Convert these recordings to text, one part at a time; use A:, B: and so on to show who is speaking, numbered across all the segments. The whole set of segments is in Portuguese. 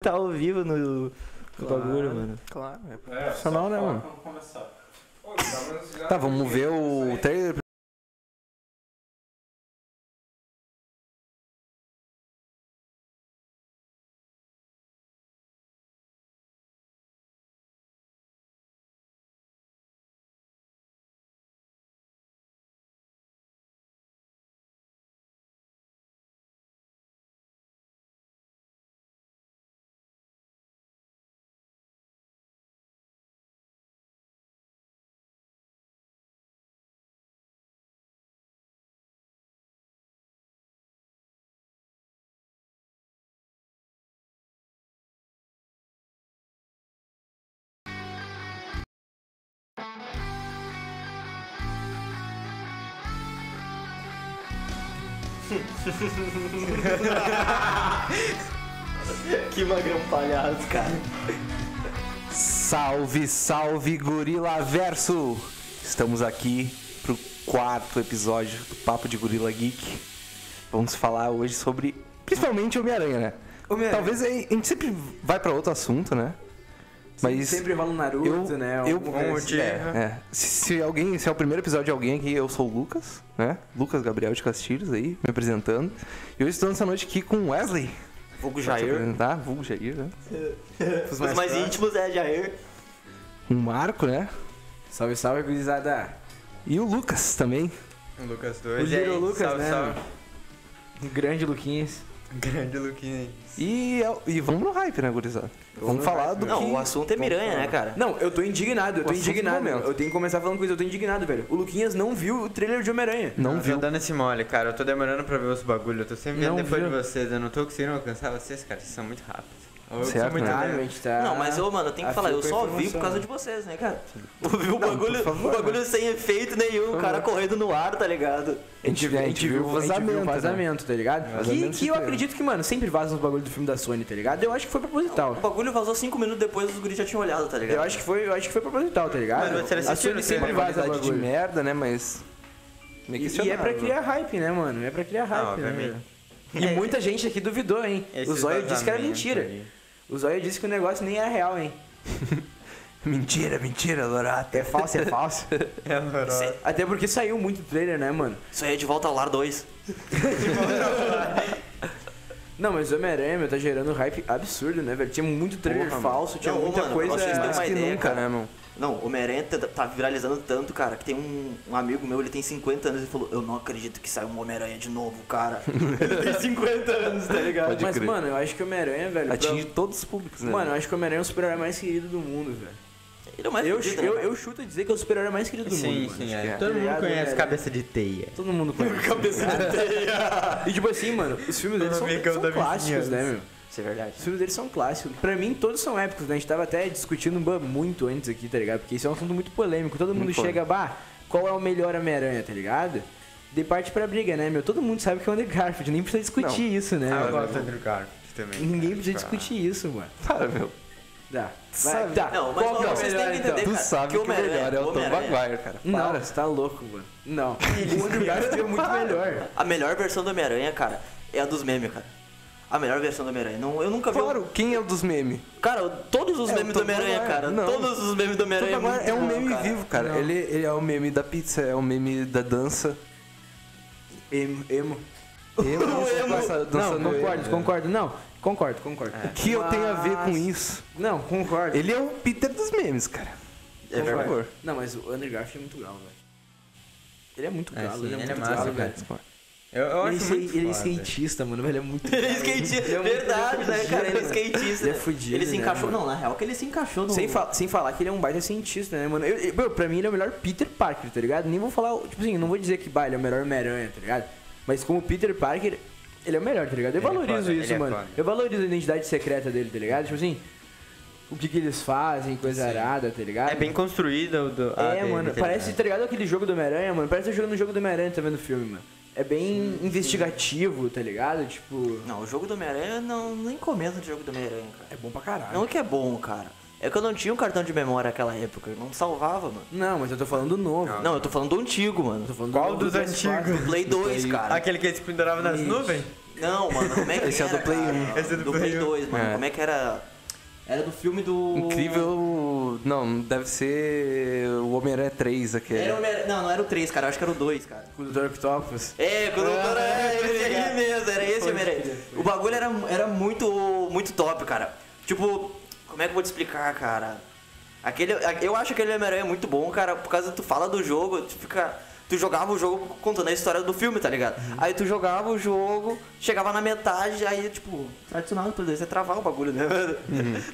A: tá ao vivo no, no bagulho, mano.
B: Claro, é
C: É, só
B: profissional, né,
C: fala
B: mano?
C: quando começar. Ô, tá, mas já-
B: Tá, vamos ver o trailer.
A: Que magrão palhaço, cara.
B: Salve, salve, Gorila Verso! Estamos aqui pro quarto episódio do Papo de Gorila Geek. Vamos falar hoje sobre, principalmente, Homem-Aranha, né?
D: Homem-Aranha.
B: Talvez aí- a gente sempre vai pra outro assunto, né? Mas
D: Sempre rola um Naruto,
B: eu,
D: né?
B: eu,
D: Alguma coisa assim.
B: é, é. Se, se alguém, se é o primeiro episódio de alguém aqui, eu sou o Lucas, né? Lucas Gabriel de Castilhos aí, me apresentando. E hoje estou nessa noite aqui com o Wesley.
A: um
D: Fogo
B: Pode se apresentar, vulgo Jair, né?
A: Os mais, íntimos é Jair.
B: O Marco, né?
D: Salve, salve, gurizada.
B: E o Lucas também.
E: O Lucas
D: O
E: 2.
D: Little Lucas,
E: salve,
D: né?
E: salve.
D: mano? Grande Luquinhas.
E: Grande Luquinha.
B: E, é o- e vamos no hype, né, gurizada? Vamos
D: no
B: falar
D: hype,
B: do
A: Não,
B: que...
A: o assunto é miranha, né, cara?
D: Não, eu tô indignado, eu tô
B: O assunto do
D: indignado.
B: momento.
D: Eu tenho que começar falando com isso, eu tô indignado, velho. O Luquinhas não viu o trailer de Homem-Aranha.
B: Não
E: eu
B: viu.
E: tô Tá dando esse mole, cara. Eu tô demorando pra ver os bagulho. Eu tô sempre vendo
D: Não
E: depois
D: viu.
E: de vocês. Eu não tô conseguindo alcançar vocês, cara. Vocês são muito rápidos. Eu
B: Certo,
E: sou muito
B: né?
D: Ah,
E: lento.
D: gente tá.
A: Não, mas ô, mano, eu tenho que
D: Ah,
A: falar, eu
D: ficou
A: só vi por
D: informação,
A: causa
D: né?
A: de vocês, né, cara? Eu vi o bagulho,
B: favor,
A: o bagulho sem efeito nenhum, o cara correndo no ar, tá ligado?
B: A gente, a gente viu o
D: a gente
B: vazamento,
D: viu o vazamento, tá ligado?
B: Vazamento
D: que que
B: inteiro.
D: eu acredito que, mano, sempre vaza uns bagulho do filme da Sony, tá ligado? Eu acho que foi proposital.
A: O bagulho vazou cinco minutos depois, os guris já tinham olhado, tá ligado?
D: Eu acho que foi, eu acho que foi proposital, tá ligado?
E: Mas você
D: a
E: assistiu
D: Sony
E: no
D: sempre
E: trailer,
D: vaza
B: Qualidade de
D: bagulho.
B: merda, né, mas... meio
D: E, e é
B: questionável.
D: pra criar hype, né, mano? É pra criar hype,
E: Não,
D: né?
E: obviamente.
D: velho? E muita gente aqui duvidou, hein?
E: Esses
D: o Zóio disse que era
E: vazamentos
D: mentira.
E: aí.
D: O Zóio disse que o negócio nem era real, hein?
B: Mentira, mentira, Lorata.
D: É falso, é falso.
E: É horroroso.
D: Até porque saiu muito trailer, né, mano?
A: Isso aí é de volta ao lar 2.
D: Não, mas Homem-Aranha, meu, tá gerando hype absurdo, né, velho? Tinha muito trailer
B: Porra,
D: falso, tinha
A: Não,
D: muita
A: mano,
D: coisa.
A: pra vocês terem
B: Mais
A: uma
B: que
A: ideia,
B: nunca,
A: cara.
B: né, mano?
A: Não, o Homem-Aranha tá- tá viralizando tanto, cara, que tem um, um amigo meu, ele tem 50 anos e falou, eu não acredito que saia um Homem-Aranha de novo, cara. ele tem 50 anos, tá ligado?
B: Pode
D: Mas,
B: crer.
D: mano, eu acho que Homem-Aranha, velho. pra-
B: Atinge todos os públicos, né?
D: Então- Mano, eu acho que Homem-Aranha é o super-herói mais querido do mundo, velho.
A: Ele é o mais
D: Eu,
A: fudido, né,
D: eu,
A: cara?
D: eu chuto a dizer que é o super-herói mais querido do
E: Sim,
D: mundo. mano.
E: sim,
B: que
E: é.
B: é.
E: Todo mundo
D: Obrigado, né?
E: conhece
D: velho.
E: cabeça de teia.
D: Todo mundo conhece. né?
A: Cabeça de teia.
D: E tipo assim, mano, os filmes deles são,
E: Amigão
D: são
E: é um da
D: clássicos,
E: vizinhança.
D: né, meu?
A: Isso é verdade.
D: Os filmes deles são clássicos. Pra mim, todos são épicos, né? A gente tava até discutindo ba- muito antes aqui, tá ligado? Porque isso é um assunto muito polêmico. Todo mundo
B: Muito
D: chega, bah, qual é o melhor Homem-Aranha, tá ligado? De parte pra briga, né, meu? Todo mundo sabe que é o Andrew Garfield. Nem precisa discutir isso, né?
E: Ah, eu
D: meu?
E: gosto do Andrew Garfield também.
D: Ninguém precisa
E: Ah.
D: discutir isso, mano.
B: Para, meu.
D: Tá.
B: Sabe-
D: Vai, tá.
A: Não, mas
D: qual que é o
A: vocês têm
D: melhor,
A: que
D: então?
A: entender,
B: Tu
A: cara,
B: sabe
A: que
B: que o
A: Homem-Aranha,
B: melhor é o Tom
A: Homem-Aranha.
B: Maguire, cara.
D: Não,
B: Para.
D: você tá louco, mano. Não. o Andrew Garfield é muito melhor.
A: A melhor versão do Homem-Aranha, cara, é a dos memes, cara. A melhor versão do Homem-Aranha. Não, eu nunca vi. um-
B: Claro, quem é o dos memes?
A: Cara, todos os
B: É, o
A: memes do
B: Tom
A: Homem-Aranha,
B: Maguire.
A: cara.
B: Não.
A: Todos os memes do Homem-Aranha.
B: Puta, mano,
A: muito
B: é um
A: bom,
B: meme
A: cara.
B: vivo, cara. Ele, ele é o meme da pizza, é o meme da dança.
D: Emo, emo.
B: Eu
A: emo.
D: Não, concordo, concordo. Não, concordo, concordo.
E: É.
B: Que eu tenho a ver com isso?
D: Não, concordo.
B: Ele é o Peter dos memes, cara.
A: É
B: Por
A: verdade.
B: favor.
D: Não, mas o Andrew Garfield é muito galo, velho. Ele é muito
E: É,
D: galo,
E: sim,
D: ele é
E: ele é
D: muito
E: massa,
D: galo,
E: cara.
D: velho.
E: Eu, eu
D: Ele,
E: acho
D: é
E: muito
D: skate- ele é
E: foda.
D: skatista, mano, ele é muito
A: Ele é
D: galo, hein?
A: skatista.
D: Ele é muito-
A: verdade,
D: ele é
A: né,
D: fudido,
A: cara? Ele é skatista.
D: Ele é
A: né?
D: fudido,
A: Ele se
D: né,
A: encaixou.
D: mano?
A: Não, na real que ele se encaixou no.
D: Sem, fa- sem falar que ele é um baita cientista, né, mano? Eu, eu, meu, pra mim ele é o melhor Peter Parker, tá ligado? Nem vou falar, tipo assim, não vou dizer que bah, ele é o melhor Homem-Aranha, tá ligado? Mas como Peter Parker, ele é o melhor, tá ligado? Eu
E: Ele é
D: valorizo
E: foda,
D: isso,
E: ele é
D: mano.
E: foda.
D: eu valorizo a identidade secreta dele, tá ligado? Tipo assim, o que que eles fazem, coisa arada, tá ligado?
E: É bem construído. o Do... ah,
D: é,
E: dele,
D: mano,
E: tá
D: parece,
E: ligado?
D: tá ligado aquele jogo do Homem-Aranha, mano? Parece que tá jogando o jogo do Homem-Aranha, tá vendo o filme, mano? É bem investigativo, tá ligado? Tipo.
A: Não, o jogo do Homem-Aranha, não, nem comento o jogo do Homem-Aranha, cara.
D: É bom pra caralho.
A: Não é que é bom, cara. É que eu não tinha um cartão de memória naquela época. Eu não salvava, mano.
D: Não, mas eu tô falando do novo.
A: Não, eu tô falando do antigo, mano.
D: tô falando
E: Qual
D: do novo
E: dos
D: do PS4.
E: antigos?
A: Play 2, cara.
E: Aquele que eles penduravam nas nuvens?
A: Não, mano, como é que
B: Esse é o
A: era?
B: do Play
A: cara?
B: 1.
E: Esse é do
A: do Play
E: Play 1.
A: 2, mano.
B: É.
A: Como é que era? Era do filme do.
B: Incrível. Não, deve ser o Homem-Aranha é. 3 aquele.
A: Era o Homem- Não, não era o 3, cara. Eu acho que era o 2, cara.
D: Com o Dr. Octopus.
A: É, quando eu tava-
D: Ah,
A: era esse aí mesmo, era esse Homem-Aranha. O bagulho era, era muito, muito top, cara. Tipo, como é que eu vou te explicar, cara? Aquele, eu acho aquele Homem-Aranha muito bom, cara, por causa tu fala do jogo, tu fica. Tu jogava o jogo contando a história do filme, tá ligado? Aí tu jogava o jogo, chegava na metade, aí, tipo, tradicional do Play 2 é travar o bagulho, né?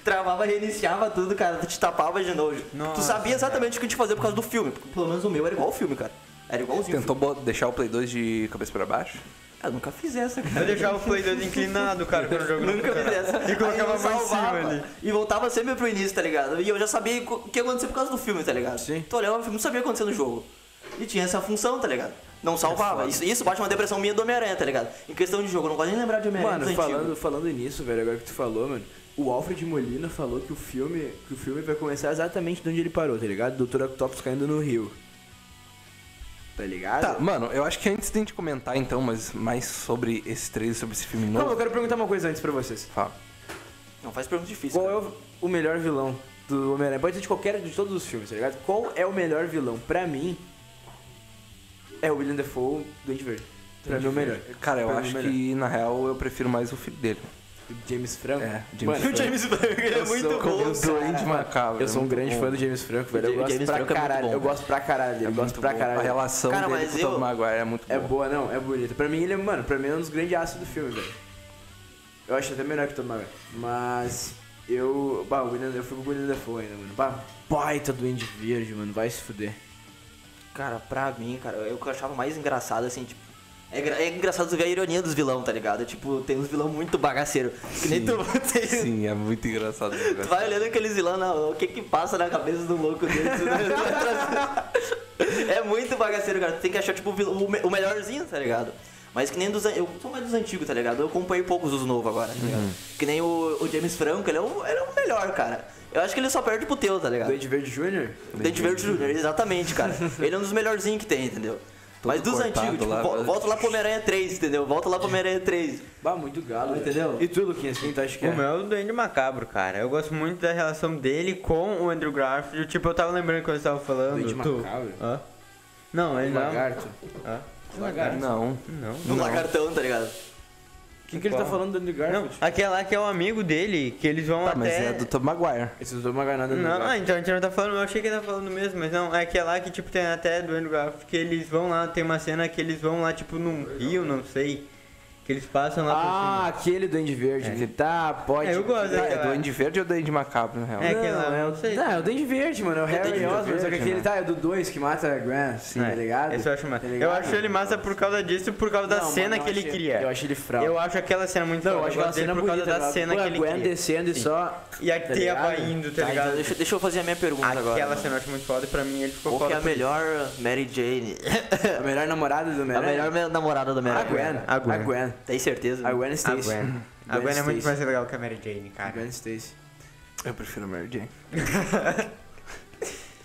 A: Travava, reiniciava tudo, cara, tu te tapava de novo. tu
E: Nossa,
A: sabia exatamente o que te fazer por causa do filme. porque Pelo menos o meu era igual o filme, cara. Era igualzinho. o
B: Tentou bo- deixar o Play 2 de cabeça pra baixo?
A: eu Ah, nunca fiz essa,
E: Eu
A: cara.
E: deixava o Play 2 inclinado, cara, quando eu jogo.
A: Nunca fiz essa.
E: E colocava
A: Aí eu
E: a mão em cima
A: salvava
E: ali.
A: E voltava sempre pro início, tá ligado? E eu já sabia co- o que ia acontecer por causa do filme, tá ligado?
D: Sim.
A: Tu olhava o filme, não sabia o que acontecia no jogo. E tinha essa função, tá ligado? Não salvava. Isso, isso bate uma depressão minha do Homem-Aranha, tá ligado? Em questão de jogo, eu não gosto nem lembrar de Homem-Aranha.
D: Mano,
A: dos antigos.
D: falando, falando nisso, velho, agora que tu falou, mano, o Alfred Molina falou que o filme, que o filme vai começar exatamente de onde ele parou, tá ligado? Doutor Octopus caindo no rio. Tá ligado?
B: Tá, mano, eu acho que antes de a gente comentar então, mas mais sobre esse trailer, sobre esse filme
D: Calma, eu
B: novo.
D: quero perguntar uma coisa antes pra vocês.
B: Fala.
A: Não, faz pergunta difícil.
D: Qual é
A: cara.
D: o, o melhor vilão do Homem-Aranha? Pode ser de qualquer de todos os filmes, tá ligado? Qual é o melhor vilão? Pra mim, é o William Defoe do Duende Verde. Pra mim, é o melhor.
B: Cara, eu
D: Pra mim,
B: acho
D: o melhor.
B: que na real eu prefiro mais o filho dele.
D: O James Franco?
B: É, James
D: Mano,
A: O James Franco, ele é
D: Eu
A: muito
D: sou- um
A: bom.
D: eu sou-
B: Duende macabro.
D: Eu sou um
B: muito
D: grande
B: bom.
D: fã do James Franco, velho. Eu
A: James
D: gosto pra
A: Franco é muito
D: caralho.
A: bom,
D: Eu
A: velho.
D: gosto pra caralho dele. Eu gosto
B: Muito
D: pra
B: bom.
D: caralho.
B: A relação
A: Cara,
B: dele
A: mas
B: com o
A: eu-
B: Tom Maguire é muito
D: É
B: boa.
D: boa, não, é bonita. Pra mim, ele é, mano, pra mim é um dos grandes astros do filme, velho. Eu acho até melhor que o Tom Maguire. Mas eu. Bah, o William, eu fui com o William Defoe ainda, mano. Bah, baita doente verde, mano. Vai se fuder.
A: Cara, pra mim, cara, eu que eu achava mais engraçado, assim, tipo. É, gra- é engraçado tu ver a ironia dos vilão, tá ligado? Tipo, tem uns vilão muito bagaceiro. Que nem tu tem,
B: Sim, é muito engraçado. esse
A: Tu
B: negócio.
A: vai olhando aqueles vilão, não, o que que passa na cabeça do louco dele? tu vai atrás. é muito bagaceiro, cara. Tu tem que achar, tipo, o vil- o, me- o melhorzinho, tá ligado? Mas que nem dos... an- Eu sou mais dos antigos, tá ligado? Eu acompanhei poucos dos novos agora,
B: Uhum.
A: tá ligado? Que nem o, o James Franco, ele é, o, ele é o melhor, cara. Eu acho que ele só perde pro teu, tá ligado?
D: Doente verde Jr.?
A: O Dente Verde Júnior, exatamente, cara. Ele é um dos melhorzinhos que tem, entendeu?
B: Todo
A: Mas dos
B: cortado
A: antigos, tipo,
B: lá,
A: vo-
B: velho.
A: volta lá pro Homem-Aranha 3, entendeu? Volta lá pro Homem-Aranha 3.
D: Bah, muito galo,
A: Entendeu?
D: velho. E tu, Luquinhas, quem tu acha que
E: O
D: é?
E: meu é o Duende Macabro, cara. Eu gosto muito da relação dele com o Andrew Garfield. Tipo, eu tava lembrando quando você tava falando.
D: Duende
E: tu...
D: Macabro?
E: Hã? Não, ele não.
D: Lagarto.
E: Hã?
B: Não.
E: Não.
A: No lagartão, tá ligado?
D: O que, que ele tá
E: Qual?
D: falando do Andrew
E: Não,
D: Garfield?
E: aquele lá que é o amigo dele, que eles vão
B: Tá,
E: até...
B: mas é do Tom Maguire.
D: Esses dois uma ganada
E: Não, ah, então a gente não tá falando, eu achei que ele tá falando mesmo, mas não, é aquela que tipo tem até do Andrew Garfield que eles vão lá, tem uma cena que eles vão lá tipo num rio, não sei, que eles passam lá
D: Ah, aquele doente verde. que Tá, pode.
E: É, eu gosto,
D: Tá,
E: né?
B: É Duende Verde ou Duende Macabro, na real?
E: É,
D: Não,
E: que ela-
D: é o-
E: não sei.
D: Não, é o Dente Verde, mano. É o Harry
B: Dente
D: Osborn, só que
B: Verde,
D: aquele
B: né?
D: tá, é do 2 que mata a Grant, sim,
E: É,
D: tá ligado?
E: Esse eu acho massa.
D: Tá
E: eu
D: ligado?
E: acho ele massa por causa disso, por causa da
D: Não,
E: cena
D: mano, eu
E: que ele
D: acho-
E: cria.
D: Eu acho ele fraco.
E: Eu acho aquela cena muito
D: Não, eu
E: foda,
D: acho
E: eu
D: aquela
E: gosto dele
D: cena
E: por causa
D: bonita,
E: da
D: tá
E: cena
D: ligado?
E: que ele
D: Pô, a Gwen
E: cria.
D: descendo e
E: Sim.
D: só...
E: E a
D: tá
E: teia
D: ligado?
E: indo, tá
A: Tá, então
E: ligado?
A: deixa, deixa eu fazer a minha pergunta agora.
E: Aquela
A: mano.
E: cena eu acho muito foda, pra mim ele ficou
A: Qual que
E: foda.
A: é a
E: por-
A: melhor Mary Jane?
D: A melhor namorada do
A: a
D: Homem-Aranha?
A: melhor me- namorada do
D: A
A: Mary
D: Gwen.
A: Jane.
E: A Gwen.
D: A Gwen.
A: Tem certeza?
D: A Gwen
E: A
D: Stacy.
E: Gwen. A Gwen é muito mais
D: Stacy.
E: legal que a Mary Jane,
D: A
E: cara.
D: Gwen Stacy.
B: Eu prefiro Mary Jane.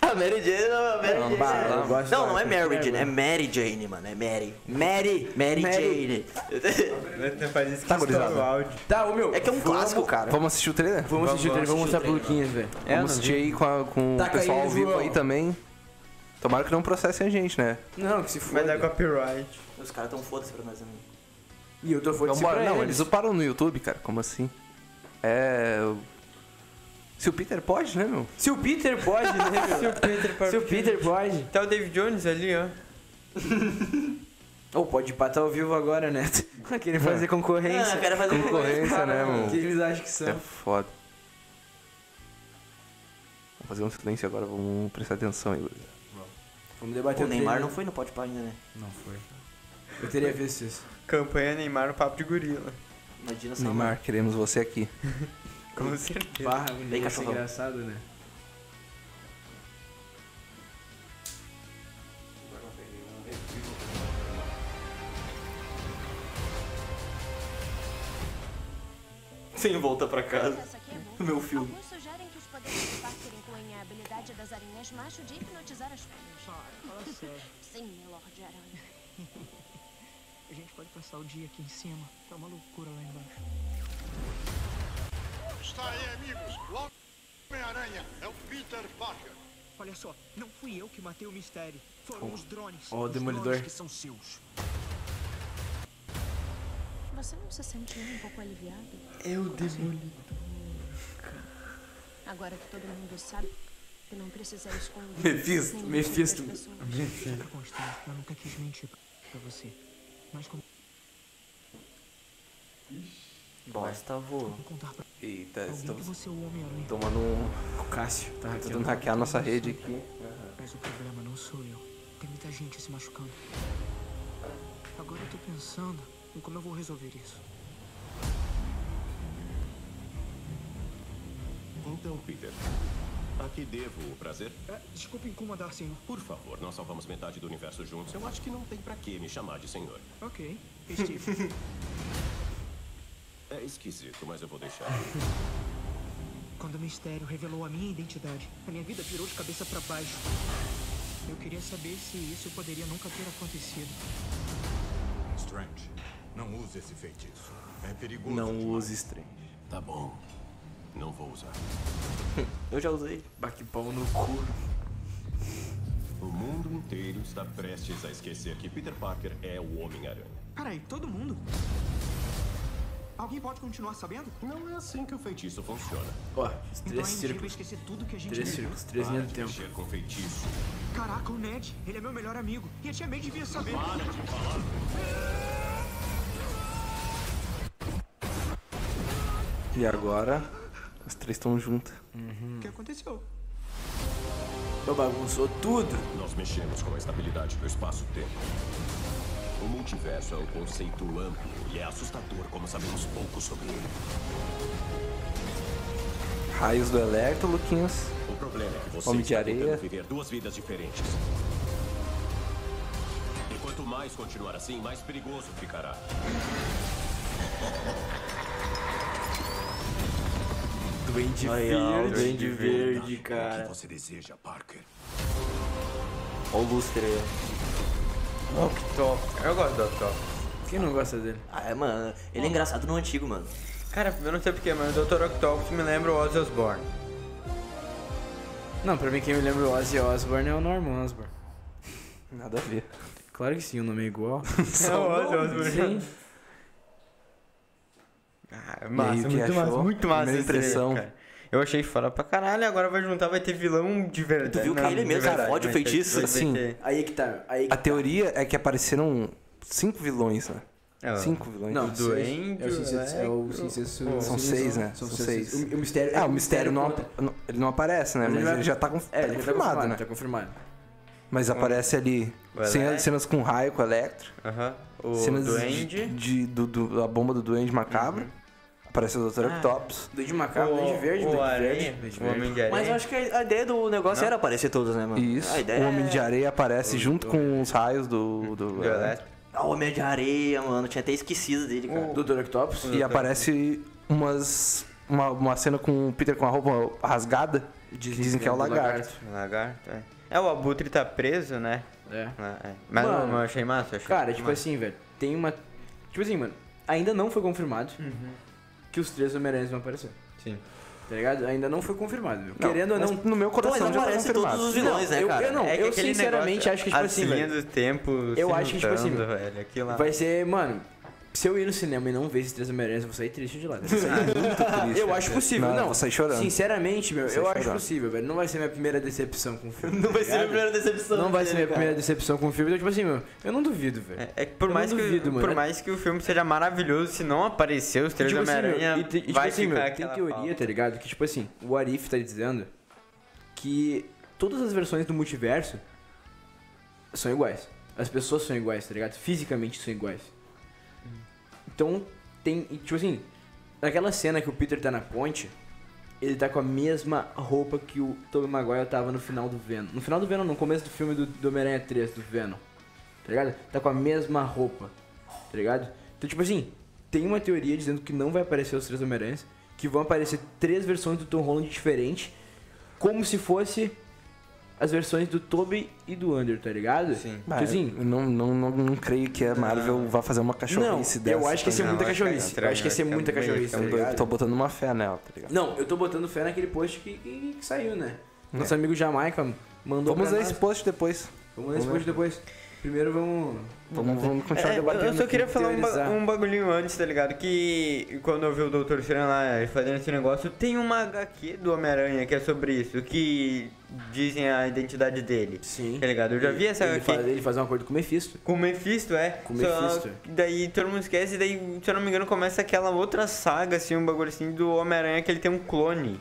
A: A Mary Jane, não, a Mary
B: Não,
A: Jane.
B: bah, eu
D: gosto
A: não,
D: da-
A: não é Mary
D: da
A: Jane, é
D: Gwen.
A: Mary Jane, mano. É Mary.
D: Mary!
A: Mary,
D: Jane.
A: Jane.
E: Não Faz isso que
B: Tá,
E: estoura
B: gurizada.
E: o áudio.
D: Tá, ô meu.
A: É que é um
D: vamos-
A: clássico, cara.
B: Vamos assistir o trailer?
D: Vamos assistir o trailer, vamos mostrar pro Luquinhas, velho.
E: É,
B: Vamos
E: não
B: assistir aí com, a- Tá, com o
D: Taca aí,
B: pessoal ao vivo
D: João.
B: aí também. Tomara que não processem a gente, né?
D: Não, que se
E: Vai dar
D: foda.
E: copyright.
A: Os caras tão foda-se pra nós. né?
D: E eu tô foda
B: Vambora. Então Não, eles uparam no YouTube, cara. Como assim? É. Se o Peter pode, né, meu?
D: Se o Peter pode, né, meu? Se o Peter pode...
E: Tá o David Jones ali, ó.
D: Ou pode patar ao vivo agora, né? Querer fazer
A: Ah,
D: concorrência.
A: eu quero fazer
B: Concorrência, né,
D: O que
B: meu?
D: eles acham que são?
B: É foda. Vamos fazer um silêncio agora, vamos prestar atenção aí. gurizada.
D: Vamos
A: Pô,
D: debater
A: O Neymar não foi no Pode Pá ainda, né?
D: Não foi. Eu teria visto isso.
E: Campanha Neymar no papo de gorila.
A: Imagina só. mano.
B: Neymar, queremos você aqui.
E: Com certeza.
D: Barra, Bem ia ser
A: cachorrão.
D: engraçado, né?
A: Sem volta pra casa.
F: Essa aqui é boa.
A: Meu filme.
F: Alguns sugerem que os poderes de Parker incluem a habilidade das aranhas macho de hipnotizar as fêmeas. Sim, Lorde Aranha.
G: A gente pode passar o dia aqui em cima. Tá uma loucura lá embaixo.
H: Está aí, amigos. O Homem-Aranha é o Peter Parker.
G: Olha só, não fui eu que matei o mistério. Foram os drones.
D: Ó, o
G: Os
D: Demolidor.
G: drones que são seus.
F: Você não se sente um pouco aliviado?
E: Eu demoli.
F: Agora que todo mundo sabe que não precisa esconder.
D: Mephisto,
F: nenhum tipo
D: Mephisto.
F: das pessoas.
G: Pra constar, eu nunca quis mentir pra você. Mas como
B: Bosta, vô.
G: contar pra
B: Eita,
G: alguém que
B: estamos
G: você é o Homem-Aranha?
B: tomando um.
D: O Cássio tá
B: Tentando hackear nossa rede aqui.
G: Mas o problema não sou eu. Tem muita gente se machucando. Agora eu tô pensando em como eu vou resolver isso.
I: Então, Peter, a que devo o prazer?
G: É, desculpe incomodar, senhor.
I: Por favor, nós salvamos metade do universo juntos. Eu acho que não tem pra que me chamar de senhor.
G: Ok. Steve,
I: É esquisito, mas eu vou deixar.
G: quando o mistério revelou a minha identidade, a minha vida virou de cabeça pra baixo. Eu queria saber se isso poderia nunca ter acontecido.
J: Strange, não use esse feitiço. É perigoso.
B: Não use Strange.
I: Tá bom. Não vou usar.
B: Eu já usei.
D: Baquipão no cu.
I: O mundo inteiro está prestes a esquecer que Peter Parker é o Homem-Aranha.
G: Peraí, todo mundo? Alguém pode continuar sabendo?
I: Não é assim que o feitiço funciona.
D: Ó, os
G: Então
D: três
G: é indígena
D: círculos.
G: esquecer tudo que a gente
D: Três
G: viveu.
D: círculos, três
I: Para
D: linhas do
I: de
D: tempo.
I: mexer com feitiço.
G: Caraca, o Ned, ele é meu melhor amigo. E a tia May devia saber.
I: Para de falar.
B: E agora, as três estão juntas.
G: O que aconteceu?
D: Pô, bagunçou tudo.
I: Nós mexemos com a estabilidade do espaço-tempo. O multiverso é um conceito amplo e é assustador como sabemos pouco sobre ele.
B: Raios do Electro, Luquinhas.
I: O problema é que você
B: Homem de
I: está
B: areia.
I: tentando viver duas vidas diferentes. E quanto mais continuar assim, mais perigoso ficará.
D: Duende
A: Aí, ó,
D: verde.
A: Duende
D: verde,
I: O que
D: cara.
I: você deseja, Parker?
A: Olha o lustre aí.
C: Top. Eu gosto do Top.
D: Quem não gosta dele?
A: Ah, é, mano. Ele é engraçado no antigo, mano.
E: Cara, eu não sei porquê, mas o Dr. Octopus me lembra o Ozzy Osbourne.
D: Não, pra mim quem me lembra o Ozzy Osbourne é o Norman Osborn.
B: Nada a ver.
D: Claro que sim, o nome é igual.
E: É o Ozzy Osbourne.
D: Sim.
E: Ah,
B: E aí,
E: massa,
B: o que
E: muito massa,
B: achou?
E: muito massa.
B: Primeira
E: esse trailer,
B: impressão.
E: cara. Eu achei fora pra caralho, agora vai juntar, vai ter vilão de verdade.
A: Tu viu que
E: Não,
A: ele
E: de
A: mesmo
E: verdade,
A: fode o
E: vai ter-
A: feitiço?
E: vai
B: Sim.
E: ter-
D: Aí que tá, aí que
B: A teoria é que apareceram cinco vilões, né?
E: É, ó.
B: Cinco vilões.
D: Não,
E: do
D: seis.
E: Duende,
D: É o Cincesso. É o Cincesso.
B: São seis, né? São seis.
D: É, O, o mistério.
B: Ah, o mistério não,
D: conta.
B: não- ele não aparece, né?
D: Mas
B: Mas
D: ele
B: ele,
D: vai-
B: já tá, conf- tá
D: É, ele tá
B: confirmado, né?
D: Tá confirmado.
B: Mas aparece ali
E: O
B: cena-
E: Electro.
B: cenas com raio, com electro,
E: Aham. O
B: cenas de-
E: Duende.
B: de, do, do- a bomba do duende macabro. Aparece o Dr. Octopus.
D: Duende macabro, duende né? verde,
E: o
D: duende
E: Aranha,
D: verde.
E: o Homem de Aranha.
A: Mas eu acho que a a ideia do negócio era aparecer todos, né, mano?
B: Isso.
A: A ideia
B: O Homem de
A: é-
B: Areia aparece junto com os raios do. do,
E: Do
B: Electro.
E: Electro.
A: Ah, o Homem de Areia, mano. Tinha até esquecido dele, cara.
D: Do Dr. Octopus.
B: E aparece umas. Uma, uma cena com o Peter com a roupa rasgada. que Dizem, que é o
D: do lagarto.
B: lagarto.
E: Lagarto, é. É, o Abutre tá preso, né?
D: É.
E: É. Mas
D: Mano.
E: não, eu achei massa, eu achei
D: Cara, tipo
E: massa.
D: assim, velho, tem uma. Tipo assim, mano, ainda não foi confirmado que os três Homem-Aranhas vão aparecer.
E: Sim.
D: Tá ligado? Ainda não foi confirmado, meu.
B: Não,
D: Querendo ou
B: mas
D: não.
B: no meu
A: Dois
B: coração já tá
A: aparecem
B: confirmado.
A: todos os vilões, né,
D: eu,
A: cara?
D: eu não,
E: É que
D: eu
E: aquele
D: sinceramente
E: negócio,
D: acho que, tipo
E: a
D: assim,
E: linha
D: velho,
E: do tempo
D: eu
E: se
D: acho que, tipo assim,
E: juntando, velho, aquilo lá.
D: vai ser, mano. Se eu ir no cinema e não ver esses três Homem-Aranhas, eu vou sair triste de lá. né? eu acho possível,
B: Não,
D: não.
B: eu vou sair chorando.
D: Sinceramente, meu, eu
B: Vou sair
D: acho
B: chorando.
D: possível, velho. Não vai ser minha primeira decepção com o filme.
A: Não vai
D: tá
A: ser é a minha
D: ligado?
A: primeira decepção.
D: Não vai ser minha
A: dele, cara.
D: primeira decepção com o filme. Então, tipo assim, meu, eu não duvido, velho.
E: É, é que por
D: Eu
E: mais
D: não
E: que
D: duvido, mano.
E: por mais que o filme seja maravilhoso, se não aparecer os três
D: tipo assim, meu,
E: Homem-Aranha,
D: e te- e tipo
E: vai
D: assim, meu,
E: ficar
D: tem
E: aquela
D: teoria,
E: falta.
D: tá ligado? Que tipo assim, o Arif tá dizendo que todas as versões do multiverso são iguais. As pessoas são iguais, tá ligado? Fisicamente são iguais. Então tem, e, tipo assim, naquela cena que o Peter tá na ponte, ele tá com a mesma roupa que o Tobey Maguire tava no final do Venom. No final do Venom, no começo do filme do, do Homem-Aranha 3, do Venom. Tá ligado? Tá com a mesma roupa. Tá ligado? Então, tipo assim, tem uma teoria dizendo que não vai aparecer os três Homem-Aranhas, que vão aparecer três versões do Tom Holland diferente, como se fosse as versões do Toby e do Under, tá ligado? Sim.
B: Ah,
D: assim,
B: eu não, não, não, não creio que a Marvel vá fazer uma cachorrice
D: Ah. não,
B: dessa.
D: eu acho que é ia ser
B: tá
D: muita
B: ligado?
D: cachorrice. Eu acho que ia ser muita cachorrice, tá
B: Eu tô- eu tô
D: ligado?
B: botando uma fé nela, tá ligado?
D: Não, eu tô botando fé naquele post que, que- que saiu, né? Nosso amigo Jamaica mandou
B: Vamos
D: pra
B: ler
D: nós.
B: esse post depois.
D: Vamos ler esse post depois. Primeiro vamos...
B: Vamos, vamos continuar
E: É, eu-
B: debatendo.
E: eu só
B: aqui.
E: queria falar um, ba-
D: teorizar.
E: um bagulhinho antes, tá ligado? Que quando eu vi o Dr. Estranho lá eh, fazendo esse negócio, tem uma HQ do Homem-Aranha que é sobre isso, que dizem a identidade dele.
D: Sim.
E: Tá ligado? Eu já vi essa
D: ele
E: HQ.
D: faz, ele faz um acordo com o Mephisto.
E: Com o Mephisto, é.
D: Com o
E: Só
D: Mephisto.
E: que Daí todo mundo esquece, daí, se eu não me engano, começa aquela outra saga, assim, um bagulho assim do Homem-Aranha que ele tem um clone.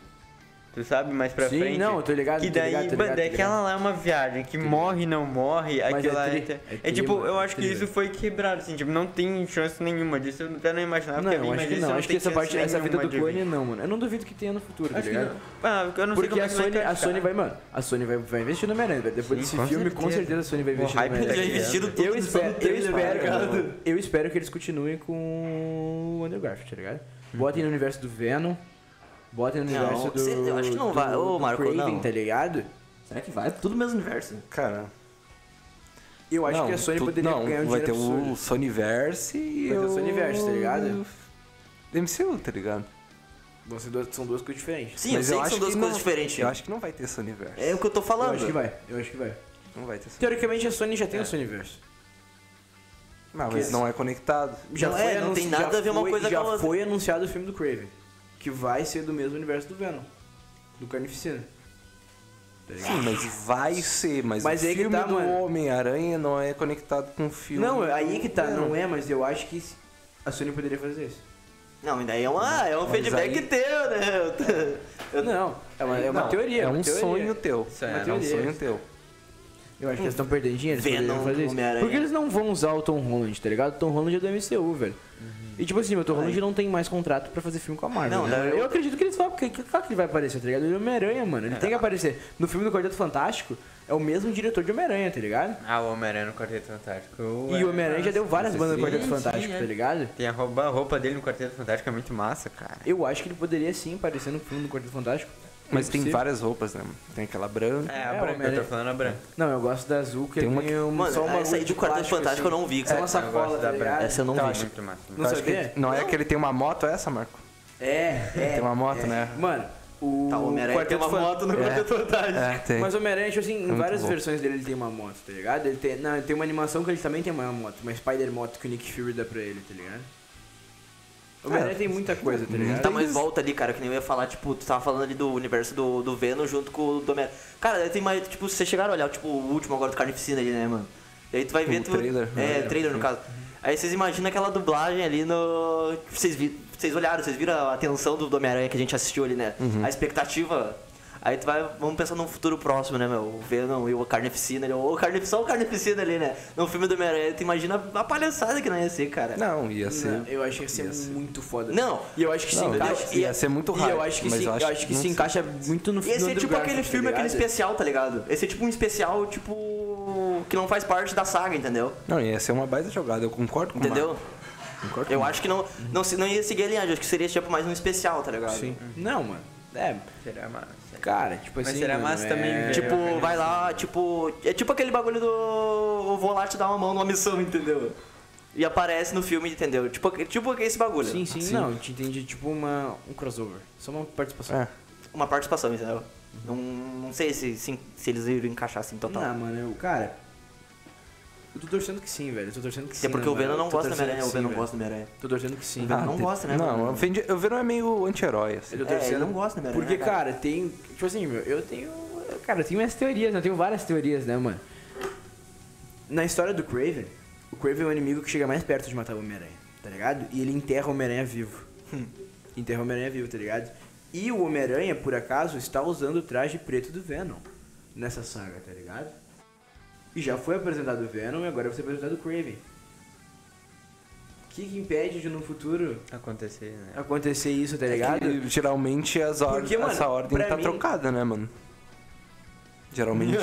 E: Tu sabe, mais pra
D: Sim,
E: frente.
D: não, eu tô ligado,
E: Que
D: tô
E: daí,
D: ligado, tô
E: mano,
D: ligado,
E: daí
D: tô
E: aquela
D: ligado.
E: lá é uma viagem, que morre, não morre,
D: Mas é
E: aquela.
D: tri-
E: é,
D: é
E: é
D: tri,
E: tipo,
D: mano,
E: eu
D: é
E: acho que
D: tri,
E: isso
D: velho.
E: foi quebrado, assim, tipo, não tem chance nenhuma disso. Eu até não imaginava
D: não,
E: que ia vir,
D: eu acho
E: mas
D: que
E: isso
D: não. Acho que
E: Ah, tem
D: essa parte,
E: chance
D: essa vida
E: nenhuma
D: do
E: de vir.
D: clone, não, mano. Eu não duvido que tenha no futuro, tá
E: Acho que
D: ligado?
E: não. Ah, eu não sei
D: Porque
E: como é
D: a
E: que vai
D: Sony, a
E: encaixar.
D: Sony vai, mano, a Sony vai, vai investir no Homem-Aranha, velho. Depois desse
E: com
D: filme, com certeza a Sony vai investir no
E: hype
D: Homem-Aranha.
E: tá
A: Já investiram tudo
D: Eu
A: nisso, só
D: espero,
A: não
D: eu,
A: teve
D: espero,
A: nada, cara.
D: eu espero que eles continuem com o Underground, tá ligado? Botem no universo do Venom, botem no
A: Não,
D: universo do.
A: cê- eu acho que não vai.
D: do-
A: Ô,
D: do
A: Marco,
D: Craven,
A: não.
D: tá ligado?
A: Será que
D: É
A: vai? Tudo no mesmo universo.
B: Cara,
D: Eu acho
B: não,
D: que a Sony
B: tu-
D: poderia
B: não,
D: ganhar um
B: vai
D: dinheiro
B: ter
D: absurdo.
B: o Sonyverse e
D: Vai ter o Sonyverse, tá ligado?
B: MCU, tá ligado?
D: Vão ser duas- São duas coisas diferentes.
A: Sim, eu sei que
B: acho
A: são duas
B: que
A: coisas
B: não-
A: diferentes.
B: Eu acho que não vai ter Sonyverse.
A: É o que eu tô
D: Eu
A: falando.
D: acho que vai, eu acho que vai.
B: Não vai ter Sony-
D: Teoricamente a Sony já tem o Sonyverse.
B: Não, mas não é conectado.
D: Já
A: Não é,
D: foi
A: não tem
D: anunci- já
A: nada a ver uma
D: foi-
A: coisa
D: já
A: com a outra.
D: foi anunciado o filme do Craven, que vai ser do mesmo universo do Venom, do Carnificina.
B: Sim, mas vai ser, mas,
D: Mas
B: o
D: aí que
B: filme
D: tá,
B: do
D: mano.
B: Homem-Aranha não é conectado com o filme.
A: um-
D: Não, aí que tá,
B: É,
D: não é, mas eu acho que a Sony poderia fazer isso.
A: Não, e daí é, uma, é um feedback
B: aí-
A: teu, né? Eu tô- Eu
D: Não, é uma, é uma
B: Não,
D: teoria.
B: É
D: uma
B: um
D: teoria.
B: sonho teu.
D: é uma
B: É um
D: teoria.
B: sonho teu.
D: Eu acho que eles estão perdendo dinheiro, eles
A: Venom,
D: poderiam fazer isso.
A: Homem-Aranha.
D: Porque eles não vão usar o Tom Holland, tá ligado? O Tom Holland é do MCU, velho. E tipo assim, o Tom Holland não tem mais contrato pra fazer filme com a Marvel.
A: Uhum. Não,
D: né?
A: daí eu-
D: eu... acredito que eles vão, porque que- claro que ele vai aparecer, tá ligado? Ele é Homem-Aranha, mano. Ele tem que aparecer. No filme do Quarteto Fantástico, é o mesmo diretor de Homem-Aranha, tá ligado?
E: Ah, o Homem-Aranha no Quarteto Fantástico. é,
D: E o Homem-Aranha já deu várias bandas no
E: sim,
D: Quarteto
E: sim,
A: assim,
D: Fantástico,
E: é.
D: tá ligado?
E: Tem a roupa, a roupa dele no Quarteto Fantástico, é muito massa, cara.
D: Eu acho que ele poderia sim aparecer no filme do Quarteto Fantástico.
B: Mas tem
D: Sim.
B: várias roupas, né? Tem aquela branca.
E: É,
D: É,
E: a
D: o
E: branca, eu
D: Homem-Aranha-
E: tô falando a branca.
D: Não, eu gosto da azul, que
B: Tem
D: é
B: uma
D: meio-
A: Mano,
D: só um
A: essa aí
D: bagulho
A: do Quarteto
D: plástico,
A: Fantástico eu
D: assim.
A: não vi.
D: É
A: cara.
D: uma sacola,
E: gosto da
D: tá ligado?
A: Essa eu não vi.
E: Muito massa.
D: Não
B: Eu acho que-
D: sabia?
B: não é que ele tem uma moto essa, Marco?
D: É, é.
B: Tem uma moto,
D: é.
B: né?
D: Mano, o.
A: Tá, o Homem-Aranha tem
D: Quarteto
A: uma
D: Fan-
A: moto no
B: É.
A: Quarteto Fantástico.
B: É, tem.
D: Mas o Homem-Aranha, tipo assim, em
B: muito
D: várias
B: bom.
D: versões dele ele tem uma moto, tá ligado? Ele tem, não, ele tem uma animação que ele também tem uma moto, uma Spider-Moto que o Nick Fury dá pra ele, tá ligado? O
B: É.
D: Homem-Aranha tem muita coisa, tá ligado?
A: Tá, mas volta ali, cara, que nem eu ia falar, tipo, tu tava falando ali do universo do, do Venom junto com o do Homem-Aranha. Cara, daí tem mais, tipo, vocês chegaram a olhar, tipo, o último agora do Carnificina ali, né, mano? E aí tu vai ver...
B: O
A: tu...
B: trailer,
A: É,
B: né?
A: trailer, no caso. Aí vocês imaginam aquela dublagem ali no... Vocês, vi... vocês olharam, vocês viram a atenção do do Homem-Aranha que a gente assistiu ali, né? A expectativa... Aí tu vai, vamos pensar num futuro próximo, né, meu? O Venom e o Carnificina ali, ou o Carnif... só o Carnificina ali, né? No filme do Homem-Aranha, tu imagina a palhaçada que não ia ser, cara.
B: Não, ia ser.
D: Não, eu acho que ia ser muito foda.
A: Não.
D: E eu acho que
B: Não,
D: se
B: ele-
D: encaixa.
B: ia ser muito
D: E eu
B: hype,
D: acho que,
B: mas
D: se,
B: eu
D: eu
B: acho
D: acho que
B: que
D: se
B: não-
D: encaixa muito no
A: Ia
D: no
E: é
A: ser tipo
D: underground,
A: aquele
D: tá
A: filme, aquele
D: ligado?
A: especial, tá ligado? Esse é tipo um especial, tipo. que não faz parte da saga, entendeu?
B: Não, ia ser uma baita jogada, eu concordo com o
A: Entendeu?
B: Marco. Concordo
A: Eu
B: com o
A: acho que não, não, se- não ia seguir a linhagem, acho que seria tipo mais um especial, tá ligado?
D: Sim. Não, mano. É,
E: Será massa.
D: cara, tipo assim.
E: Mas será
D: mano,
E: massa
D: é-
E: também ver
A: Tipo, vai lá, tipo. É tipo aquele bagulho do. Eu vou lá te dar uma mão numa missão, entendeu? E aparece no filme, entendeu? Tipo, tipo esse bagulho.
D: Sim, sim, não, te entendi tipo uma, um crossover. Só uma participação.
B: É.
A: Uma participação, entendeu? Não, não sei se, se, se eles iriam encaixar assim total.
D: Não, mano, eu, cara. Eu tô torcendo que sim, velho. Eu tô torcendo que
A: Até
D: sim.
A: É porque
D: né,
A: o Venom
D: mano?
A: não
D: Eu tô
A: gosta do
D: torcendo
A: Homem-Aranha, o
D: que sim,
A: Venom
D: velho.
A: gosta do Homem-Aranha.
D: Tô torcendo que sim. Ah,
A: Venom não gosta, né,
B: Ah, Não,
A: mano?
B: eu vendi- eu Venom é meio anti-herói, assim.
D: Eu tô
A: É, ele
D: torcendo.
A: não gosta do Homem-Aranha,
D: Porque,
A: né,
D: cara, tem. Tipo assim, meu, eu tenho. Cara, eu tenho minhas teorias, né? eu tenho várias teorias, né, mano? Na história do Craven, o Craven é o inimigo que chega mais perto de matar o Homem-Aranha, tá ligado? E ele enterra o Homem-Aranha vivo.
A: Hum.
D: enterra o Homem-Aranha vivo, tá ligado? E o Homem-Aranha, por acaso, está usando o traje preto do Venom nessa saga, tá ligado? E já foi apresentado o Venom e agora vai ser apresentado o Craven. O que, que impede de no futuro
E: Acontecer, né?
A: É.
D: acontecer isso, tá ligado?
B: E, É geralmente as or
D: Porque, mano,
B: essa ordem
D: pra
B: tá
D: mim-
B: trocada, né, mano? Geralmente,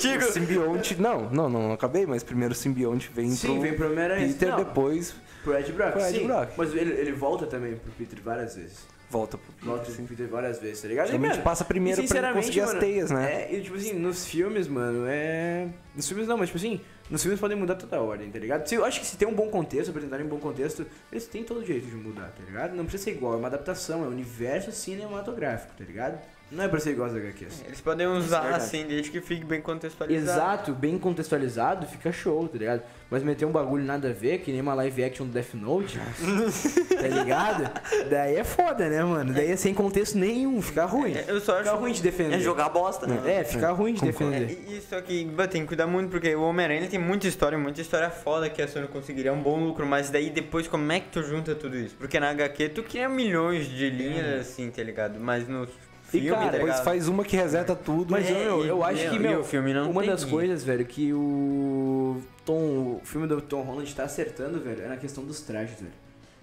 B: primeiro o simbionte... Não, não, não, não acabei, mas primeiro o simbionte vem
D: Sim,
B: pro
D: vem pro Homem-Aranha.
B: Peter,
D: Não.
B: depois...
D: Pro Ed Brock,
B: Pro Ed
D: sim.
B: Brock.
D: Mas ele, ele volta também pro Peter várias vezes.
B: Volta pro
D: Volta pro Peter várias vezes, tá ligado? E,
B: Geralmente
D: mano,
B: passa primeiro
D: e
B: pra ele conseguir as
D: sinceramente,
B: teias,
D: mano,
B: né?
D: É, e tipo assim, nos filmes, mano, é. Nos filmes não, mas tipo assim, nos filmes podem mudar toda a ordem, tá ligado? Se, eu acho que se tem um bom contexto, apresentarem um bom contexto, eles têm todo o direito de mudar, tá ligado? Não precisa ser igual, é uma adaptação, é um universo cinematográfico, tá ligado? Não é pra ser igual as HQs.
E: Eles podem
D: é
E: usar
D: verdade.
E: assim, desde que fique bem contextualizado.
D: Exato, bem contextualizado, fica show, tá ligado? Mas meter um bagulho nada a ver, que nem uma live action do Death Note, tá ligado? Daí é foda, né, mano? Daí é sem contexto nenhum, fica ruim.
E: É, Eu só acho
D: Fica ruim de defender.
A: É jogar bosta, né?
D: É, fica ruim de
E: É,
D: defender.
E: e- isso aqui bah, tem que cuidar muito, porque o Homem-Aranha ele tem muita história, muita história foda que a Sony conseguiria um bom lucro, mas daí depois como é que tu junta tudo isso? Porque na HQ tu cria milhões de linhas assim, tá ligado? Mas no filme,
D: Uhum. cara,
E: tá
D: depois
E: ligado?
B: Faz uma que reseta tudo.
D: Mas
E: É,
D: eu,
E: e-
D: eu acho
E: meu,
D: que,
E: e
D: meu,
E: o filme não
D: uma
E: tem
D: das
E: que-
D: coisas, velho, que o Tom, o filme do Tom Holland tá acertando, velho, é na questão dos trajes, velho.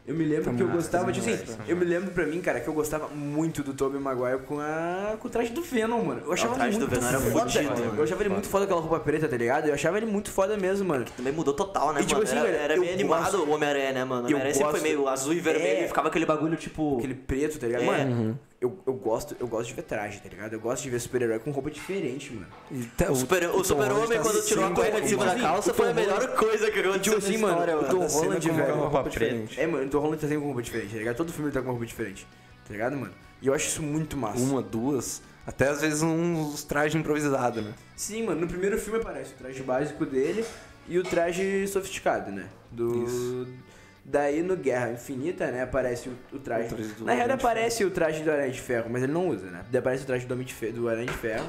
D: Eu me lembro que eu gostava, tipo assim, eu me lembro pra mim, cara, que eu gostava muito do Tobey Maguire com, a, com o traje do Venom, mano. Eu achava
A: o traje
D: ele
A: do
D: muito
A: Venom era
D: foda,
A: fudido,
D: mano.
A: mano.
D: Eu achava ele muito foda com aquela roupa preta, tá ligado? Eu achava ele muito foda mesmo, mano.
A: Também mudou total, né,
D: E, tipo
A: mano?
D: assim,
A: era,
D: velho,
A: era
D: eu
A: meio animado
D: gosto-
A: o Homem-Aranha, né, mano? O
D: eu
A: Homem-Aranha sempre foi
D: gosto-
A: meio azul e vermelho
D: É.
A: e ficava aquele bagulho, tipo...
D: Aquele preto, tá ligado?
A: É.
D: Mano, eu, eu, gosto, eu gosto de ver traje, tá ligado? Eu gosto de ver super-herói com roupa diferente, mano.
B: E tá-
A: O super-
B: Tom
A: o Super-Homem,
D: né,
B: Holland tá
A: quando tirou a
B: sempre
A: cueca de
B: com
A: cima
B: uma
A: da calça,
D: assim, o
A: foi a
D: Tom
A: melhor
D: Holland-
A: coisa que
D: E, tipo
A: aconteceu na
D: assim, mano,
A: história,
D: o
A: mano.
D: Tom
B: da cena
D: Holland,
B: com uma
D: velho,
B: roupa
E: roupa preta.
B: diferente.
D: É, mano, o Tom Holland tá sempre com roupa diferente, tá ligado? Todo filme ele tá com roupa diferente, tá ligado, mano? E eu acho isso muito massa.
B: Uma, duas, até às vezes uns trajes improvisados, né?
D: Sim, mano, no primeiro filme aparece o traje básico dele e o traje sofisticado, né? Do. Daí no Guerra Infinita, né, aparece o, o traje.
B: O traje do
D: Na real,
B: Homem de
D: aparece o traje do Aranha de Ferro, mas ele não usa, né? Daí aparece o traje do Homem de Ferro, do Aranha de Ferro.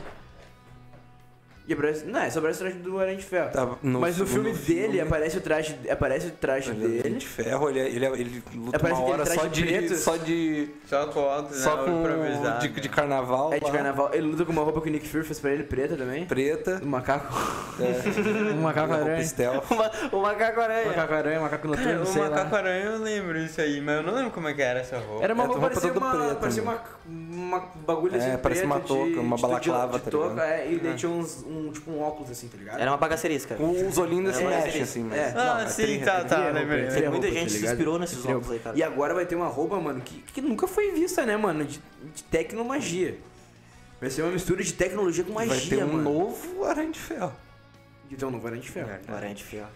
D: E aparece. Não, é só aparece o traje do Aranha de Ferro.
B: Tá, no
D: mas no filme
B: segundo
D: dele
B: filme- né?
D: aparece o traje. Aparece o traje
B: Ele é
D: dele.
B: de ferro, ele, ele, ele luta
D: Parece
B: uma
D: aquele
B: hora
D: traje
B: só de,
D: preto.
B: só de.
E: Só com óculos,
B: Só
E: né,
B: com.
E: improvisado. né?
B: De, de carnaval.
D: É de
B: lá,
D: carnaval. Ele luta com uma roupa que o Nick Fury fez pra ele, preta também.
B: Preta.
D: Do macaco.
B: É,
D: Um macaco
B: roupa
D: aranha. Um
B: stealth.
A: O macaco-aranha.
D: Macaco aranha, macaco
B: um
E: Cara,
D: noturno,
E: É, o
D: sei lá.
E: Macaco-Aranha eu lembro isso aí, mas eu não lembro como é que era essa roupa.
D: Era uma
B: É,
D: roupa,
B: roupa
D: parecia
B: toda
D: uma,
B: preta,
D: parecia
B: né?
D: uma, uma bagulha
B: É,
D: assim
B: parece uma
D: preta de-
B: touca, uma
D: de-
B: balaclava,
D: de,
B: tá
D: de touca,
B: ligado?
D: É, e daí tinha uns, um, tipo, um óculos assim, tá ligado?
A: Era uma bagacerisca.
B: Com os olhinhos desse
A: É, mas
B: mexe,
A: ele-
B: assim, mas.
D: é.
E: Ah,
B: é assim,
E: sim,
B: tri-
E: tá, tá,
D: tri- tri-
E: lembrei. lembrei.
D: roupa,
A: né, Muita
D: tá
A: gente se
D: ligado?
A: inspirou nesses
D: Entendeu?
A: óculos aí, cara.
D: E agora vai ter uma roupa, mano, que, que nunca foi vista, né, mano? De, de tecnomagia. Vai ser uma mistura de tecnologia com magia,
B: Vai ter um
D: mano.
B: novo É. aranha de ferro.
D: Então não vai nem de ferro.
A: O Aranha de Ferro.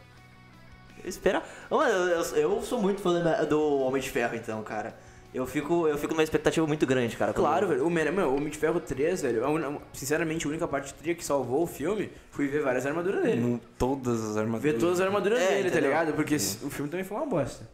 A: Eu espero. Ô, mano, eu, eu- eu sou muito fã da- do Homem de Ferro, então, cara. Eu fico, eu fico numa expectativa muito grande, cara. quando-
D: Claro, velho. O, Man, meu, o Homem de Ferro 3, velho, é a un- um, sinceramente, a única parte de trilha que salvou o filme foi ver várias armaduras dele.
B: Com todas as armaduras.
D: Ver É. todas as armaduras
A: É,
D: dele, tá
A: entendeu?
D: ligado? Porque o filme também foi uma bosta.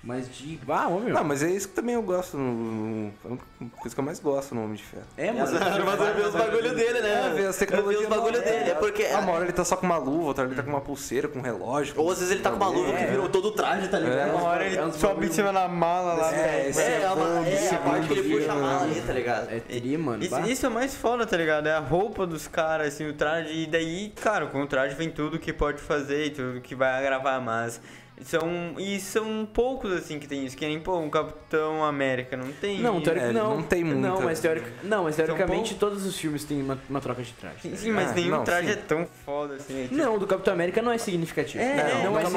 D: Mas de. Ah, ô, meu.
B: Não, mas é isso que também eu gosto. no- no- é uma coisa que eu mais gosto no Homem de Ferro.
D: É, mano.
A: Mas eu vi os bagulho dele, né?
B: É, ver as tecnologias.
A: Eu vi os bagulho
B: novas,
A: dele, é
B: tá?
A: porque.
B: Ah, Uma hora ele tá só com uma luva, outra hora ele tá com uma pulseira, com um relógio. com-
A: Ou às vezes ele tá com uma luva que virou todo o traje, tá ligado?
E: Uma hora
D: É
E: ele
D: uns
E: sobe
D: bagulho
E: em cima da mala lá.
B: É, esse
A: É, é, uma, é a parte que ele puxa a mala ali, tá ligado?
D: É tri, mano.
E: Isso,
D: bah.
E: isso é o mais foda, tá ligado? É a roupa dos caras, assim, o traje. E daí, cara, com o traje vem tudo que pode fazer e tudo que vai agravar, mas. São, e são poucos, assim, que tem isso. Que nem, pô, um Capitão América, não tá tem.
D: Não, teoric...
B: É,
D: não,
B: não tem
D: Não,
B: muita-
D: mas, teoric... não, mas teoricamente
E: bom.
D: todos os filmes têm uma, uma troca de traje.
E: Sim, sim, mas
B: Ah,
E: nenhum
B: não,
E: traje
B: sim.
E: é tão foda assim. é, tipo,
D: Não, o do Capitão América não é significativo.
B: não,
D: é
B: não tem- não tem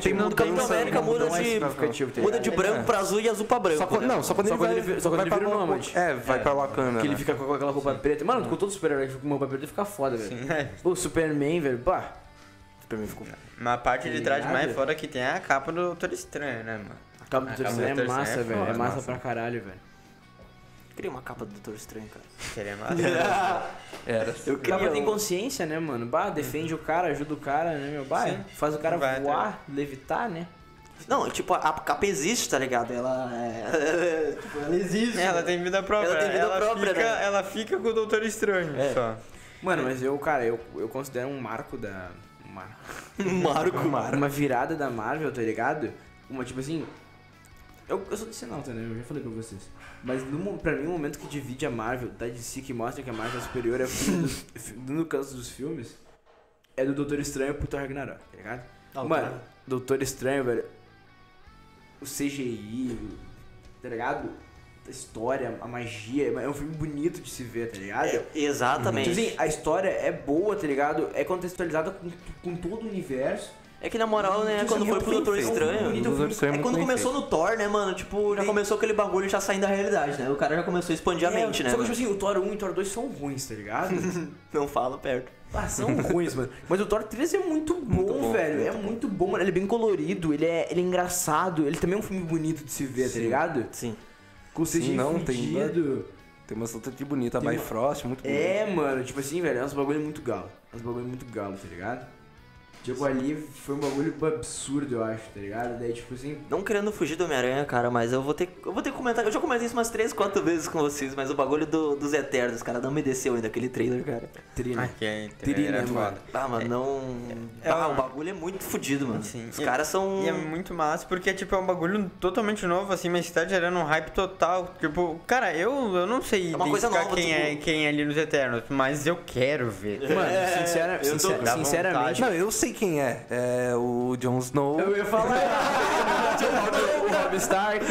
D: significativo.
B: mudança,
D: O do Capitão
B: né?
D: América
B: Não
D: muda
B: é
D: de.
B: significativo,
D: tá
A: Muda
D: ligado?
A: de branco pra azul e azul pra branco.
B: Só quando,
A: né?
B: não, só quando
D: é Só
B: ele
D: quando
B: vai,
D: ele vi- só quando
B: vai
D: ele
B: pra
D: vira o
B: Wa-
D: Nomad.
B: É, vai pra Wakanda.
D: Que ele
B: né?
D: fica com aquela roupa preta. Mano, com todo super-herói que fica com uma roupa preta fica foda, velho.
E: é.
D: O Superman, velho, pá.
B: Pra mim ficou-
E: Mas a Tipo, parte de traje mais
D: Irado.
E: foda que tem é a capa do Doutor Estranho, né, mano?
D: A capa do
E: A
D: Doutor
E: capa do
D: Estranho é
E: Doutor
D: massa,
E: Estranho é
D: velho. É
E: foda,
D: massa pra caralho, velho.
A: Queria uma capa do Doutor Estranho, cara.
E: Seria massa.
B: Era.
D: Eu Capa tem consciência, né, mano? Bah, defende o cara, ajuda o cara, né, meu? Bah,
E: Uhum. Sim.
D: faz o cara
E: Vai, tá É.
D: voar, levitar, né?
A: Não, tipo, a, a capa existe, tá ligado? Ela é. tipo, ela existe.
E: ela tem vida própria.
A: Ela tem vida própria,
E: fica,
A: né?
E: ela fica com o Doutor Estranho só.
D: Mano, mas eu, cara, eu, eu considero um marco da. um marco.
A: Marco. Marco.
D: Uma virada da Marvel, tá ligado? Uma, tipo assim. Eu, eu sou DC não, tá né? Eu já falei pra vocês. Mas no, mo- pra mim, o momento que divide a Marvel da DC, que mostra que a Marvel é superior é o filme dos- fi- no caso dos filmes, é do Doutor Estranho pro Thor Ragnarok, tá ligado?
A: Ah, o
D: Mano,
A: cara.
D: Doutor Estranho, velho. O CGI, o- tá ligado? A história, a magia. É um filme bonito de se ver, tá ligado? assim,
A: É, exatamente.
D: Tipo assim, a história é boa, tá ligado? É contextualizada com, com todo o universo.
A: É que na moral, né, quando foi pro Doutor Estranho.
B: O Doutor Estranho
A: É
B: é
A: quando
B: muito bem
A: começou no Thor, né, mano? Tipo, já começou aquele bagulho já saindo da realidade, né? O cara já começou a expandir a mente, né?
D: Só que,
A: mano?
D: tipo assim, o Thor 1 e o Thor 2 são ruins, tá ligado?
A: Não fala perto.
D: Ah, são ruins, mano. Mas o Thor 3 é muito bom, velho. é muito bom, mano. Ele é bem colorido, ele é, ele é engraçado. Ele também é um filme bonito de se ver, tá ligado?
A: Sim.
D: Com o CGI
B: não, tem-
D: fudido.
B: Tem umas lutas de bonita,
D: Tem uma-
B: Bifrost, muito bonito.
D: É, mano, tipo assim, velho, é uns bagulho muito galo. É uns bagulho muito galo, tá ligado? Tipo, ali foi um bagulho absurdo, eu acho, tá ligado? Daí, tipo assim,
A: Não querendo fugir do Homem-Aranha, cara, mas eu vou ter eu vou ter que comentar. Eu já comentei isso umas 3, 4 vezes com vocês, mas o bagulho do- dos Eternos, cara, não me desceu ainda aquele trailer, cara.
D: trina.
E: Ah, que é,
D: Teria,
E: era
D: né,
E: foda.
A: Ah, mano, não.
E: É, é
A: ah,
E: uma-
A: o bagulho é muito fodido, mano.
E: Sim.
A: Os
E: E-
A: caras são.
E: E é
D: Hum.
E: muito massa, porque tipo, é um bagulho totalmente novo, assim, mas tá gerando um hype total. Tipo, cara, eu, eu não sei
A: É uma coisa
E: identificar
A: nova,
E: quem, é,
A: tipo-
E: quem é ali nos Eternos, mas eu quero ver.
D: É. Mano, sincera-
E: eu tô-
D: sincera-
E: dá
D: sinceramente.
B: Não, eu sei quem é. É o Jon Snow.
D: Eu ia falar. o Rob Stark.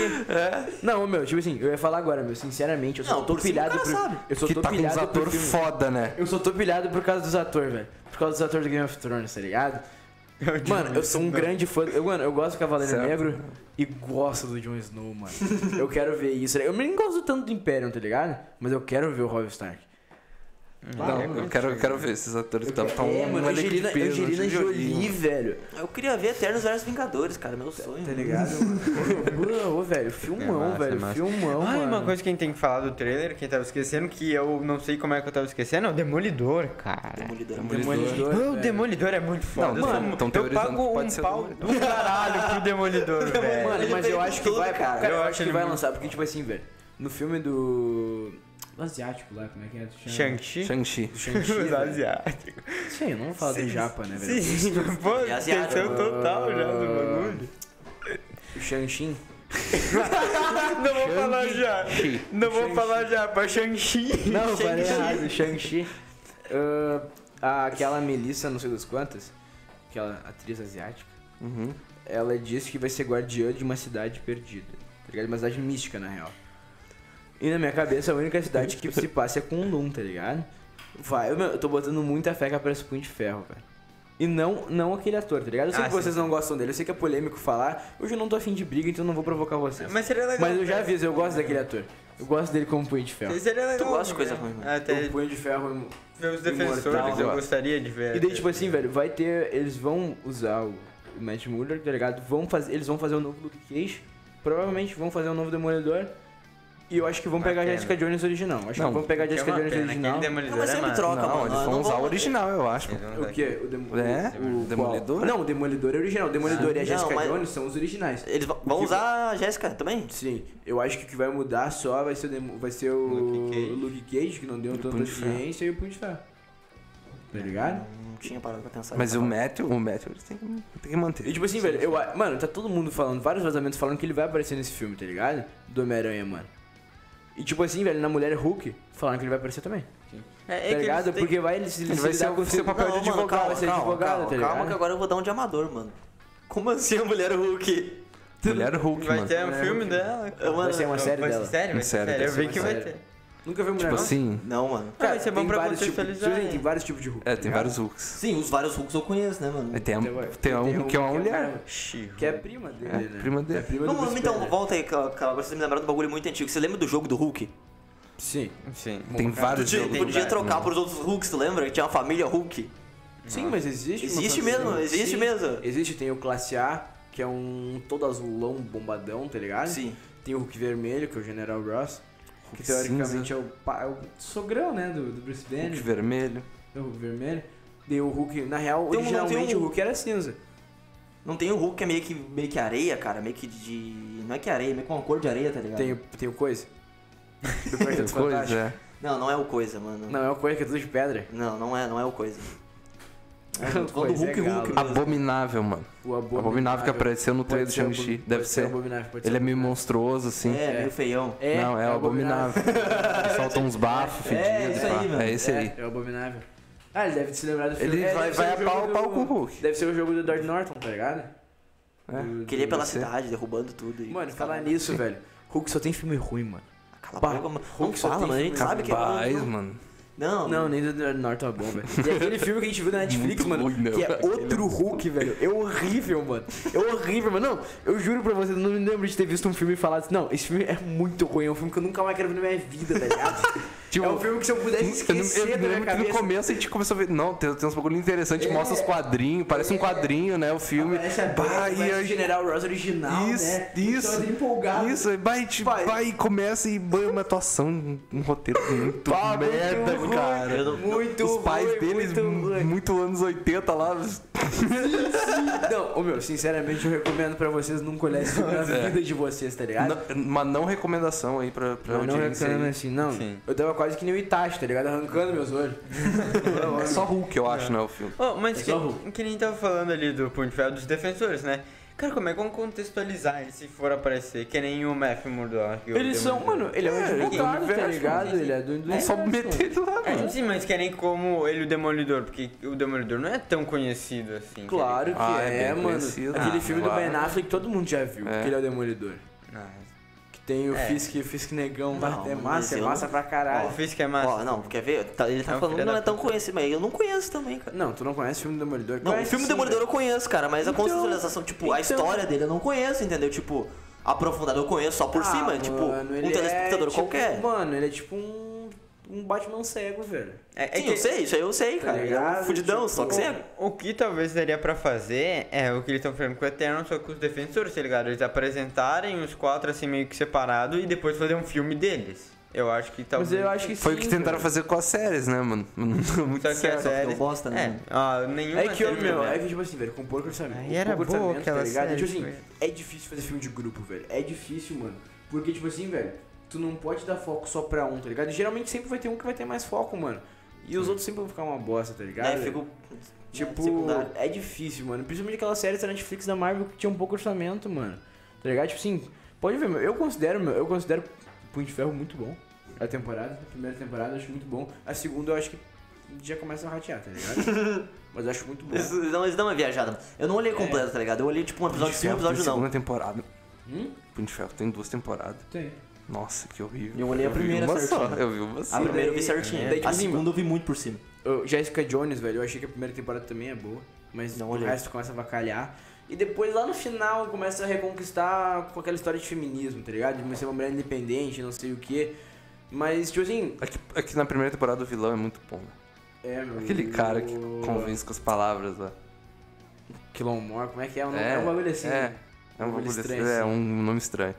D: Não, meu, tipo assim, eu ia falar agora, meu. Sinceramente, eu só
A: Não,
D: tô
A: por cima o
D: pilhado
A: cara
D: pro.
A: sabe.
D: Eu só
B: que
D: tô
B: tá com uns
D: pilhado pro
B: atores
D: filme.
B: foda, né?
D: Eu só tô pilhado por causa dos atores, velho. Por causa dos atores do Game of Thrones, tá ligado?
A: É
D: Mano, eu sou um grande fã. Eu, mano, eu gosto do Cavaleiro
B: Certo.
D: Negro e gosto do Jon Snow, mano. eu quero ver isso. tá Eu nem gosto tanto do Imperium, tá ligado? Mas eu quero ver o Rob Stark.
B: não, eu quero, eu quero ver esses atores. Tá, tá
D: é,
B: um
D: mano,
B: moleque de
D: Angelina,
B: peso,
D: Angelina
B: Angelina
D: Jolie, velho.
A: Eu queria ver Eternos versus Vingadores, cara, meu sonho.
D: Tá ligado, mano? Ô, velho, filmão,
E: É massa,
D: velho.
E: é massa.
D: Filmão,
E: Ah, e
D: mano.
E: uma coisa que a gente tem que falar do trailer, que eu tava esquecendo, que eu não sei como é que eu tava esquecendo, é o Demolidor, cara.
A: Demolidor.
D: Demolidor,
E: Ah, o
D: velho.
E: Demolidor é muito foda.
B: Não,
E: eu,
B: mano,
E: sou-
B: tão
E: eu
B: teorizando que
E: pago
B: pode
E: um
B: ser o
E: pau do caralho pro Demolidor, velho.
D: Mano,
A: Ele
D: mas
A: veio
D: eu
A: com
D: acho que
A: tudo,
D: vai,
A: cara.
D: cara.
E: Eu
D: eu
E: acho
D: acho que
E: ele
D: vai
E: muito
D: lançar, porque, tipo assim, velho, no filme do. Do asiático lá, como é que é? Do
E: Shang-Chi.
B: Shang-Chi.
E: Os asiáticos.
D: Sim, não vou falar do Japa, né, velho?
E: Sim, pô,
A: É asiático.
E: esqueceu total já do bagulho.
D: O Shang-Chi.
E: Não vou falar já. Não vou falar já, pra Shang-Chi.
D: Não, falei errado, o Shang-Chi. Ah, aquela Melissa, não sei das quantas, aquela atriz asiática,
B: Uhum.
D: ela disse que vai ser guardiã de uma cidade perdida. Tá ligado? Uma cidade mística, na real. E na minha cabeça, a única cidade que se passa é Kundum, tá ligado? Vai, eu, meu, eu tô botando muita fé que aparece o Punho de Ferro, velho. E não, não aquele ator, tá ligado? Eu sei
E: Ah,
D: que vocês não gostam dele, eu sei que é polêmico falar. Hoje eu não tô afim de briga, então eu não vou provocar vocês.
E: Mas seria legal. né?
D: Mas eu já aviso, eu gosto daquele ator. Eu gosto dele como Punho de Ferro.
E: Seria legal.
A: gosta de coisa
E: né?
A: ruim, mano.
E: Até
D: O Punho de Ferro é
E: ver os defensores,
D: Imortal.
E: eu gostaria de ver.
D: E daí, tipo assim, velho, vai ter. Eles vão usar o o Matt Muller, tá ligado? Vão fazer, eles vão fazer um novo Luke Cage. Provavelmente vão fazer um novo Demolidor. E eu acho que vão
E: Uma
D: pegar a
E: pena.
D: Jessica Jones original. Acho
B: Não,
D: que vão pegar a
E: Que é
D: Jessica
E: uma
D: Jones
E: pena,
D: original.
E: aquele Demolidor
A: Não, mas sempre
E: é massa.
A: troca,
B: Não,
A: mano.
D: né?
B: eles vão
A: Não
B: usar o
A: vão-
B: original, eu acho.
E: Eles vão
D: O
E: dar-
D: quê? O, Demo-
B: É,
D: o
B: o Demolidor?
D: Não, o Demolidor é original. O Demolidor e a
A: Não,
D: Jessica
A: mas-
D: Jones são os originais.
A: Eles vão- vão
D: que-
A: usar a Jéssica também?
D: Sim, eu acho que o que vai mudar só vai ser o, Demo- vai ser o
E: Luke
D: Luke
E: Cage.
D: Cage, que não deu tanta
B: Punho de Ferro.
D: audiência, e o Punho de Ferro. Tá ligado?
A: Não tinha parado pra pensar.
B: Mas
D: tá
A: nisso.
B: o Matthew, o Matthew eles têm que, tem que manter.
D: E tipo assim, velho, eu, a- mano, tá todo mundo falando, vários vazamentos falando que ele vai aparecer nesse filme, tá ligado? Do Homem-Aranha, mano. E tipo assim, velho, na Mulher Hulk, falaram que ele vai aparecer também.
E: É, é
D: Tá
E: que
D: ligado?
E: eles têm-
D: Porque vai ele se ele
B: Ele vai ser o seu papel de
A: Não, mano,
B: advogado.
A: calma,
D: vai ser
A: calma,
D: advogado,
A: calma,
D: tá ligado?
A: calma que agora eu vou dar um de amador, mano. Como assim a mulher Hulk?
B: Mulher Hulk,
E: Vai
B: mano.
E: ter um filme dela. cara.
A: Mano,
D: é Vai ser uma série
E: vai
D: dela.
E: Ser sério, vai ser
B: Sério,
E: sério. Eu
B: vai
E: vi
B: ser
E: que
D: uma
E: vai
D: série.
E: ter.
D: Nunca viu Mulher
B: Tipo
D: Hulk?
B: assim.
A: Não, mano.
E: Ah, isso é bom
D: tem
E: pra
D: vários tipos-
E: contextualizar,
D: tipo assim,
E: é.
D: tem vários tipos de Hulk.
B: É,
D: tá
B: tem
D: ligado?
B: vários Hulks.
A: Sim, os vários Hulks eu conheço, né, mano?
B: Aí Tem,
D: Tem
B: um,
D: um-
B: tem um que é uma mulher.
D: Que é a prima dele,
B: É,
D: né?
B: prima dele.
D: É a prima
A: Não,
D: do
A: mano,
D: Bruce
A: então,
D: Banner.
A: volta aí, calma, calma, agora você me lembrou do bagulho muito antigo. Você lembra do jogo do Hulk?
D: Sim.
E: Sim.
B: Tem vários
A: Podia,
B: jogos.
A: podia trocar pros outros Hulks, tu lembra? Que tinha uma família Hulk.
D: Sim, mas existe uma
B: assim.
A: Existe
D: fantasia.
A: mesmo, existe
D: Sim.
A: mesmo.
D: Existe, tem o Classe A, que é um todo azulão, bombadão, tá ligado?
A: Sim.
D: Tem o Hulk Vermelho, que é o General Ross. Que teoricamente é o, pa- é o sogrão, né? Do, do Bruce Banner.
B: Hulk um vermelho.
D: É o Hulk vermelho. Daí o Hulk, na
A: Tem
D: real,
A: um-
D: originalmente
A: tem um-
D: o Hulk era cinza.
A: Não tem o Hulk que é meio que, meio que areia, cara, meio que de... Não é que areia, meio que uma cor de areia, tá ligado?
D: É. Tem, o- tem o Coisa. Do
B: Tem
D: Quarteto
B: coisa,
D: Fantástico.
B: é.
A: Não, não é o Coisa, mano.
D: Não, é o Coisa que é tudo de pedra.
A: Não, não é, não é o Coisa. É, eu tô falando
D: Coisa
A: do Hulk
D: é galo.
A: Hulk mesmo.
B: Abominável, mano.
D: O Ah,
B: O Abominável que é apareceu no trailer do
D: Pode ser
B: Shang-Chi.
D: abomi-
B: Deve
D: pode ser
B: ser.
D: abominável, pode ser
B: Ele é meio
D: abominável.
B: monstruoso, assim.
A: É, meio feião.
B: Não, é o Abominável. Solta uns bafos fedidos.
A: É, isso aí,
B: pá.
A: mano.
B: É esse aí.
D: É, é o abominável. Ah, ele deve se lembrar do filme.
B: Ele
D: É,
B: vai-
D: deve
B: vai
D: ser
B: a
D: o
B: pau-
D: jogo
B: pau
D: do-
B: com o Hulk.
D: Deve ser o jogo do Edward Norton, tá ligado?
B: É.
D: Do-
A: Que ele ia
D: do-
A: pela
B: Você-
A: cidade, derrubando tudo. e-
D: Mano,
A: Os
D: falar
A: caras-
D: nisso, velho. Hulk só tem filme ruim, mano.
A: Cala a
D: Bah,
A: boca, mano. Não
D: Hulk só
A: fala,
D: tem
A: mano. A gente
D: filme
A: sabe que é
B: Capaz,
A: ruim.
B: mano.
A: Não,
D: Não, nem do Edward Norton é bom, velho. E aquele filme que a gente viu na Netflix,
B: Muito
D: mano,
B: ruim, não.
D: que é
B: Aquele é
D: outro Hulk, velho. É horrível, mano. É horrível, mano. Não, eu juro pra você, eu não me lembro de ter visto um filme e falado assim, não, esse filme é muito ruim, é um filme que eu nunca mais quero ver na minha vida, tá ligado?
B: Tipo,
D: é um filme que se eu pudesse
B: Eu não-
D: esquecer
B: eu
D: da
B: me
D: minha
B: lembro que no
D: cabeça. É.
B: começo a gente começou a ver. Não, tem, tem uns bagulho interessante, mostra os quadrinhos, parece um quadrinho, né? O filme.
D: Parece É. a
B: Bah, e
D: o
B: aí-
D: General Ross original,
B: Isso,
D: né?
B: isso.
D: Todo empolgado.
B: Isso, aí vai, tipo,
D: Vai.
B: vai e começa e banha uma atuação, um um roteiro muito
D: Bah, muito
B: merda,
D: ruim,
B: cara.
D: muito
B: Os pais
D: ruim,
B: deles,
D: muito
B: mu-
D: ruim.
B: muito anos 80 lá.
D: Não, ô meu, sinceramente eu recomendo pra vocês nunca olhar isso na vida de vocês, tá ligado?
B: Não- uma não recomendação aí pra, pra
D: Mas não
B: audiência.
D: reclama
B: aí.
D: assim, não.
E: Sim.
D: Eu tava quase que nem o Itachi, tá ligado? Arrancando meus olhos.
B: É só Hulk, eu acho, né? O filme.
E: Oh, mas
D: É
E: que,
D: só Hulk.
E: que nem tava falando ali do Punho de Ferro dos defensores, né? Cara, como é que vão contextualizar ele se for aparecer? Que nem o Matthew Murdock. e o
D: Eles
E: Demolidor.
D: são, mano, ele é um
B: É,
D: advogado,
B: ele é
D: tá
B: um
D: ligado?
E: universo,
D: Ele é do
B: Não só meter ele lá, mano.
E: É, Sim, mas querem como ele e o Demolidor, porque o Demolidor não é tão conhecido assim.
D: Claro que
B: Ah, é
D: é,
B: bem
D: mano.
B: conhecido.
D: Aquele
B: Ah,
D: filme
B: claro.
D: do Ben Affleck todo mundo já viu,
B: É.
D: que ele é o Demolidor.
E: que ele- Ah,
D: Que tem o
E: É.
D: Fisk e o Fisk negão.
A: Não,
D: é
A: mas
D: massa, é
A: eu-
D: massa pra
E: O
D: caralho.
E: Fisk é massa.
A: Ó, não, quer ver? Tá- Ele tá
E: É um
A: falando
E: filho
A: que não
E: da
A: é tão
E: puta.
A: conhecido, mas eu não conheço também, cara.
D: Não, tu não conhece o filme do Demolidor?
A: Não, o
D: Conhece
A: filme
D: sim, né?
A: Demolidor eu
D: velho.
A: conheço, cara, mas a
D: Então-
A: contextualização, tipo, a
D: então-
A: história dele eu não conheço, entendeu? Tipo, aprofundada eu conheço só por
D: Ah,
A: cima,
D: mano,
A: tipo,
D: ele
A: um
D: é
A: telespectador
D: tipo-
A: qualquer.
D: Mano, ele é tipo um, um Batman cego, velho.
E: É, é
A: Sim,
E: que
A: eu sei, isso aí eu sei, cara. Ele é um
D: Tá ligado?
A: fudidão,
D: Tipo,
A: só que cego.
E: O que talvez daria pra fazer é o que eles estão fazendo com o Eterno, só com os defensores, tá ligado? Eles apresentarem os quatro assim meio que separado e depois fazer um filme deles. Eu acho que talvez.
D: Mas eu acho que
B: Foi o
D: sim,
B: que tentaram
D: velho.
B: fazer com as séries, né, mano? Não deu muito
A: é
E: Só que a
B: certo.
E: série.
A: deu bosta, né?
E: É, né? ah, nenhuma
D: É que, ô,
E: série
D: meu,
E: deu
D: é
E: merda.
D: que, tipo assim, velho, com pouco orçamento.
E: Aí
D: com
E: era
D: pouco
E: boa
D: orçamento,
E: aquela
D: tá ligado?
E: série,
D: E, tipo assim,
E: tipo-
D: é difícil fazer filme de grupo, velho. É difícil, mano. Porque, tipo assim, velho, tu não pode dar foco só pra um, tá ligado? E geralmente sempre vai ter um que vai ter mais foco, mano. E os outros sempre vão ficar uma bosta, tá ligado?
A: Daí É, fico.
D: Tipo,
A: secundário.
D: é difícil, mano. Principalmente aquelas séries da Netflix da Marvel que tinha um pouco orçamento, mano. Tá ligado? Tipo assim, pode ver, meu. Eu considero, meu, eu considero Punho de Ferro muito bom. A temporada, a primeira temporada eu acho muito bom. A segunda eu acho que já começa a ratear, tá ligado? Mas eu acho muito bom.
A: Eles eles dão, eles dão uma viajada. Eu não
D: É.
A: olhei completo, tá ligado? Eu olhei tipo um episódio sim, um episódio
B: tem
A: não.
B: segunda temporada.
D: Hum?
B: Punho de Ferro tem duas temporadas.
D: Tem.
B: Nossa, que horrível.
A: Eu olhei a
B: vi
A: primeira
B: uma só.
A: certinho.
B: Eu vi uma só.
A: A primeira eu vi certinho.
D: daí, tipo
A: A
D: assim,
A: segunda eu vi muito por cima.
D: Eu- Jessica Jones, velho, eu achei que a primeira temporada também é boa, mas
A: Não
D: o
A: olhei.
D: resto começa a vacalhar. E depois lá no final começa a reconquistar com aquela história de feminismo, tá ligado? De ser uma mulher independente, não sei o quê. Mas, tipo assim,
B: Aqui, aqui na primeira temporada o vilão é muito bom, né?
D: é, meu.
B: Aquele cara que
D: o-
B: convence com as palavras né? lá.
D: Kilomor, como é que é? o nome? É, um bagulho assim.
B: É,
D: né?
B: é um bagulho
D: estranho,
B: assim, É
D: assim.
B: um nome estranho.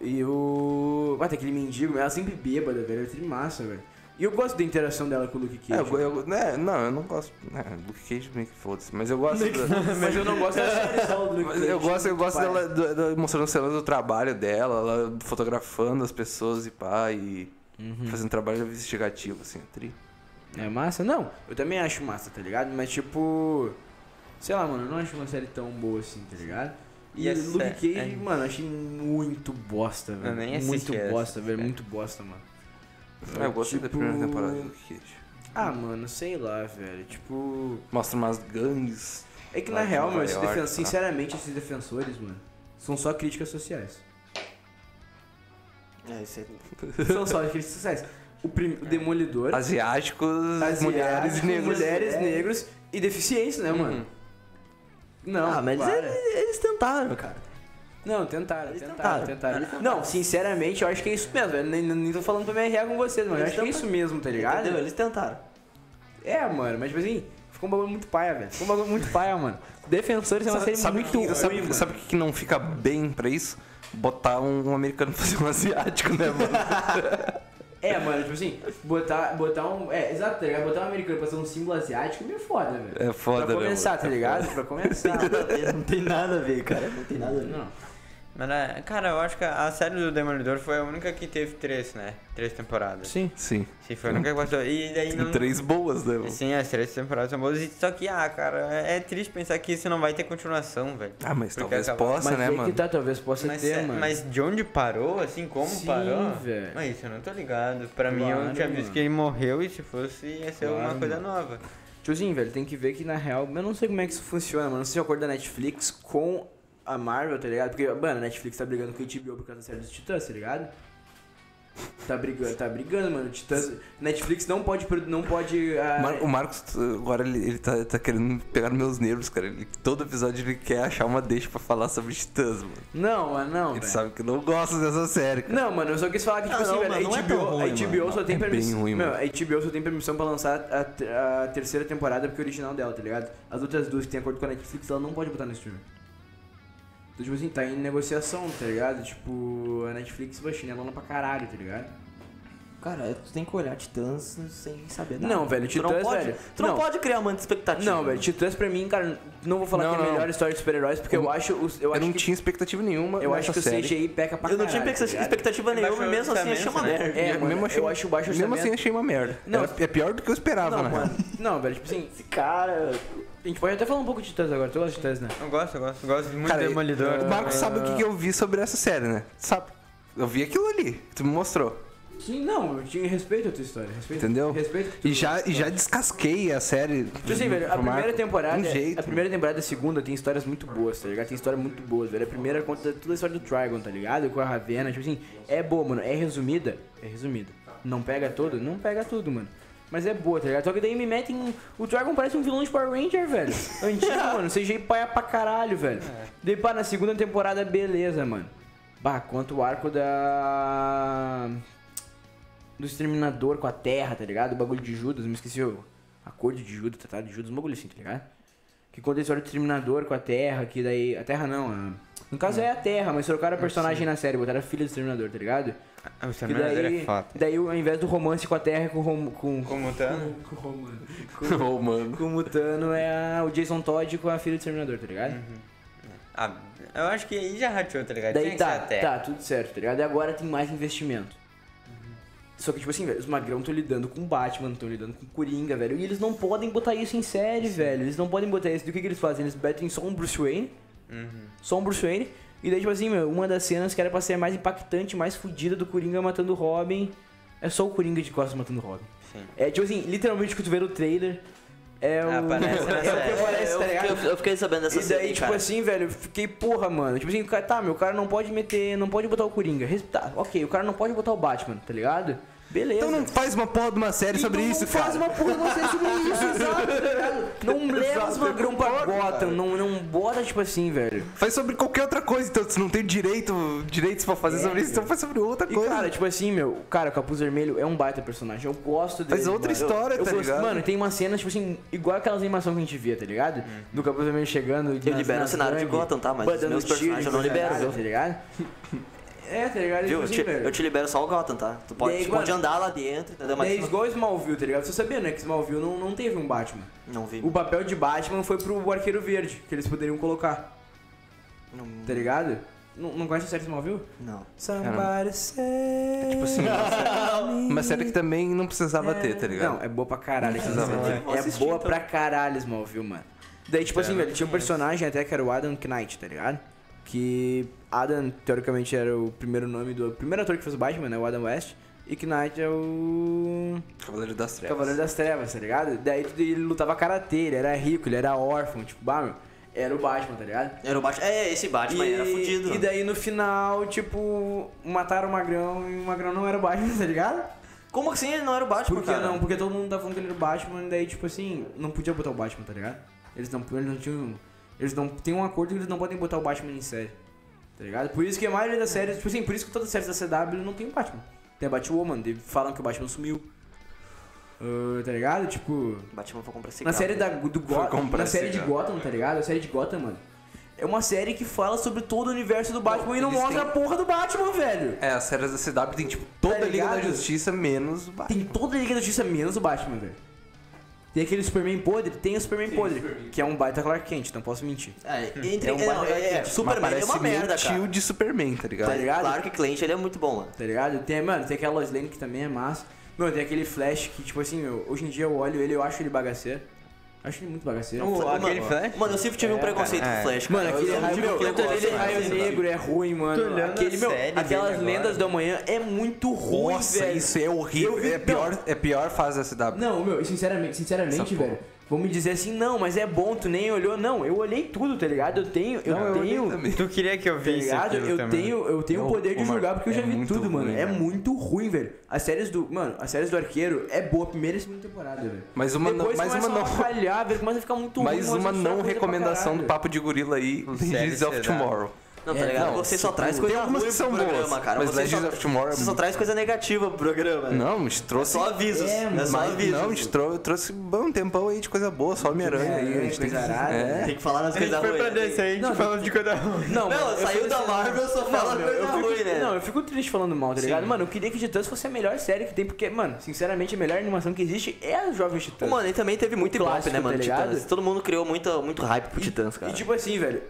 D: E o. Ah, tem aquele mendigo, ela sempre bêbada, velho. É tri massa, velho. E eu gosto da interação dela com o Luke Cage.
B: É, eu, eu- né, não, eu não gosto. Né, Luke Cage meio que foda-se, mas eu gosto. da-
D: mas eu não gosto da expressão do Luke
B: mas
D: Cage.
B: eu gosto, eu gosto
D: Pai.
B: dela do- da- mostrando os cenários do trabalho dela, ela fotografando as pessoas e pá, e
D: Uhum.
B: fazendo trabalho investigativo, assim, tri.
D: É massa? Não, eu também acho massa, tá ligado? Mas tipo. Sei lá, mano, eu não acho uma série tão boa assim, tá ligado? E
E: E a
D: Luke
E: sé-
D: Cage,
E: é.
D: mano, eu achei muito bosta, velho.
E: nem assisti
D: muito
E: essa
D: bosta, velho.
E: série.
D: Muito bosta, mano.
B: É, eu gostei da
D: Tipo-
B: primeira temporada do Luke Cage.
D: Ah, mano, sei lá, velho. Tipo.
B: Mostra umas gangues.
D: É que
B: Lá
D: na
B: de
D: real,
B: Nova
D: meu, esses
B: York,
D: defen-
B: tá?
D: sinceramente, esses defensores, mano, são só críticas sociais.
A: É, isso aí.
D: são só críticas sociais. O, prim... o Demolidor.
B: Asiáticos,
D: asiáticos,
B: mulheres e negros.
D: Mulheres, negros e deficiência, né, mano? Não,
A: Ah, mas
D: para.
A: eles, eles tentaram, cara.
D: Não, tentaram,
A: Eles
D: tentaram,
A: tentaram.
D: tentaram. Não, sinceramente, eu acho que é isso mesmo. Eu nem, nem tô falando pra me arrear com vocês, mano. Eu
A: Eles
D: acho que é isso
A: tentaram.
D: mesmo, tá ligado?
A: Entendeu? Eles tentaram.
D: É, mano, mas tipo assim, ficou um bagulho muito paia, velho. Ficou um bagulho muito paia, mano. Defensores é uma série
B: sabe
D: muito
B: que,
D: ruim,
B: sabe,
D: mano.
B: sabe o que não fica bem pra isso? Botar um, um americano pra fazer um asiático, né, mano?
D: É, mano, tipo assim, botar, botar um... É, exato, tá ligado? Botar um americano pra ser um símbolo asiático é meio foda, velho.
B: É foda,
D: Pra
B: né,
D: começar,
B: mano?
D: tá
B: É
D: ligado? Pra começar.
A: Nada a ver, Não tem nada a ver, cara. Não tem nada a ver.
D: Não.
E: Mas, é, cara, eu acho que a a série do Demolidor foi a única que teve três, né? Três temporadas.
D: Sim.
B: Sim.
E: Sim, foi a única que passou. E daí não.
B: Três boas, né, mano?
E: Sim, as três temporadas são boas. e- Só que, ah, cara, é triste pensar que isso não vai ter continuação, velho.
B: Ah, mas
E: Porque
B: talvez
E: acabou-
B: possa,
D: mas
B: né,
D: aí
B: mano?
D: que tá, talvez possa
E: Mas,
D: ter,
E: é-
D: mano.
E: mas de onde parou, assim, como
D: Sim,
E: parou?
D: velho.
E: Mas isso eu não tô ligado. Pra mim, eu
D: Claro,
E: tinha visto
D: mano.
E: que ele morreu e se fosse, ia ser
D: Claro,
E: alguma coisa
D: mano.
E: nova.
D: Tiozinho, velho, tem que ver que na real, eu não sei como é que isso funciona, mano. Não sei o acordo da Netflix com a Marvel, tá ligado? Porque, mano, a Netflix tá brigando com o HBO por causa da série dos Titãs, tá ligado? Tá brigando, tá brigando, mano. Titãs- Netflix não pode. produ- Não pode ah,
B: Mar- o Marcos, tu- agora ele, ele tá, tá querendo pegar meus nervos, cara. Ele- todo episódio ele quer achar uma deixa pra falar sobre titãs, mano.
D: Não, mano, não. é.
B: Ele
D: velho.
B: sabe que eu não gosto dessa série, cara.
D: Não, mano, eu só quis falar que, tipo
A: Ah,
D: assim,
A: não,
D: velho,
A: mano, não é
D: a
A: tão
D: HBO,
A: ruim,
D: a HBO
A: mano.
D: só tem
B: É bem
D: permissão.
B: ruim,
D: Meu,
B: mano.
D: a HBO só tem permissão pra lançar a, ter- a terceira temporada porque é original dela, tá ligado? As outras duas que tem acordo com a Netflix, ela não pode botar no streaming. Então, tipo assim, tá em negociação, tá ligado? Tipo, a Netflix vai chinelona pra caralho, tá ligado?
A: Cara, tu tem que olhar Titãs sem saber
D: nada. Não, velho,
A: tu não
D: Titãs,
A: pode,
D: velho,
A: Tu não, tipo,
D: não.
A: pode criar uma expectativa.
D: Não, velho, Titãs pra mim, cara, não vou falar
B: Não,
D: que é a
B: não.
D: melhor história de super-heróis porque eu,
B: Eu-
D: acho. os- Eu,
B: eu
D: acho
B: não
D: que,
B: tinha expectativa nenhuma.
D: Eu acho que o
B: nessa série.
D: CGI peca pra
A: Eu
D: caralho.
A: não tinha expectativa,
D: tá ligado?
A: expectativa nenhuma e mesmo assim achei uma
E: orçamento,
A: merda.
D: É,
B: Eu
D: mano,
B: mesmo achei-
D: eu acho baixo
B: Mesmo assim,
D: orçamento.
B: achei uma merda.
D: Não,
B: Era- é pior do que eu esperava,
D: Não,
B: né?
D: mano. Não, velho, tipo assim,
A: Esse cara.
D: a gente pode até falar um pouco de Titãs agora, tu gosta de Titãs, né?
E: Eu gosto, eu gosto. eu Gosto muito
B: Cara,
E: do Demolidor. né?
B: o Marcos sabe o
D: É.
B: que, que eu vi sobre essa série, né? Sabe? Eu vi aquilo ali, que tu me mostrou,
D: Sim, não, eu tinha respeito a tua história. Respeito,
B: entendeu?
D: Respeito.
B: E já, e já descasquei a série.
D: Tipo assim, velho, a
B: pro Marco
D: primeira temporada. é-
B: de Um jeito.
D: A primeira temporada e a segunda tem histórias muito boas, tá ligado? Tem história muito boa, velho. A primeira conta toda a história do Trigon, tá ligado? Com a Ravena, tipo assim, é boa, mano. É resumida? É resumida. Não pega tudo? Não pega tudo, mano. Mas é boa, tá ligado? Só que daí me metem. um- O Dragon parece um vilão de Power Ranger, velho. Antigo, mano. CGI paia pra caralho, velho.
B: É.
D: Daí, pá, na segunda temporada, beleza, mano. Bah, quanto o arco da do exterminador com a terra, tá ligado? O bagulho de Judas, me esqueci o acordo de Judas, tratado de Judas, um bagulho assim, tá ligado? Que conta a história do exterminador com a terra, que daí. A terra não, a... no caso é a terra, mas trocaram a personagem na série, botaram a filha do exterminador, tá ligado?
E: O
D: Que
E: Exterminador
D: daí,
E: é foda. tá?
D: daí, ao invés do romance com a terra, é com, rom... com,
E: Com o Mutano?
D: com o romano.
B: Ô, mano.
D: Com o Mutano é a- o Jason Todd com a filha do exterminador, tá ligado?
E: Ah, eu acho que aí já rateou, tá ligado? Tinha
D: Daí
E: que ser
D: tá,
E: a Terra.
D: tá, tudo certo, tá ligado? E agora tem mais investimento. Só que, tipo assim, velho, os magrão estão lidando com Batman, estão lidando com Coringa, velho. E eles não podem botar isso em série, velho. Eles não podem botar isso. Do que, que eles fazem? Eles metem só um Bruce Wayne.
E: Uhum.
D: Só um Bruce Wayne. E daí, tipo assim, meu, uma das cenas que era pra ser a mais impactante, mais fodida do Coringa matando o Robin. É só o Coringa de costas matando o Robin.
E: Sim. Ah,
D: É, tipo assim, literalmente quando tu vê no trailer. É o.
E: Aparece na
D: é o que
E: série.
D: aparece,
A: eu,
D: tá
A: fiquei,
D: ligado?
A: eu fiquei sabendo dessa
D: E daí,
A: série,
D: tipo
A: cara.
D: assim, velho, eu fiquei, porra, mano. Tipo assim, o cara, tá, meu, o cara não pode meter, não pode botar o Coringa. Res- Tá, ok, o cara não pode botar o Batman, tá ligado? Beleza.
B: Então não faz uma porra de uma série sobre
D: Então
B: isso,
D: não
B: cara.
D: faz uma porra de uma série sobre isso, exato, tá ligado? Não leva os magrão pra Gotham, não, não bota, tipo assim, velho.
B: Faz sobre qualquer outra coisa, então se não tem direito, direitos pra fazer sobre isso, então faz sobre outra
D: É, E,
B: coisa.
D: cara, tipo assim, meu, cara, o Capuz Vermelho é um baita personagem. Eu gosto dele.
B: Faz outra
D: mano. Eu-
B: história,
D: eu
B: tá
D: gosto-
B: ligado?
D: Mano, tem uma cena, tipo assim, igual aquelas animações que a gente via, tá ligado? Do Capuz Vermelho chegando e.
A: Uhum. Eu libero o cenário de Gotham, tá? Mas os meus personagens eu não libero, viu?
D: Tá ligado? É, tá ligado?
A: Viu?
D: Tipo
A: Eu
D: assim,
A: te,
D: velho.
A: eu te libero só o Gotham, tá? Tu pode,
D: Daí,
A: tu pode
D: mano,
A: andar lá dentro, entendeu?
D: É
A: Mas
D: igual Smallville, tá ligado? Você sabia, né? Que Smallville não, não teve um Batman.
A: não vi.
D: O papel de Batman foi pro Arqueiro Verde, que eles poderiam colocar,
A: Não,
D: tá ligado? Não, não conhece a série Smallville?
A: não.
D: Somebody
A: É
D: say...
B: Tipo assim, uma série, uma série que também não precisava ter, tá ligado?
D: Não, é boa pra caralho. essa
B: precisava,
D: série.
A: né? Vou
D: É
A: assistir,
D: boa
A: então.
D: pra caralho, Smallville, mano. Daí, tipo assim, velho, tinha um personagem até que era o Adam Knight, tá ligado? Que Adam, teoricamente, era o primeiro nome do... O primeiro ator que fez o Batman, né? O Adam West. E Knight é o...
B: Cavaleiro das Trevas.
D: é Cavaleiro das Trevas, tá ligado? Daí tu- ele lutava karatê, ele era rico, ele era órfão, tipo, bah, meu, era o Batman, tá ligado?
A: Era o Batman. É, esse Batman
D: e,
A: era fudido.
D: e daí no final, tipo, mataram o Magrão e o Magrão não era o Batman, tá ligado?
A: Como assim ele não era o Batman,
D: Por que
A: cara?
D: não? Porque todo mundo tá falando que ele era o Batman, e daí, tipo assim, não podia botar o Batman, tá ligado? Eles não, eles não tinham. Eles não. Tem um acordo que eles não podem botar o Batman em série. Tá ligado? Por isso que a maioria das séries, tipo assim, por isso que todas as séries da CW não tem o Batman. Tem a Batwoman, daí falam que o Batman sumiu. Ah, tá ligado? Tipo.
A: Batman foi comprar esse né?
D: Na
A: carro.
D: série da, do Gotham,
B: comprar
D: na
B: esse
D: série de
B: carro.
D: Gotham, tá ligado? A série de Gotham, mano. É uma série que fala sobre todo o universo do Batman e não mostra a porra do Batman, velho.
B: É, as séries da CW tem, tipo, toda
D: Tá
B: a Liga da
D: ligado?
B: Justiça, menos o Batman.
D: Tem toda a Liga da Justiça menos o Batman, velho. Tem aquele Superman podre? Tem o Superman podre, que é um baita Clark Kent, não posso mentir.
A: É, entre,
D: É
A: é,
D: um
A: não,
D: Batman
A: é, é,
D: que-
A: Superman
B: Mas
A: é uma
B: parece meio
A: merda,
B: tio
A: cara.
B: de Superman, tá ligado?
D: Tá ligado?
A: Claro que Clint ele é muito bom, mano.
D: Tá ligado? Tem, mano, tem aquela Lois Lane que também é massa. Mano, tem aquele Flash que, tipo assim, meu, hoje em dia eu olho ele, eu acho ele bagaceiro. Acho ele muito bagaceiro.
E: O- aquele
A: mano,
E: Flash?
A: Mano, eu sempre tive um preconceito com
E: é.
A: Flash, cara.
D: Mano,
A: Eu-
D: aquele
A: eu
D: raio, é
A: tive
D: meu,
A: um preconceito
D: aquele
A: com
D: raio
A: Flash,
D: negro é ruim,
E: Tô
D: mano.
E: olhando
D: Aquele,
E: a
D: meu,
E: série dele
D: aquelas
E: agora.
D: lendas da manhã é muito ruim,
B: Nossa,
D: velho.
B: isso é horrível.
D: Eu vi-
B: é, a pior, é a pior fase da CW.
D: Não, meu, sinceramente, sinceramente,
B: Essa porra.
D: velho. vão me dizer assim, não, mas é bom, tu nem olhou. Não, eu olhei tudo, tá ligado? Eu tenho, eu tenho.
E: Tu queria que eu
D: Tá
E: visse
D: ligado?
E: aquilo
D: Eu
E: também.
D: tenho, eu tenho o
B: Não,
D: poder de
B: Omar,
D: julgar porque eu já
B: é
D: vi
B: muito
D: tudo, mano.
B: ruim,
D: É
B: velho.
D: muito ruim, velho. As séries do. Mano, as séries do arqueiro é boa a primeira e segunda temporada, velho.
B: Mas uma não-
D: Depois
B: mas
D: começa
B: uma não-
D: a falhar, velho. Começa a ficar muito ruim.
B: Mais
D: começa
B: uma
D: a ficar
B: não
D: é coisa pra
B: recomendação do
D: caralho.
B: Papo de Gorila aí, Legends of
E: será?
B: Tomorrow.
A: Não, tá
D: É,
A: ligado?
D: não,
A: você só
B: sim,
A: traz
B: tem
D: Tá
A: coisa
B: algumas
A: ruim
B: que são
A: pro programa,
B: boas,
A: cara.
B: mas
A: você
B: Legends
A: só,
B: of Tomorrow é
A: você só
B: muito-
A: traz coisa negativa pro programa. né?
B: Não, mas trouxe.
A: Só avisos.
D: É,
A: É,
D: mano,
A: só
B: mas-
A: avisos.
B: não, a gente trou- trouxe um tempão aí de coisa boa, só Homem-Aranha aí. A gente tem que.
D: É, né, Coisa arada,
B: né? É.
A: Tem que falar nas
E: A gente
A: coisas
E: foi pra
A: ruins. né?
E: DC, a gente falou de coisa ruim.
D: Não,
A: Não,
D: mano, eu
A: saiu
D: fico
A: da
D: assim,
A: Marvel, só
D: não,
A: fala
D: meu,
A: coisa
D: eu fico-
A: ruim, né?
D: Não, eu fico triste falando mal, tá ligado? Mano, eu queria que Titãs fosse a melhor série que tem, porque, mano, sinceramente, a melhor animação que existe é a Jovem
A: Pô,
D: Titãs.
A: Mano, e também teve muito ibope,
D: clássico,
A: né, mano?
D: tá ligado?
A: Titãs. Todo mundo criou muito, muito hype pro Titãs, cara.
D: E tipo assim, velho,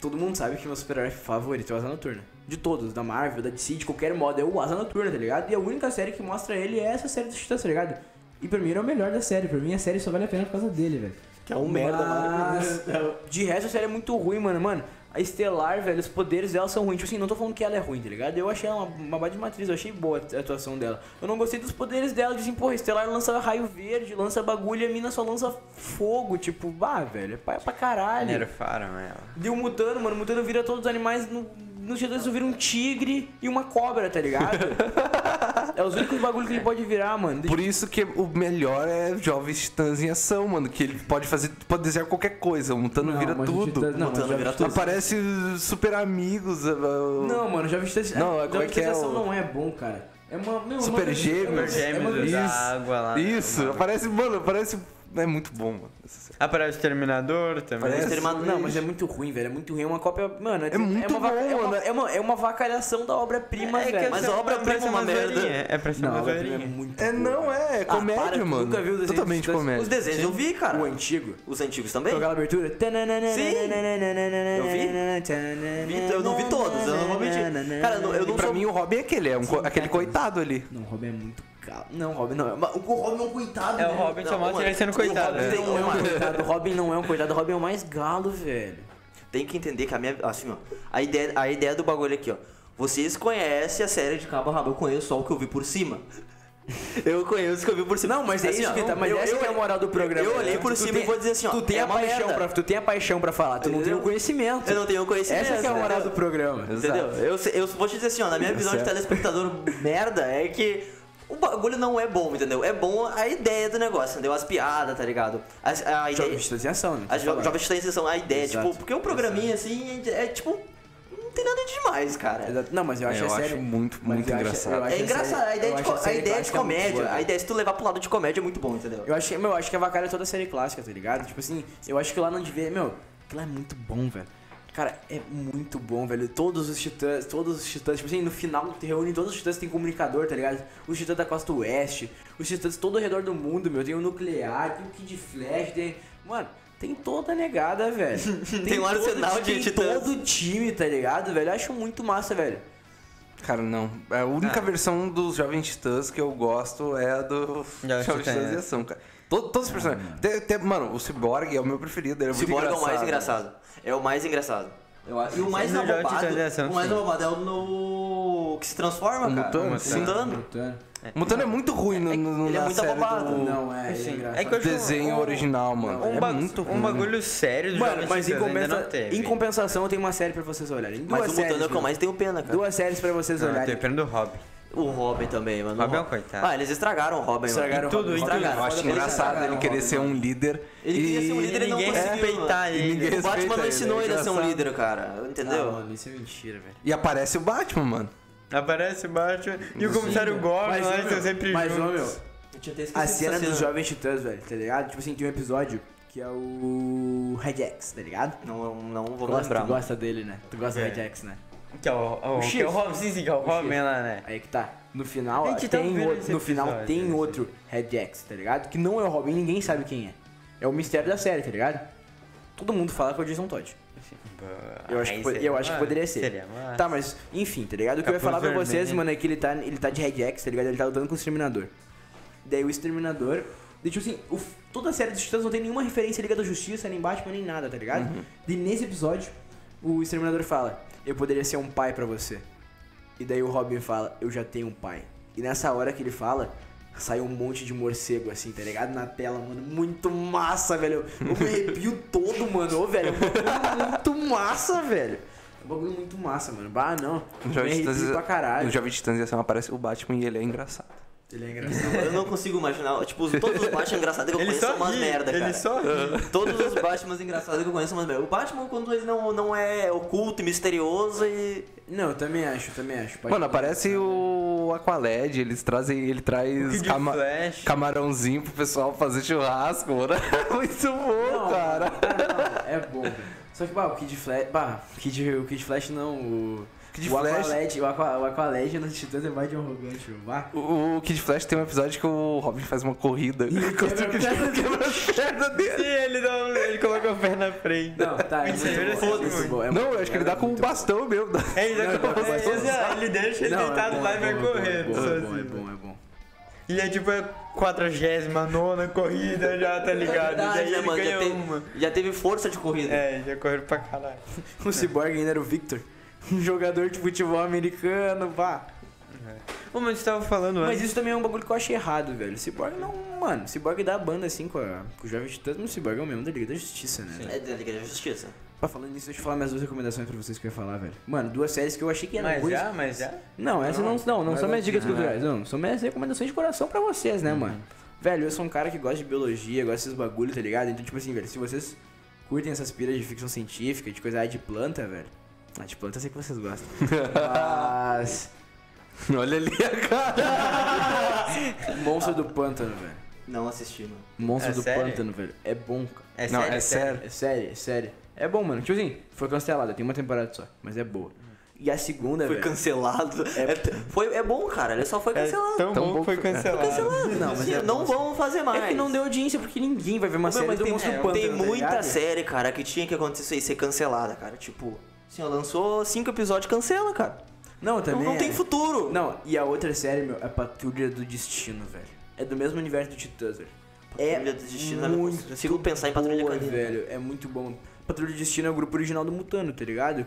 D: todo mundo sabe que meu super-herói favorito é o Asa Noturna. De todos, da Marvel, da DC, de qualquer modo, é o Asa Noturna, tá ligado? E a única série que mostra ele é essa série dos Titãs, tá ligado? E pra mim ele é o melhor da série, pra mim a série só vale a pena por causa dele, velho.
A: é um merda,
D: Mas, De resto a série é muito ruim, mano. Mano, a Estelar, velho, os poderes dela são ruins. Tipo assim, não tô falando que ela é ruim, tá ligado? Eu achei ela uma, uma baita de matriz, eu achei boa a atuação dela. Eu não gostei dos poderes dela, dizem, porra, Estelar lança raio verde, lança bagulho e a mina só lança fogo. Tipo, bah, velho, é pra, é pra caralho.
E: Nerfaram ela.
D: Deu mutando, mano. Mutando vira todos os animais. No, no G2 tu vira um tigre e uma cobra, tá ligado? é os únicos bagulho que ele pode virar, mano.
B: É, Por isso que o melhor é Jovens Titãs em Ação, mano. Que ele pode fazer, pode desenhar qualquer coisa. O Mutano vira tudo.
D: não, tá
A: Mutando vira tudo.
B: Aparece super amigos. a- a-
D: não, mano, Jovem Titãs.
B: Não,
D: Jovem
B: como é que
D: Titãs
B: é
D: ação
B: o-
D: não é bom, cara. É uma. Meu,
B: Super
D: uma-
B: Gêmeos.
D: é uma-
E: Gêmeos
D: é
E: da
D: uma-
E: água lá. né?
B: Isso, aparece, mano, aparece. É muito bom, mano. essa série.
E: Aparece o Ah, Terminador também.
A: Parece-
D: Extremado- Não, mas é muito ruim, velho. É muito ruim. É uma cópia. Mano, é,
B: muito
D: é uma, vaca-
B: bom,
D: é uma,
B: né?
D: é uma, é uma vacalhação da obra-prima,
E: É que
D: velho.
E: essa
A: Mas
E: é
A: a obra-prima
E: pra ser
A: é uma
E: umas
A: merda.
E: varinhas, É pra ser
D: Não, a
E: uma
D: obra-prima é
E: zoeirinha.
D: muito
B: É,
D: boa,
B: não
D: velho.
B: é, é
D: Ah,
B: comédia,
D: para, tu
B: mano.
D: nunca viu o desenho
B: Totalmente
D: dos-
B: comédia.
A: Os desenhos eu vi, cara.
D: O antigo.
A: Os antigos também?
D: Com aquela abertura. Sim. Eu
A: Vi, eu não vi todos, eu não vou mentir. Cara, eu não, eu
B: E
A: não
B: pra
A: sou-
B: mim o Robin é aquele, é um co- aquele coitado ali.
D: Não, o Robin é muito caro. Não, o Robin não. é- Mas O Robin é um coitado.
E: É, o
D: né?
E: Robin só
A: Não,
E: mostra ele
A: mano,
E: sendo
A: o
E: coitado.
A: Robin
E: É.
A: tem
D: Não é um
A: uma-
D: coitado. O Robin não é um coitado. O Robin é o mais galo, velho.
A: Tem que entender que a minha. Assim, ó. A ideia, a ideia do bagulho aqui, ó. Vocês conhecem a série de cabo a rabo, eu conheço só o que eu vi por cima. Eu conheço o que eu vi por cima.
D: Não, mas é isso que tá. Mas
A: assim, eu-
D: essa
A: eu-
D: que é a moral do programa.
A: Eu olhei por
D: Tu
A: cima
D: tem-
A: e vou dizer assim, ó.
D: Tu tem,
A: é
D: a
A: uma
D: paixão
A: merda.
D: pra, tu tem a paixão pra falar, tu não tem o conhecimento.
A: Eu não tenho conhecimento.
D: Essa que é a moral
A: entendeu?
D: do programa. Tá
A: Entendeu? Eu, se- eu vou te dizer assim, ó, na minha visão de telespectador merda, é que o bagulho não é bom, entendeu? É bom a ideia do negócio, entendeu? As piadas, tá ligado? As, a
D: Jovem
A: ideia,
D: Titãs em ação, né?
A: as jo jovens têm são a ideia,
D: Exato.
A: tipo, porque um programinha assim é, é, tipo. Não tem nada demais, cara.
D: Exato. Não, mas eu acho
B: É, eu
D: a
B: acho
D: série
B: muito,
D: mas
B: muito
D: eu acho-
B: engraçado.
D: eu acho
A: É engraçado,
D: série-
A: a ideia,
D: eu
A: de,
D: acho
A: co- a
D: série
A: ideia de
D: clássica muito
A: comédia,
D: boa,
A: a
D: velho.
A: ideia se tu levar pro lado de comédia é muito bom, entendeu?
D: Eu acho, que- meu, eu acho que a vacalha toda a série clássica, tá ligado? Tipo assim, eu acho que lá não devia. Meu, aquilo é muito bom, velho. Cara, é muito bom, velho. Todos os titãs, todos os titãs, tipo assim, no final tu reúne todos os titãs, tem comunicador, tá ligado? Os titãs da costa oeste, os titãs todo ao redor do mundo, meu. Tem o nuclear, tem o Kid Flash, tem. Mano, tem toda a negada, velho. Tem,
A: um
D: todo
A: arsenal
D: ti-
A: de
D: tem
A: titãs.
D: todo time, tá ligado, velho? Eu acho muito massa, velho.
B: Cara, não. É, A única versão dos Jovens Titãs que eu gosto é a do
E: Jovens
B: Jovens
E: Titãs.
B: Titãs em Ação, cara. Todo- todos os personagens. Até- até- mano, o Cyborg é o meu preferido. Ele é
A: O
B: muito
A: Cyborg é o
B: engraçado.
A: mais engraçado. É o mais engraçado. Eu acho- E o mais
E: Sim, eu já te
A: abobado,
E: entendi essa,
A: o mais
E: sim.
A: abobado é o no... que se transforma,
B: O
A: cara.
B: mutano,
A: O
B: sim.
A: mutano.
B: Mutano é muito ruim no, no, no
A: ele é
B: na
A: muito
B: série
A: abobado.
B: do
D: Não, é,
E: Assim,
D: é engraçado.
E: é que eu acho
B: desenho
E: um-
B: original, mano.
E: Um,
B: é
E: ba-
B: muito ruim.
E: um bagulho sério de
D: Mano,
E: Jovens
D: mas em,
E: Titãs ainda
D: compensa-
E: não teve.
D: em compensação eu tenho uma série pra vocês olharem. Duas
A: Mas o
D: séries,
A: mutano é o que eu
D: mano.
A: mais tenho pena, cara.
D: Duas séries pra vocês
E: Não, eu tô
D: olharem.
E: esperando o Robin.
A: O Robin também, mano.
E: Robin é um
A: O-
E: coitado.
A: Ah, eles estragaram o Robin,
D: Estragaram
A: mano.
D: o Robin.
A: Estragaram.
B: Eu acho
A: Foda-se,
B: engraçado
A: estragaram
B: ele
A: o
B: querer
A: Robin,
B: ser
A: mano.
B: um líder.
A: Ele queria ser um líder e não
E: ninguém
A: conseguiu,
E: respeitar
A: mano.
E: É, ele.
B: Ninguém
A: O Batman
B: respeita
A: não
B: ele,
A: ensinou
B: é
A: ele a ser um
B: engraçado.
A: líder, cara. Entendeu?
D: isso é mentira, velho.
B: E aparece o Batman, mano.
E: Aparece o Batman e o comissário Gordon,
D: Mas,
E: lá
D: ô,
E: eles estão
D: meu,
E: sempre
D: mas, ô,
E: juntos.
D: meu,
A: Eu tinha até esquecido
D: a cena
A: dessa
D: dos Jovens Titãs, velho, tá ligado? Tipo assim, tem um episódio que é o Red X, tá ligado?
A: Não, não vou me
D: Gosta-
A: lembrar.
D: tu
A: mano.
D: gosta dele, né? Tu gosta do Red X, né?
E: Que é o, o, que é
D: Chifre.
E: o Robin, sim, sim, que é o Robin
D: Chifre.
E: lá, né?
D: Aí que tá. No final,
E: A gente tá
D: tem
E: vendo esse
D: outro, no final
E: episódio,
D: tem
E: assim.
D: outro Red X, tá ligado? Que não é o Robin, ninguém sabe quem é. É o mistério da série, tá ligado? Todo mundo fala que é o Jason Todd. Eu acho, que,
E: Ah, Aí
D: po-
E: seria
D: eu acho que
E: massa,
D: poderia ser.
E: Seria massa.
D: Tá, mas enfim, tá ligado? O que eu ia
E: Capuz
D: falar pra vocês,
E: vermelho.
D: mano, é que ele tá, ele tá de Red X, tá ligado? Ele tá lutando com o Exterminador. Daí o Exterminador. Daí, tipo assim, o f- toda a série dos Titãs não tem nenhuma referência à Liga da Justiça, nem Batman, nem nada, tá ligado?
E: Uhum.
D: E nesse episódio, o Exterminador fala: Eu poderia ser um pai pra você. E daí o Robin fala: Eu já tenho um pai. E nessa hora que ele fala, Saiu um monte de morcego, assim, tá ligado? Na tela, mano. Muito massa, velho. Eu me arrepio todo, mano. Ô, velho. é um bagulho Muito massa, velho. É um bagulho muito massa, mano. Bah, não.
B: No
D: Me
B: Um Jovem
D: arrepio
B: Titãs,
D: pra caralho.
B: no Jovem Titãs ia ser uma- aparece o Batman e ele é engraçado.
D: Ele é engraçado.
A: Eu não consigo imaginar. Tipo, os- todos os Batman engraçados que eu
E: Ele
A: conheço
E: só
A: são umas
E: ri,
A: merda,
E: ele
A: cara.
E: só ri.
A: Todos os Batman engraçados que eu conheço são umas merda. O Batman, quando ele não, não é oculto e misterioso e.
D: Não, eu também acho, eu também acho. Pode
B: Mano, aparece o Aqualed, eles trazem, ele traz
E: Kid
B: cama-
E: Flash.
B: camarãozinho pro pessoal fazer churrasco, mano. É Muito bom,
D: Não,
B: cara.
D: não, é bom. velho. Só que, bah, o Kid Flash. Bah, o Kid, o Kid Flash não. O,
B: Kid
D: o
B: Flash-
D: Aqualed, o, Aqua, o Aqualed no Titãs é mais de arrogante, meu. Bah.
B: O, o Kid Flash tem um episódio que o Robin faz uma corrida. Enquanto o Kid Flash quebra a perna
E: Sim,
B: dele.
E: ele, dá um- ele coloca o pé na frente.
D: Não, tá, é muito
E: Isso é
D: bom, é muito
E: verdade.
D: bom. é
B: Não,
D: muito
B: eu acho que ele dá
D: bom,
B: com
D: é
B: um
D: muito bom.
B: bastão mesmo.
E: É, ele, dá
D: Não,
E: com
D: não,
E: o pé-
D: não, não.
E: ele deixa ele
D: Não, é
E: deitado
D: bom,
E: lá
D: é
E: e vai
D: bom, é bom,
E: correndo.
D: É bom, é
E: sozinho.
D: bom, é bom.
E: E é tipo a 49 corrida já,
D: É
E: tá ligado? Daí
D: né,
E: ele
A: Já,
E: ganha uma.
A: teve, já teve força de corrida.
E: É, já correram pra caralho.
D: O Cyborg ainda era o Victor. Um jogador de futebol americano, pá.
E: Ô, mas você tava falando
D: Mas
E: antes.
D: isso também é um bagulho que eu achei errado, velho. Cyborg não. Mano, Cyborg dá a banda assim com, a, com o Jovem Titãs, mas o Cyborg é o mesmo da Liga da Justiça, né?
A: É da Liga da Justiça.
D: Pá, falando nisso, deixa eu falar minhas duas recomendações pra vocês que eu ia falar, velho. Mano, duas séries que eu achei que eram
E: Mas
D: ruins.
E: já, mas já.
D: Não, essa não, não, não,
E: Mas
D: são minhas
E: antes,
D: dicas
E: né?
D: culturais, não. São minhas recomendações de coração pra vocês, né, mano? Velho, eu sou um cara que gosta de biologia, gosta desses bagulho, tá ligado? Então, tipo assim, velho, se vocês curtem essas piras de ficção científica, de coisa de planta, velho. Ah, de planta eu sei que vocês gostam. Mas.
B: Olha ali a cara.
D: Monstro do Pântano, velho.
A: Não assisti, mano.
D: Monstro
E: É
D: do
E: sério?
D: Pântano, velho. É bom, cara.
E: É
B: Não,
E: sério?
B: é sério.
D: É sério, é sério. É bom, mano. Tipo assim, foi cancelada, tem uma temporada só, mas é boa. E a segunda,
A: Foi
D: É, velho.
A: cancelado. É, foi, é bom, cara. Ele só foi
E: É
A: cancelado.
E: tão,
B: Tão
E: bom
B: bom
E: que foi
B: que- é.
E: cancelado.
A: Cancelado. Não,
D: mas é
A: não vão fazer mais.
D: É que não deu audiência, porque ninguém vai ver uma
A: Não,
D: série
A: mas
D: do
A: tem,
D: Monstro
A: é,
D: do Pântano.
A: tem
D: tá
A: muita
D: ligado?
A: série, cara, que tinha que acontecer e ser cancelada, cara. Tipo, assim, ó, lançou cinco episódios, cancela, cara.
D: Não, também.
A: não, não
D: é.
A: tem futuro.
D: Não, e a outra série, meu, é Patrulha do Destino, velho. É do mesmo universo do Titãs, velho.
A: Patrulha do Destino, eu não
D: muito
A: consigo pensar em Patrulha
D: boa,
A: Canina.
D: velho. É muito bom. Patrulha do Destino é o grupo original do Mutano, tá ligado?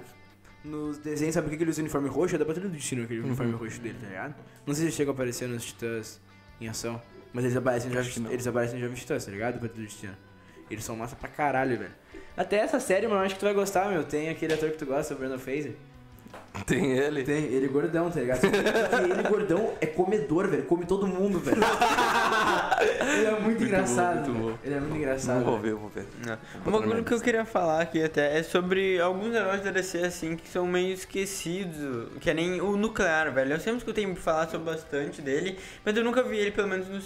D: Nos desenhos, sabe o que aquele uniforme roxo? É da Patrulha do Destino, aquele uniforme roxo dele, tá ligado? Não sei se chega a aparecer nos Titãs em ação, mas eles aparecem no Jovem, eles aparecem no Jovem Titãs, tá ligado? Patrulha do Destino. Eles são massa pra caralho, velho. Até essa série, mano, acho que tu vai gostar, meu. Tem aquele ator que tu gosta, o Brandon Fraser.
B: Tem ele.
D: Tem, ele gordão, tá ligado? Só que ele gordão é comedor, velho. Come todo mundo, velho. ele é muito,
B: bom,
D: engraçado.
B: muito
D: velho. Ele é muito engraçado.
B: Vou
D: velho.
B: ver, eu vou ver.
E: Não. Um bagulho que eu queria falar aqui até é sobre alguns heróis da DC assim que são meio esquecidos, que é nem o Nuclear, velho. Eu sempre escutei falar sobre bastante dele, mas eu nunca vi ele pelo menos nos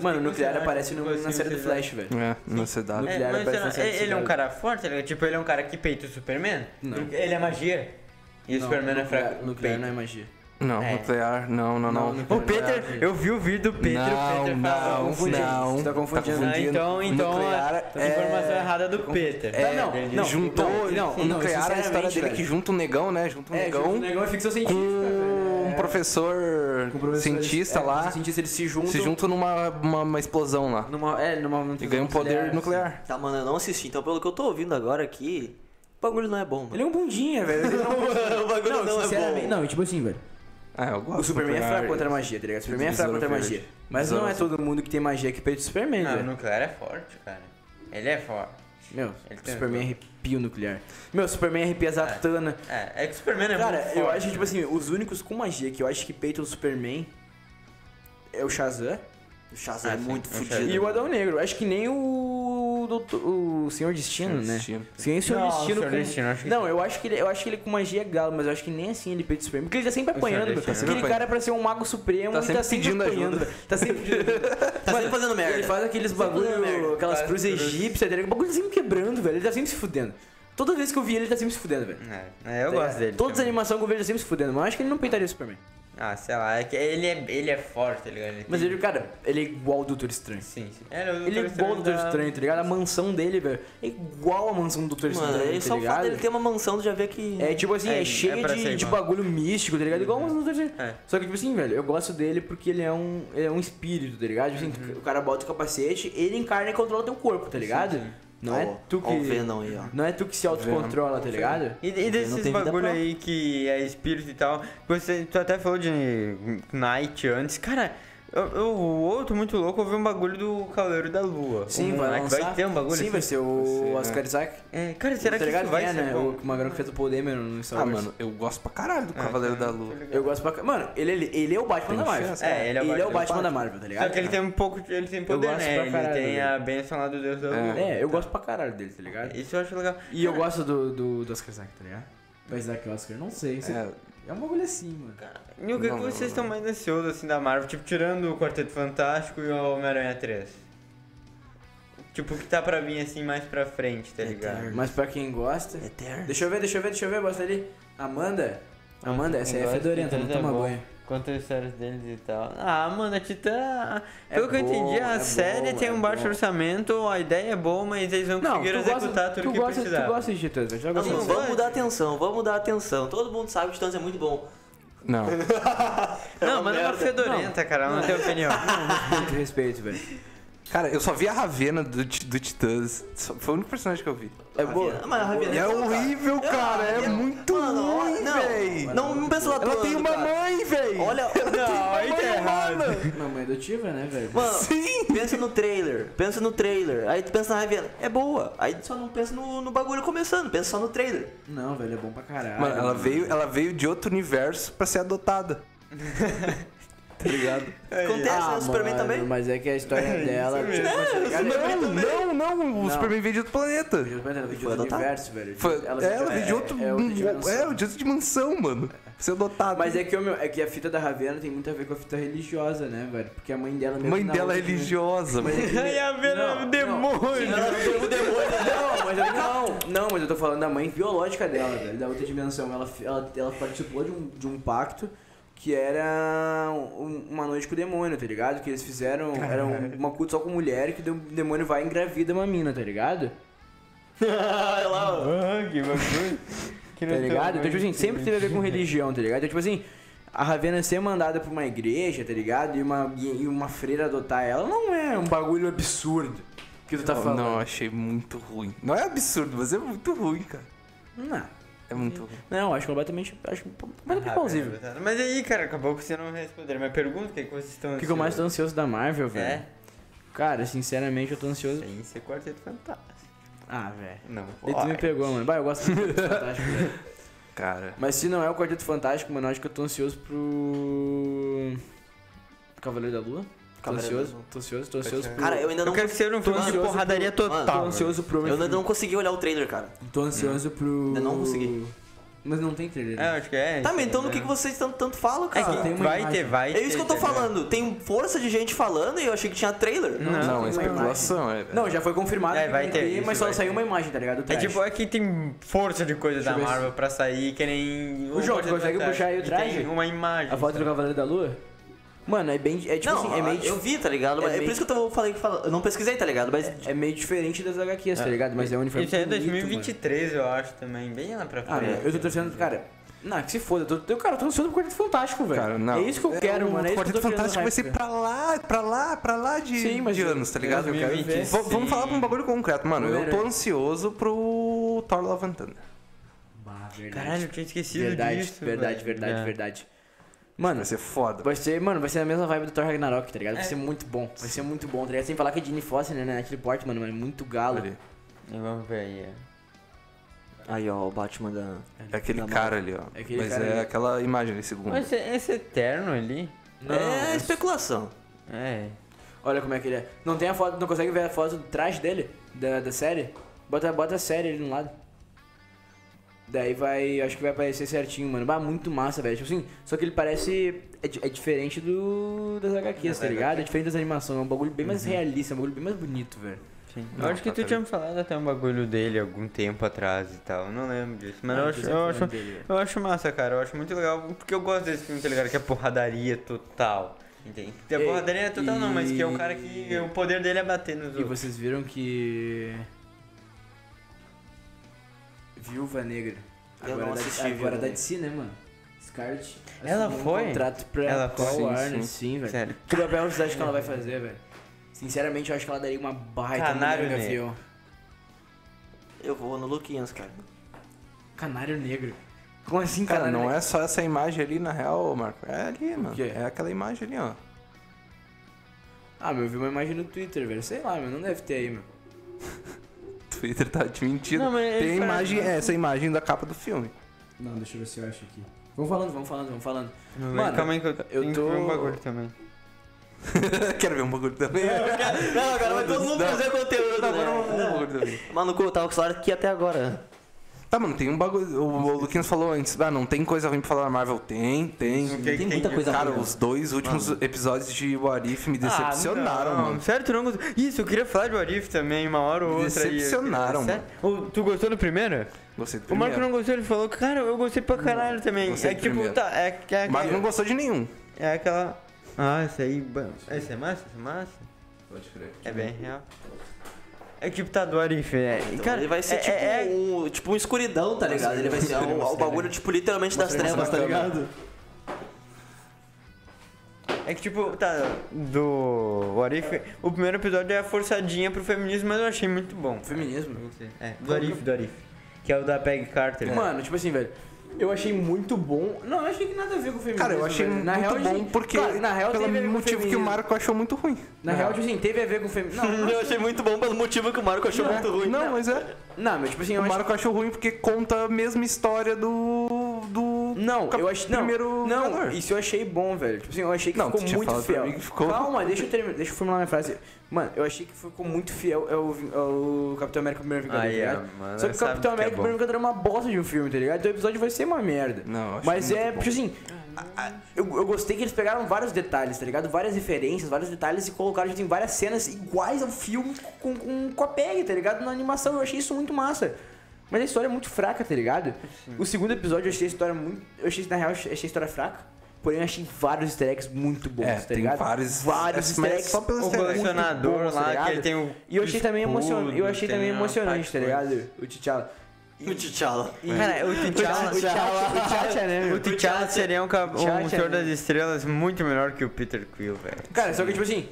D: Mano, o
E: Tem
D: nuclear
E: considerado,
D: aparece no-
E: tipo assim,
D: na série do
E: vocês acham?
D: Flash, velho.
B: É, na cidade.
E: É,
D: Nuclear
E: mas
D: aparece
E: será-
D: na série
E: ele,
D: do
E: ele é um
D: Superman.
E: cara forte, tá ligado? tipo, ele é um cara que peita o Superman?
D: Não.
E: Ele é magia? E o Superman é
D: nuclear-
E: fraco.
D: Nuclear não é
E: Peita.
D: magia.
B: Não,
E: É.
B: nuclear, não, não, não.
D: Não,
E: O
D: nuclear.
E: Peter, eu vi o vídeo do Peter, o Peter
B: Não,
E: fala-
B: não,
D: confundindo.
B: não.
D: Você tá confundindo.
E: Ah, então, então,
B: Nuclear é
E: a a informação errada é do Peter.
D: É, não,
E: Ele-
D: não.
B: juntou,
D: não,
B: o
D: não,
B: nuclear é a história
D: sinceramente,
B: dele
D: velho.
B: que junta um negão, né? Junta um negão
D: o negão é ficção
B: com
D: científica, velho.
B: um professor,
D: Com o professor,
B: cientista
D: eles- é,
B: lá.
D: os cientistas, eles se juntam.
B: Se juntam numa uma, uma explosão lá.
D: Numa, é, numa, numa
B: E ganha um poder nuclear.
A: Tá, mano, eu não assisti. Então, pelo que eu tô ouvindo agora aqui, o bagulho não é bom, mano.
D: Ele é um bundinha, velho. Ele não,
A: o bagulho não, é
D: sinceramente,
A: bom.
D: não, e tipo assim, velho.
B: Ah, eu gosto.
D: O Superman é
B: do
D: fraco contra a
B: nuclear.
D: magia, tá ligado? O Superman é fraco
B: Besouro
D: contra a
B: verde.
D: magia. Mas não é todo mundo que tem magia que peita o Superman,
E: Não, o
D: velho.
E: nuclear é forte, cara. Ele é forte.
D: Meu,
E: Ele tem
D: Superman
E: razão.
D: arrepia o nuclear. Meu, Superman arrepia a Zatanna.
E: É, é que o Superman é muito
D: Cara, eu
E: forte,
D: acho que, tipo
E: né?
D: assim, os únicos com magia que eu acho que peitam o Superman é o Shazam
A: O Shazam é
E: Ah, sim,
A: muito
E: é um
A: fudido.
D: e o Adão Negro. Acho que nem o. Doutor, o Senhor Destino,
B: Senhor
D: né?
B: Destino.
D: Sim, o Senhor
E: Não, o
D: Destino.
E: Senhor
D: com-
E: Destino, acho que-
D: Não, eu acho que ele, eu acho que ele com magia é galo, mas eu acho que nem assim ele peita o Superman. Porque ele tá sempre
E: O Senhor
D: apanhando, velho.
E: Destino.
D: Aquele
B: Sempre
D: cara é pra ser um mago supremo
B: Tá
D: e
B: sempre
D: tá sempre
B: pedindo
D: apanhando,
B: ajuda.
D: velho. Tá sempre pedindo ajuda.
A: Tá sempre fazendo merda.
D: Ele faz aqueles
A: Sempre fazendo merda.
D: bagulho, aquelas
E: Faz
D: cruzes
E: cruz.
D: egípcias, tá ligado? o bagulho sempre quebrando, velho. Ele tá sempre se fudendo. Toda vez que eu vi ele, ele tá sempre se fudendo, velho.
E: É, é,
D: Tá
E: eu gosto
D: ligado?
E: dele.
D: Todas as
E: também.
D: animações que eu vejo, ele tá sempre se fudendo. Mas eu acho que ele não peitaria o Superman.
E: Ah, sei lá, é que ele é, ele é forte, tá ligado?
D: Mas
E: tem-
D: ele, cara, ele é igual o Doutor Estranho.
E: Sim, sim. Ele é o
D: Ele é igual o Doutor
E: da-
D: Estranho, tá ligado? A mansão dele, velho, é igual a mansão do Doutor
A: Mano,
D: Estranho,
A: ele
D: tá
A: só o fato
D: ligado?
A: dele ter um uma mansão, tu já vê que...
D: É tipo assim,
E: É,
D: é,
E: é
D: cheio
E: pra ser
D: de, de
E: igual.
D: bagulho místico, tá ligado? Igual a mansão do Doutor Estranho.
E: É.
D: Só que, tipo assim, velho, eu gosto dele porque ele é um, ele é um espírito, tá ligado? Tipo assim, o cara bota o capacete, ele encarna e controla teu corpo, tá ligado? Não
A: Ó,
D: é tu
A: ó o
D: que.
A: Venom aí, ó.
D: Não é tu que se autocontrola, tá ligado?
E: E, e
A: não
E: desses
A: tem vida
E: bagulho
A: própria.
E: aí que é espírito e tal, você, tu até falou de Knight antes, cara, Eu- eu- o outro muito louco, eu vi um bagulho do Cavaleiro da Lua.
D: Sim,
E: Um-
D: vai
E: é que
D: lançar.
E: vai ter um bagulho.
D: Sim, vai
E: assim?
D: ser o
E: Vai ser,
D: Oscar Isaac.
E: É, cara, será
D: Tá
E: que
D: ligado
E: isso vai
D: quem é,
E: ser
D: né?
E: bom?
D: O Magrão que fez o Podemer no Star
B: Ah,
D: Wars.
B: mano, eu gosto pra caralho do Cavaleiro da Lua.
D: Eu gosto pra... ca- Mmano, ele, ele, ele é o Batman da Marvel.
B: chance,
E: É, ele é o Batman.
D: Batman da Marvel, tá ligado?
E: Só que ele tem um pouco de, Ele tem poder,
D: gosto
E: né?
D: pra
E: Ele
D: caralho
E: tem
D: dele.
E: a benção lá do Deus da Lua.
D: É, eu gosto pra caralho dele, tá ligado?
E: um É, Isso eu acho legal.
D: E eu gosto do, do, do Oscar Isaac, tá ligado? Do Isaac Oscar, não sei. se- É,
B: É,
D: um bagulho assim, mano.
E: E o que,
B: Não,
E: que
B: não,
E: vocês estão mais ansiosos assim da Marvel? Tipo, tirando o Quarteto Fantástico e o Homem-Aranha 3. Tipo, o que tá pra vir assim mais pra frente, tá ligado?
D: Mas pra quem gosta...
A: Eterno.
D: Deixa eu ver, deixa eu ver, deixa eu ver, bosta ali. Amanda.
E: Ah,
D: Amanda, essa aí é
E: eu gosto
D: fedorenta, não
E: de Titãs,
D: toma
E: é bom.
D: banho.
E: Quanto as séries deles e tal. Ah, mano, a Titã.
D: É
E: Pelo que eu
D: bom,
E: entendi, a
D: é bom,
E: série tem
D: é
E: um baixo
D: bom.
E: orçamento, a ideia é boa, mas eles não
D: Não, tu
A: é
E: conseguiram
D: gosta,
E: executar tudo
D: tu
E: o que
D: gosta,
E: precisavam.
D: tu gosta de Titãs, mas já
A: Não,
D: gostou.
A: Assim, vamos mudar a atenção, vamos mudar a atenção. Todo mundo sabe que Titãs é muito bom.
B: não.
E: Não, mas é uma
A: merda.
E: fedorenta, cara, não, tem opinião.
D: Muito respeito, velho.
B: Cara, eu só vi a Ravena do, Ti- do Titãs. Só- Foi o único personagem que eu vi.
D: É boa.
A: Mas a Ravena
B: É horrível, cara. É muito
A: Mano,
B: ruim,
A: não,
B: véi.
A: não, não pensa lá
B: Ela tem
A: atuando,
B: uma é
A: cara.
B: mãe, véi.
A: Olha, não, tá
B: Mãe humana.
D: Mamãe adotiva, né, velho?
A: Mano,
B: Sim.
A: pensa no trailer, pensa no trailer, aí tu pensa na Ravena, é boa, aí tu só não pensa no, no bagulho começando, pensa só no trailer.
D: Não, velho, é bom pra caralho.
B: Mano, ela veio, ela veio de outro universo pra ser adotada. tá ligado?
A: Acontece,
D: Ah,
A: né? O Superman
D: mano,
A: também.
D: Mas é que a história dela. Tipo,
B: Não, não, não, o
D: Não.
B: Superman veio de outro planeta.
D: ela veio de
A: Foi
D: outro
A: adotada?
D: universo, velho.
B: Foi, ela, veio de outro.
D: É, é outra dimensão.
B: É, de outra dimensão, mano. Pra ser adotada.
D: Mas é que, ô, meu, é que a fita da Ravena tem muito a ver com a fita religiosa, né, velho? Porque a mãe dela mesmo
B: Mãe
D: na
B: dela é
D: outra- né?
B: religiosa, mano.
E: E a
D: é
E: Vera é
D: Não,
E: demônio.
D: Não, mas eu, não, não, mas eu tô falando da mãe biológica dela, velho, da outra dimensão. Ela, ela, ela participou de um, de um pacto que era um- uma noite com o demônio, tá ligado? Que eles fizeram. Era um- uma culto só com mulher que o demônio vai e engravida uma mina, tá ligado?
E: Ah, que bagulho. Que
D: Tá
E: não
D: ligado?
E: tem-
D: Então, tipo assim, sempre teve a ver com religião, tá ligado? Então, tipo assim, a Ravena ser mandada pra uma igreja, tá ligado? E uma, e e uma freira adotar ela não é um bagulho absurdo que tu tá falando.
B: Não, eu achei muito ruim. Não é absurdo, mas é muito ruim, cara.
D: Não,
B: É muito ruim.
D: não, acho completamente. Acho
E: Ah,
D: completamente plausível.
E: é Mas aí, cara, acabou que você não respondeu. Mas pergunta o que, que vocês estão
D: O que que eu mais tô
E: ansiosos?
D: ansioso da Marvel, velho?
E: É,
D: Cara, sinceramente, eu tô ansioso.
E: tem ser Quarteto Fantástico.
D: Ah, velho.
E: Não,
D: Daí tu me pegou, mano. Vai, eu gosto do Quarteto Fantástico, velho.
B: Cara.
D: Mas se não é o Quarteto Fantástico, mano, eu acho que eu tô ansioso pro. Cavaleiro da Lua. Tô
A: Cavaleiro da
D: ansioso, tô ansioso, tô ansioso pro.
A: Cara, eu ainda
E: Eu
A: não,
E: quero que seja um filme de
D: ansioso
E: porradaria
D: Tô
E: total.
D: ansioso pro.
A: Ah, eu ainda não consegui olhar o trailer, cara.
D: Tô ansioso pro.
A: Ainda não consegui.
D: Mas não tem trailer.
E: É,
D: né?
E: acho que é.
A: Tá, mas então do que, que vocês tanto, tanto falam,
E: É que
A: cara?
D: tem uma
E: vai
D: imagem.
E: ter, vai ter.
A: É isso que eu tô
E: entendeu?
A: falando, tem força de gente falando e eu achei que tinha trailer.
E: Não.
B: Não, é
D: tem uma
B: especulação, é.
D: Não, já foi confirmado.
E: É,
D: que
E: vai
D: tem,
E: ter,
D: trailer,
E: isso
D: mas só
E: vai
D: saiu
E: ter.
D: uma imagem, tá ligado? Do
E: É
D: traje.
E: tipo, é que tem força de coisa da
D: eu ver se-
E: Marvel pra sair, que nem.
D: O João, tu
E: Quarteto
D: consegue
E: Fantástico.
D: puxar aí o
E: E tem
D: traje?
E: Uma imagem.
D: A foto do
E: sabe?
D: Cavaleiro da Lua? Mano, é bem. É tipo
A: não,
D: assim, é meio.
A: eu vi, tá ligado?
D: é
A: Mas É,
D: meio-
A: por isso que eu tô falei que fala- eu não pesquisei, tá ligado? Mas
D: É meio diferente das HQs, tá ligado? Mas é um uniforme.
E: Isso aí é
D: bonito,
E: 2023, eu acho também. Bem lá pra
D: mano. Ah,
E: frente.
D: meu, eu tô torcendo, cara. Não, que se foda. Eu tô, eu, cara, eu tô ansioso pro Quarteto Fantástico, velho.
B: Cara, não.
D: É isso que eu quero, mano. É
B: O
D: isso que eu
B: Quarteto
D: tô criando
B: Fantástico vai
D: hype,
B: ser pra lá, pra lá, pra lá de,
D: Sim, mas
B: de
D: eu-
B: anos, tá ligado?
E: eu quero ver.
B: V- Vamos falar pra um bagulho concreto, mano. Eu tô
D: Homem-Aranha.
B: ansioso pro Thor Love and Thunder.
D: Bah, verdade.
E: Caralho, eu tinha esquecido
D: verdade,
E: disso.
D: verdade,
E: velho.
D: verdade,
E: É.
D: verdade. Mano,
B: Vai ser foda.
D: vai ser, mano, vai ser a mesma vibe do Thor Ragnarok, tá ligado?
E: É.
D: Vai ser muito bom. Vai ser muito bom, tá ligado? Sem falar que a Jimmy Foster, né, né? Aquele porte, mano, é muito galo.
B: Ali.
E: E Vamos ver aí. é.
A: Aí, ó, o Batman da.
B: É aquele cara ali, ó.
D: É aquele
B: mas
D: cara
B: é
D: ali.
B: aquela imagem ali, segundo.
E: Mas esse, esse eterno ali.
A: é especulação.
E: É.
D: Olha como é que ele é. Não tem a foto, não consegue ver a foto do traje dele? Da, da série? Bota, bota a série ali no lado. Daí vai. Acho que vai aparecer certinho, mano. Bah, muito massa, velho. Tipo assim, só que ele parece. É, di- é diferente do. das HQs, tá ligado? É diferente das animações. É um bagulho bem mais realista, é um bagulho bem mais bonito, velho.
E: Sim.
B: Não,
E: eu acho que
B: tá
E: tu
B: bem.
E: tinha me falado até um bagulho dele algum tempo atrás e tal. Eu não lembro disso.
D: Ah,
E: Mas eu, acho, eu, acho, eu acho massa, cara. Eu acho muito legal. Porque eu gosto desse filme, tá ligado? Que é porradaria total. Entende? Que É
D: Ei,
E: porradaria total não, mas que é o
D: e-
E: cara que. O poder dele é bater nos
D: E
E: outros.
D: vocês viram que. Viúva Negra.
A: Eu
D: Agora,
A: não
D: da,
A: assisti
D: agora
A: Viúva
D: da DC, né, mano? Scarlett.
E: Ela
D: assinou
E: foi?
D: Um contrato pra
E: Ela
D: com a
E: foi? Sim,
D: Warner,
B: sim.
D: sim, velho. é
E: Sério.
D: Que papel vocês acham que ela vai fazer, velho? Sinceramente, eu acho que ela daria uma baita
E: Canário
D: no
E: negro.
D: Gavião.
A: Eu vou no Luquinhas, cara.
D: Canário negro. Como assim,
B: Cara,
D: canário
B: não
D: negro?
B: é só essa imagem ali, na real, Marco. É ali, mano.
D: quê?
B: É aquela imagem ali, ó.
D: Ah, meu, eu vi uma imagem no Twitter, velho. Sei lá, meu, não deve ter aí, meu.
B: Twitter tá te mentindo.
E: Não, mas ele
B: Tem a
E: tá-
B: imagem, é essa imagem da capa do filme.
D: Não, deixa eu ver se eu acho aqui. Vamos falando, vamos falando, vamos falando.
E: Mano, calma aí que eu, tenho que
D: tô-
E: ver um bagulho também.
B: Quero ver um bagulho também.
A: Não, agora vai todo mundo fazer conteúdo,
B: Não, agora um
A: né?
B: bagulho também.
A: Maluco, eu tava com o salário aqui até agora.
B: Tá, mano, tem um bagulho. O, o Luquinhas falou antes, ah, não tem coisa ruim pra falar da Marvel. Tem, tem.
E: que
A: Tem
E: tem
A: muita
E: de-
A: coisa
B: Cara,
A: ruim,
B: os dois últimos episódios de Warif me decepcionaram,
E: Ah, não,
B: mano.
E: Sério, tu não gostou? Isso, eu queria falar de Warif também, uma hora ou
B: Me
E: outra. aí.
B: decepcionaram,
E: Sério? Ô, Tu gostou do primeiro?
B: Gostei do
E: O Marco
B: primeiro.
E: não gostou, ele falou, cara, eu gostei pra caralho também.
B: gostei
E: É
B: do
E: tipo,
B: primeiro.
E: tá, é, que- é,
B: O Marco não
E: aquela-
B: gostou de nenhum.
E: é aquela. Ah, esse aí. ba- Esse é massa? Esse é massa?
B: Pode crer.
E: É bem real. É tipo, tá do Arif, é.
A: Então,
E: cara,
A: ele vai ser
E: é-
A: tipo,
E: é-
A: um, tipo um escuridão, tá ligado? Ele vai ser um, um bagulho, tipo, literalmente das trevas, tá ligado?
E: É que tipo, tá, do Warif, o primeiro episódio é forçadinha pro feminismo, mas eu achei muito bom.
D: Feminismo?
E: É, do Arif, do Arif. Que é o da Peg Carter.
D: Mano, tipo assim, velho. Eu achei muito bom. Não, eu achei que nada a ver com o feminismo.
B: Cara, eu achei
D: velho.
B: muito
D: na real,
B: bom
D: assim,
B: porque.
D: claro, na real,
B: pelo
D: teve a ver com
B: motivo que o
D: feminismo.
B: Marco achou muito ruim.
D: Na real, tipo assim, teve a ver com o feminismo.
B: Uhum.
D: Não,
A: Eu achei muito bom pelo motivo que o Marco achou muito ruim.
B: Não, mas é.
D: não, mas tipo assim, né? eu
B: O
D: acho
B: Marco achou ruim porque conta a mesma história do. do.
D: Não,
B: cap-
D: eu achei. Não,
B: primeiro
D: não
B: Vingador.
D: isso eu achei bom, velho. Tipo assim, eu achei que
B: Não, tu
D: ficou
B: tinha
D: muito
B: falado pra
D: fiel.
B: mim que ficou-
D: Calma, deixa eu terminar, deixa eu formular minha frase. Mano, eu achei que ficou muito fiel ao, Vin- ao Capitão América Primeiro Vingador,
E: Ah,
D: tá
E: yeah,
D: ligado?
E: mano,
D: Só que o
E: sabe
D: Capitão
E: que é
D: América
E: bom.
D: Primeiro Vingador é uma bosta de um filme, tá ligado? Então o episódio vai ser uma merda.
B: Não, eu acho
D: Mas
B: muito
D: é,
B: bom.
D: tipo assim, a- a- eu, eu gostei que eles pegaram vários detalhes, tá ligado? Várias referências, vários detalhes e colocaram tipo, em várias cenas iguais ao filme com, com, com a PEG, tá ligado? Na animação, eu achei isso muito massa. Mas a história é muito fraca, tá ligado? O segundo episódio eu achei a história muito. Eu achei, na real, eu achei a história fraca. Porém, eu achei vários easter eggs muito bons,
B: É,
D: tá
B: tem
D: ligado?
B: vários-
D: vários
B: é,
D: easter
B: mas
D: eggs.
B: só pelo
E: o
B: easter egg.
D: muito
E: colecionador
D: bons, tá
E: lá, que
D: ligado?
E: ele tem o.
D: E eu achei também emocionante.
E: escudo,
D: Eu achei
E: tem
D: também
E: a
D: emocionante,
E: parte
D: tá
E: de coisa.
D: ligado? O T'Challa.
A: O T'Challa.
E: É. Cara, o T'Challa.
D: O T'Challa, o T'Challa, né?
E: O
D: meu?
E: T'Challa seria um, ca- um
D: T'Challa,
E: Senhor
D: né?
E: das Estrelas muito melhor que o Peter Quill, velho.
D: Cara, só que tipo assim,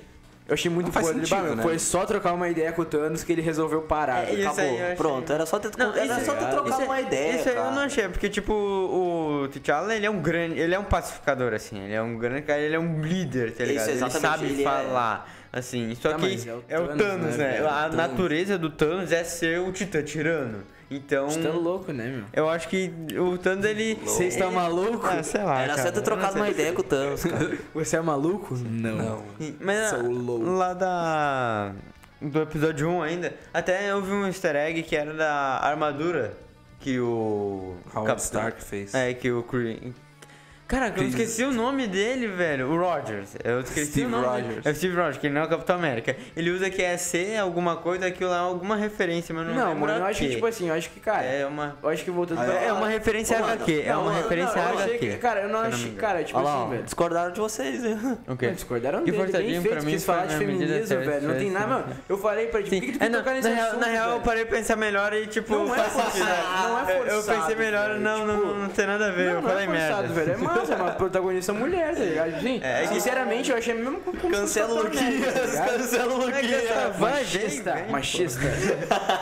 D: eu achei muito
B: Não faz
D: podre. Bah,
B: sentido,
D: meu,
B: né?
D: Foi só trocar uma ideia com o Thanos que ele resolveu parar.
E: É, isso
A: Acabou,
E: aí eu achei-
A: pronto. Era só ter, era só ter trocado
E: isso- é-
A: uma ideia,
E: Isso aí eu
A: cara.
E: não achei, porque tipo, o T'Challa, ele é um grande, ele é um pacificador assim, ele é um grande cara, ele é um líder, tá
A: Isso,
E: ligado? ele
A: exatamente,
E: sabe
A: ele é-
E: falar. Assim, só
D: Tá,
E: que
D: mas
E: é o, Thanos, né?
D: velho?
E: A natureza do Thanos é ser o Titã tirano. Então,
D: Tá louco, né, meu?
E: eu acho que o Thanos ele.
D: Você está
E: ele-
D: maluco?
E: Ah, sei lá.
A: Era
E: cara,
A: só ter
E: eu não
A: trocado
E: sei.
A: uma ideia com o Thanos, cara.
D: Você é maluco? Não.
E: Hum, Mas ah,
D: Sou louco.
E: lá da. Do episódio 1 ainda, até eu vi um easter egg que era da armadura que o.
B: Howard
E: Capitão-
B: Stark fez.
E: É, que o Kree. Caraca, eu
B: Chris-
E: esqueci o nome dele, velho. O Rogers. Eu esqueci
B: Steve
E: o nome. dele.
B: Rogers.
E: É o Steve Rogers, que ele não é o Capitão América. Ele usa que é C, alguma coisa, aquilo lá, é alguma referência, mas não
D: Não,
E: lembro
D: mano, eu
E: a
D: acho que,
E: quê.
D: tipo assim, eu acho que, cara.
E: É uma.
D: Eu acho que voltando pra.
E: É uma referência
A: Ô, mano,
E: HQ. É
D: Não,
E: uma
D: não,
E: referência
D: não, eu achei que-
E: HQ.
D: Cara, eu não
E: se eu não me
D: achei.
E: engano.
D: Cara, tipo
A: Olha lá,
D: assim,
A: ó,
D: velho.
A: discordaram de vocês, né?
E: Ok.
D: Não, discordaram
E: Que
D: dele,
E: forçadinho
D: bem feito
E: pra mim
D: que eles falaram de
E: foi na medida
D: feminismo,
E: certa,
D: velho. Não tem
E: sim.
D: nada, mano. Eu falei pra ti, por que que tu
E: É,
D: tem
E: não,
D: que tocar
E: na,
D: nesse
E: real,
D: assunto,
E: na real, eu
D: velho?
E: parei pra pensar melhor e tipo.
D: Não é
E: faz sentido,
D: forçado,
E: né?
D: não é
E: Eu- Eu
D: forçado,
E: pensei melhor,
D: velho, Tipo,
E: não, não, não tem nada a ver,
D: Não, não
E: eu falei
D: é forçado,
E: merda.
D: velho. É massa, é uma protagonista mulher, tá ligado? Sim.
E: É, é que-
D: Sinceramente, eu achei mesmo como se fosse
A: Cancela o
D: Capitão
A: Luquinhas,
D: América, tá ligado?
E: É
A: cancela o Luquinhas.
D: Machista. Machista.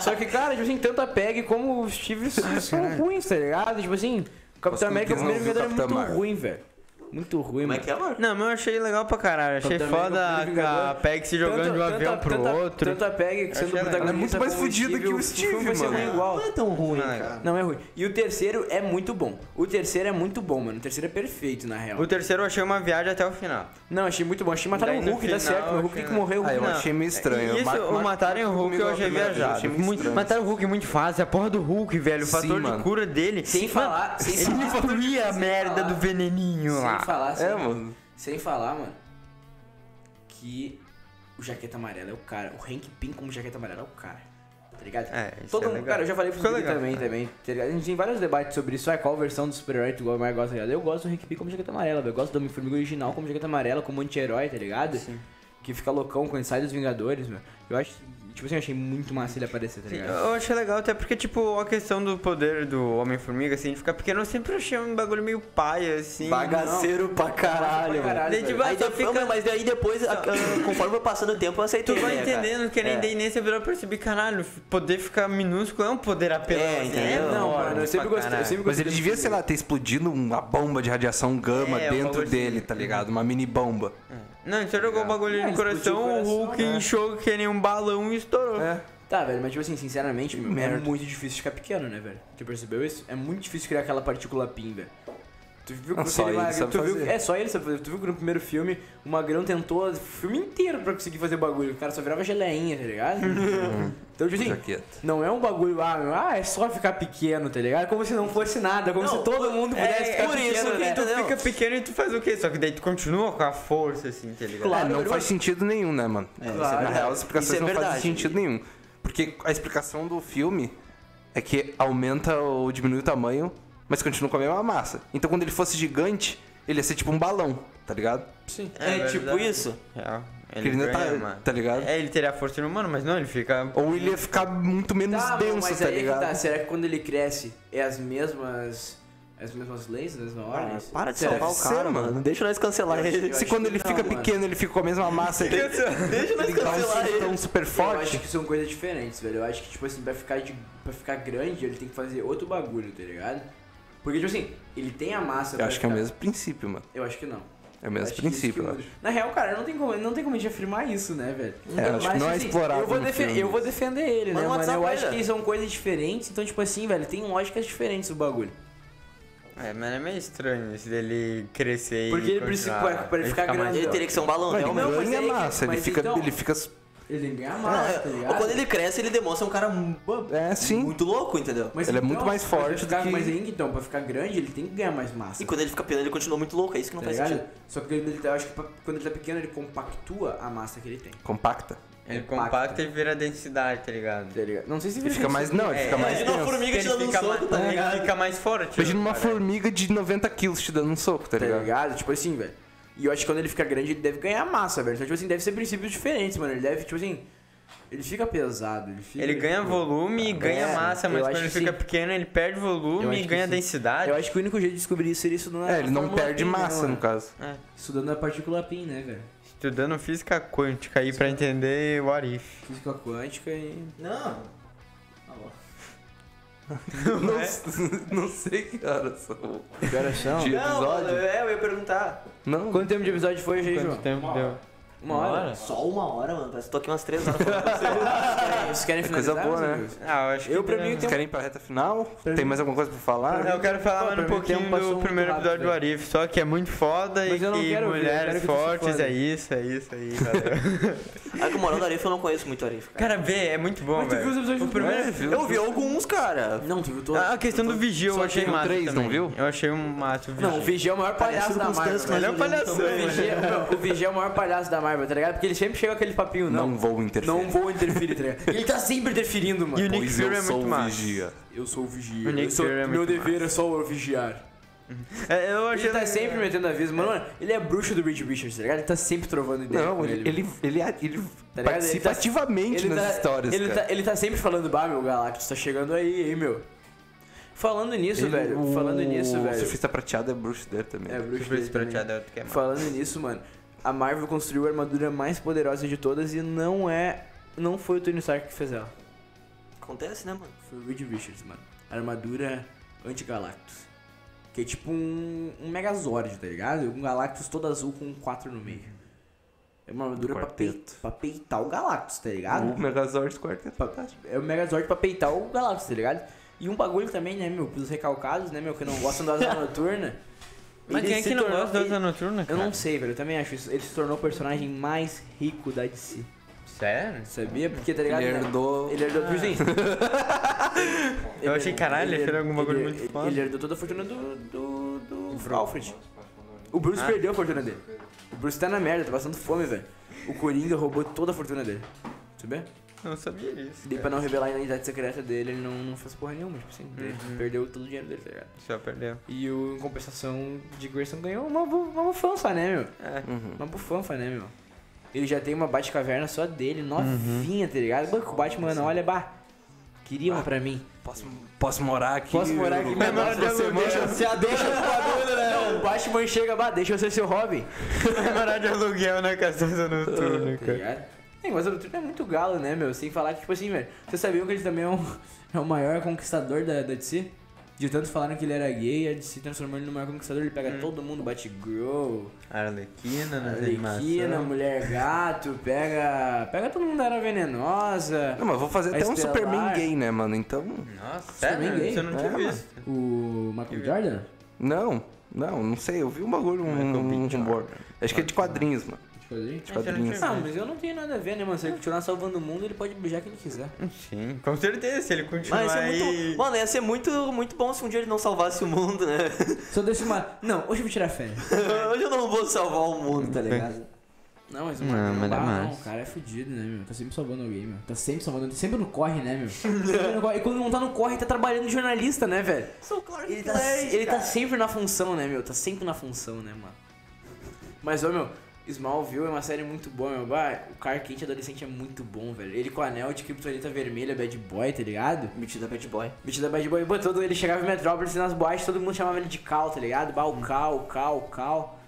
D: Só que, cara, tipo assim, tanto a PEG como o Steve são ruins, tá ligado? Tipo assim, o Capitão América, o
B: não
D: primeiro
B: viu
D: Vingador é
B: Capitão
D: muito
B: Marvel.
D: ruim, velho. Muito ruim,
A: Como é
D: mano.
A: que é, mano?
E: Não, mas eu achei legal pra caralho. Achei
D: Capitão
E: foda
D: América, Primeiro
E: a- a
D: Vingador.
E: PEG se jogando
D: Tanto-
E: de um
D: tanto-
E: avião pro
D: tanto a-
E: outro.
D: Tanto a PEG sendo
E: Achei legal.
D: protagonista.
B: Ela é muito mais
D: como o
B: fudida que o Steve,
D: filme vai ser
B: mano.
D: ruim igual.
A: Não é tão ruim,
E: Não é legal.
A: cara.
D: Não é ruim. E o terceiro é muito bom. O terceiro é muito bom, mano. O terceiro é perfeito, na real.
E: O terceiro eu achei uma viagem até o final.
D: Não, achei muito bom. Achei mataram
E: Daí
D: o
E: no
D: Hulk, dá
E: final,
D: certo. Mas o Hulk
E: achei-
D: tem que morrer o
B: Ah,
D: Hulk.
B: eu
E: Não,
B: achei meio estranho.
E: Isso,
B: Mar-
E: o
B: Marco
E: matarem o
B: ficou
E: Hulk eu
B: comigo
E: achei
B: a primeira vez,
E: viajado.
B: achei meio
E: Muito-
B: estranho.
E: mataram o Hulk é muito fácil, a porra do Hulk, velho. O
B: Sim,
E: fator de
B: mano.
E: cura dele.
D: Sem
E: Mano,
D: falar- sem
E: ele
D: falar-
E: destruía a
D: sem
E: merda
D: falar-
E: do veneninho lá.
D: Sem falar, sem,
B: É, mano.
D: sem falar, mano, que o Jaqueta Amarela é o cara. O Hank Pym como Jaqueta Amarela é o cara. Tá ligado?
E: É, isso
D: Todo
E: é
D: mundo,
E: legal.
D: Cara, eu já falei pro
E: Ficou
D: Felipe
E: legal,
D: também,
E: é.
D: também, tá ligado? A gente tem vários debates sobre isso. Ah, qual versão do super-herói tu mais gosta, tá ligado? Eu gosto do Hank Pym como Jaqueta Amarela, velho. Eu gosto do Homem-Formiga original como Jaqueta Amarela, como anti-herói, tá ligado? Sim. Que fica loucão quando sai dos Vingadores, meu. Eu acho, tipo assim, eu achei muito massa ele aparecer, tá
E: Sim,
D: ligado?
E: Eu achei legal, até porque, tipo, a questão do poder do Homem-Formiga, assim, de ficar pequeno, eu sempre achei um bagulho meio paia, assim.
A: Bagaceiro pra caralho,
D: pra caralho,
A: mano.
E: velho.
A: Aí
E: Só
A: de-
E: fica-
A: não, Mas daí depois, a- a- conforme eu passando o tempo, eu aceitei.
E: Tu vai
A: né, cara?
E: entendendo que nem
A: É.
E: daí nesse episódio eu percebi, caralho, poder ficar minúsculo é um poder apelão.
A: É,
E: assim,
A: entendeu?
E: enorme
D: Não, mano, eu sempre
E: pra
D: gostei, eu
E: caralho.
D: sempre
B: Mas
D: gostei.
B: ele
D: do
B: devia, sei lá, ter explodido uma bomba de radiação gama
E: É, um
B: dentro
E: bagulho
B: dele,
E: assim.
B: tá ligado? Uma mini bomba.
E: Não, ele só jogou o bagulho
D: É,
E: no
D: explodiu
E: coração,
D: o
E: o
D: coração,
E: Hulk
D: né?
E: enxou que nem um balão e estourou.
D: Tá, velho, mas tipo assim, sinceramente, é
B: merda.
D: muito difícil ficar pequeno, né, velho? Tu percebeu isso? É muito difícil criar aquela partícula PIN, velho. Tu viu
B: Não,
D: que
B: só ele sabe
D: tu viu-
B: fazer.
D: É, só ele sabe fazer. Tu viu que no primeiro filme, o Magrão tentou o filme inteiro pra conseguir fazer bagulho. O cara só virava geleinha, tá ligado? então, tipo assim,
B: Jaqueta.
D: não é um bagulho, ah, meu, ah, é só ficar pequeno, tá ligado? Como se não fosse nada, como
A: Não,
D: se todo mundo pudesse
A: é
D: ficar
A: por isso
D: pequeno,
A: que
D: né?
A: tu- Entendeu?
E: Fica pequeno e tu faz o quê? Só que daí tu continua com a força, assim, tá ligado?
D: Claro,
B: É, não
D: eu-
B: faz sentido nenhum, né, mano?
A: claro.
B: Na real, as
A: Isso é
B: explicações não fazem
A: verdade.
B: sentido nenhum. Porque a explicação do filme é que aumenta ou diminui o tamanho, mas continua com a mesma massa. Então quando ele fosse gigante, ele ia ser tipo um balão, tá ligado?
A: É, tipo
E: verdade.
A: isso.
E: Real.
B: Porque ele ainda tá- tá ligado?
E: É, ele teria a força no humano, mas não, ele fica.
B: Ou ele ia ficar muito menos
D: Tá,
B: denso,
D: mas
B: tá
D: aí é que
B: ligado?
D: tá, será que quando ele cresce é as mesmas. é As mesmas leis, as
B: Ah,
D: mesmas ordens?
A: Para de
D: Será
A: salvar o
B: ser,
A: cara,
B: mano.
A: mano. Deixa nós cancelar ele.
B: Se
D: acho
B: quando
D: que
B: ele
D: não,
B: fica
D: mano.
B: pequeno, ele fica com a mesma massa, ele,
A: Deixa nós
B: ele dá um
A: cancelar ele.
B: chutão super
D: Eu acho
B: forte.
D: que são coisas diferentes, velho. Eu acho que, tipo assim, pra ficar, de, pra ficar grande, ele tem que fazer outro bagulho, tá ligado? Porque, tipo assim, ele tem a massa.
B: Eu
D: pra
B: acho que é o
D: ficar-
B: mesmo princípio, mano.
D: Eu acho que não.
B: É o
D: Eu
B: mesmo
D: acho que isso que
B: princípio, eu
D: muda.
B: acho.
D: Na real, cara, não tem como, não tem como a gente afirmar isso, né, velho? assim,
B: É, eu acho que não é explorado
D: Eu vou,
B: no
D: defen-
B: filme.
D: eu vou defender ele,
A: Manda
D: né,
A: um
D: mano?
A: WhatsApp
D: Eu
A: pra
D: acho
A: ele.
D: que são coisas diferentes, então, tipo assim, velho, tem lógicas diferentes o bagulho.
E: É, mas é meio estranho isso dele crescer
D: Porque
E: e.
D: ele precisa-
E: continuar.
D: pra- pra ele ficar grande,
A: Ele teria que ser um balão,
B: Mas
A: né?
B: ele
A: mano?
D: mas
B: ganha
D: aí que-
B: massa, ele
D: mas
B: fica,
D: então-
B: ele fica...
D: Ele tem que ganhar massa,
A: Ah,
D: tá ligado?
A: é. Quando ele cresce, ele demonstra um cara
B: É, sim.
A: muito louco, entendeu?
D: Mas
B: ele é
D: então,
B: muito mais
D: pra
B: forte do
D: ficar-
B: que-
D: Mas aí, então, pra ficar grande, ele tem que ganhar mais massa.
A: E quando ele fica pequeno, ele continua muito louco. É isso que não
D: tá
A: faz
D: ligado?
A: sentido.
D: Só que ele, tá- eu acho que pra- quando ele tá pequeno, ele compactua a massa que ele tem.
B: Compacta.
E: Ele compacta e vira densidade, tá ligado?
D: Tá ligado? Não sei se
B: Ele fica mais... Não, ele fica mais
A: Imagina uma
B: denso.
A: formiga
E: Ele
A: te dando um
E: fica
A: soco,
E: mais-
A: tá
E: ele
A: ligado?
E: fica mais forte. né?
B: Imagina uma
E: cara.
B: formiga de 90 quilos te dando um soco, tá
D: Tá
B: ligado?
D: ligado? Tipo assim, velho. E eu acho que quando ele fica grande, ele deve ganhar massa, velho. Então, tipo assim, deve ser princípios diferentes, mano. Ele deve, tipo assim. Ele fica pesado. Ele, fica, Tipo,
E: Ele ganha volume e ganha
D: É,
E: massa, mas
D: eu
E: quando
D: acho
E: ele
D: que
E: fica
D: sim.
E: pequeno, ele perde
D: Eu
E: volume
D: acho
E: e
D: que
E: ganha
D: sim.
E: densidade.
D: Eu acho que o único jeito de descobrir isso seria estudando
B: É, ele não
D: Fórmula
B: perde
D: PIN, né,
B: massa,
D: mano?
B: no caso.
D: Estudando a partícula PIN, né, velho?
E: Estudando física quântica aí pra entender o Arif.
D: Física quântica e.
A: Não.
B: Não, não sei que horas são.
D: Que horas são?
B: De
A: Não, mano,
B: episódio?
A: é, eu ia perguntar.
B: Não.
D: Quanto tempo de episódio foi hoje, aí, João?
E: Quanto tempo deu?
D: Uma hora?
A: Só uma hora, mano. Parece que tô aqui umas três horas.
D: Ah, Vocês querem
B: Coisa
D: finalizar?
B: boa,
D: meus
B: né?
D: amigos?
E: Ah, eu acho que.
D: Eu, pra
E: deu.
D: mim, eu
B: Vocês
D: tenho.
B: querem ir pra reta final? Tem mais alguma coisa pra falar?
E: Eu quero falar
D: Pô,
E: mais
D: pra
E: um
D: mim o
E: pouquinho
D: tempo passou
E: do
D: muito
E: primeiro
D: rápido,
E: episódio do
D: velho.
E: Arif, só que é muito foda
D: Mas
E: e
D: eu não
E: que
D: quero ouvir, eu
E: mulheres
D: quero que tu se
E: fortes,
D: foda.
E: é isso, é isso, é isso, valeu.
A: Aí que o moral do Arif eu não conheço muito Arif, cara.
E: Cara, vê, é muito bom,
D: Mas tu viu os
E: velho.
D: episódios do primeiro?
A: Eu vi alguns, cara.
D: Não, tu viu todo.
E: Ah, A questão do vigil eu
B: só
E: achei
B: tem o
E: massa
B: três, não
E: também.
B: viu?
E: Eu achei um massa o vigil.
D: Não, o Vigia é o maior palhaço da Marvel.
A: circunstância,
E: Ele é
D: velho.
E: um palhação,
D: O Vigia, meu, o Vigia é o maior palhaço da Marvel, tá ligado? Porque ele sempre chega com aquele papinho, não.
B: Não vou interferir.
D: Não vou interferir, tá ligado? Ele tá sempre interferindo,
E: E o
D: mano.
E: Nick
B: Pois
E: Fury é
B: eu sou
E: muito
B: o
E: massa.
B: vigia.
D: Eu sou o Vigia.
E: O Nick
D: eu sou-
E: Fury é
D: meu
E: muito
D: dever é só o vigiar.
E: É, Eu achei
D: Ele tá sempre metendo aviso, mano, mano. Ele é bruxo do Reed Richards, tá ligado? Ele tá sempre trovando ideia.
B: Não,
D: com
B: ele, ele, ele, ele
D: Tá ligado? Ele
B: participa
D: tá-
B: ativamente nas histórias,
D: ele
B: cara.
D: tá, ele tá sempre falando, bah, meu Galactus, tá chegando aí, hein, meu. Falando nisso,
B: Ele-
D: velho.
B: o-
D: Falando nisso,
B: O
D: velho.
B: surfista prateado é bruxo dele também.
D: É, bruxo
E: Super
D: dele também.
E: prateado é outro que é massa.
D: Falando nisso, mano, a Marvel construiu a armadura mais poderosa de todas e não é. Não foi o Tony Stark que fez ela.
A: Acontece, né, mano?
D: Foi o Reed Richards, mano. A armadura anti-Galactus. Que é tipo um, um Megazord, tá ligado? Um Galactus todo azul com um 4 no meio. É uma armadura pra, pei-
B: Quarteto. Uhum.
D: pra peitar o Galactus, tá ligado?
B: o Megazord Quarteto
D: Pra-
B: Fantástico.
D: É o Megazord pra peitar o Galactus, tá ligado? E um bagulho também, né, meu, pros recalcados, né, meu, que não gostam da asa noturna.
E: Mas
D: ele
E: quem é
D: se
E: que não
D: tornou-
E: gosta da
D: ele-
E: Asa Noturna,
D: Eu
E: cara?
D: não sei, velho, eu também acho isso. Ele se tornou o personagem mais rico da DC.
E: Sério?
D: Sabia? Porque, tá ligado?
B: Ele
D: né?
B: herdou...
D: Ele herdou por sim.
E: Ah. Eu achei, caralho, ele fez algum bagulho
D: ele-
E: muito
D: ele-
E: foda.
D: Ele herdou toda a fortuna do. do. do Alfred. O Bruce
E: Ah.
D: perdeu a fortuna dele. O Bruce tá na merda, tá passando fome, velho. O Coringa roubou toda a fortuna dele. Sabia?
E: Não sabia disso.
D: Daí pra não revelar a identidade secreta dele, ele não, não fez porra nenhuma, tipo assim. Ele
E: Uhum.
D: perdeu todo o dinheiro dele, tá ligado?
E: Só perdeu.
D: E o, em compensação de Grayson ganhou um uma, bu- uma bufanfa, né, meu?
E: É.
D: Uma bufanfa, né, meu? Ele já tem uma Batcaverna só dele, novinha, tá ligado? Bah, que O Batman olha, bah, queria uma pra mim.
B: Posso, posso morar aqui?
D: Posso morar aqui, mas
E: morar de aluguel.
D: deixa, deixa esse bagulho, né? Não, o Batman chega, bah, deixa eu ser seu Robin,
E: Morar de aluguel na casa da Asa Noturna,
D: tá
E: cara.
D: ligado? É, mas o Noturno é muito galo, né, meu? Sem falar que, tipo assim, velho, vocês sabiam que ele também é, um, é o maior conquistador da, da DC? De tanto falaram que ele era gay, a de se transformou ele no maior conquistador, ele pega todo mundo, bate girl,
E: Arlequina né? nas
D: Arlequina,
E: animações.
D: mulher gato, pega. Pega todo mundo da era venenosa.
B: Não, mas vou fazer
D: A é-
B: até um
D: Estelar.
B: Superman gay, né, mano? Então.
E: Nossa,
D: Superman
E: sério?
D: gay?
E: Isso eu não tinha
B: É,
E: visto.
D: O Michael Jordan?
B: Não, não, não sei. Eu vi um bagulho, um, um rumor. Acho que é de quadrinhos, mano.
D: Tipo ali?
B: De quadrinhos.
D: Ah, mas eu não tenho nada a ver, né, mano? Se ele continuar salvando o mundo, ele pode beijar quem ele quiser.
E: Hum. Sim, com certeza, se ele continuar
A: Mano, ia ser
E: aí...
A: é muito, mano, ia ser muito, muito bom se um dia ele não salvasse o mundo, né?
D: Só deixa uma. Não, hoje eu vou tirar férias. tá
A: Hoje eu não vou salvar o mundo, tá ligado?
D: Não, mas o
E: Não,
D: Marco não,
E: mas é
D: dá, não,
E: massa.
D: o cara é fudido, né, meu? Tá sempre salvando alguém, meu. Tá sempre salvando, tá sempre no corre, né, meu? Sempre no corre. E quando não tá no corre, tá trabalhando de jornalista, né, velho? Ele tá, ele tá sempre na função, né, meu? Tá sempre na função, né, mano? Mas, ô, meu, Smallville é uma série muito boa, meu. Bah, o cara quente adolescente é muito bom, velho. Ele com o anel de criptonita vermelha, bad boy, tá ligado?
A: Metida bad boy.
D: Bicho da Bad Boy, pô, todo, ele chegava em Metrópolis nas boates, todo mundo chamava ele de Cal, tá ligado? Bah, o
A: Hum.
D: Cal, o Cal, o Cal.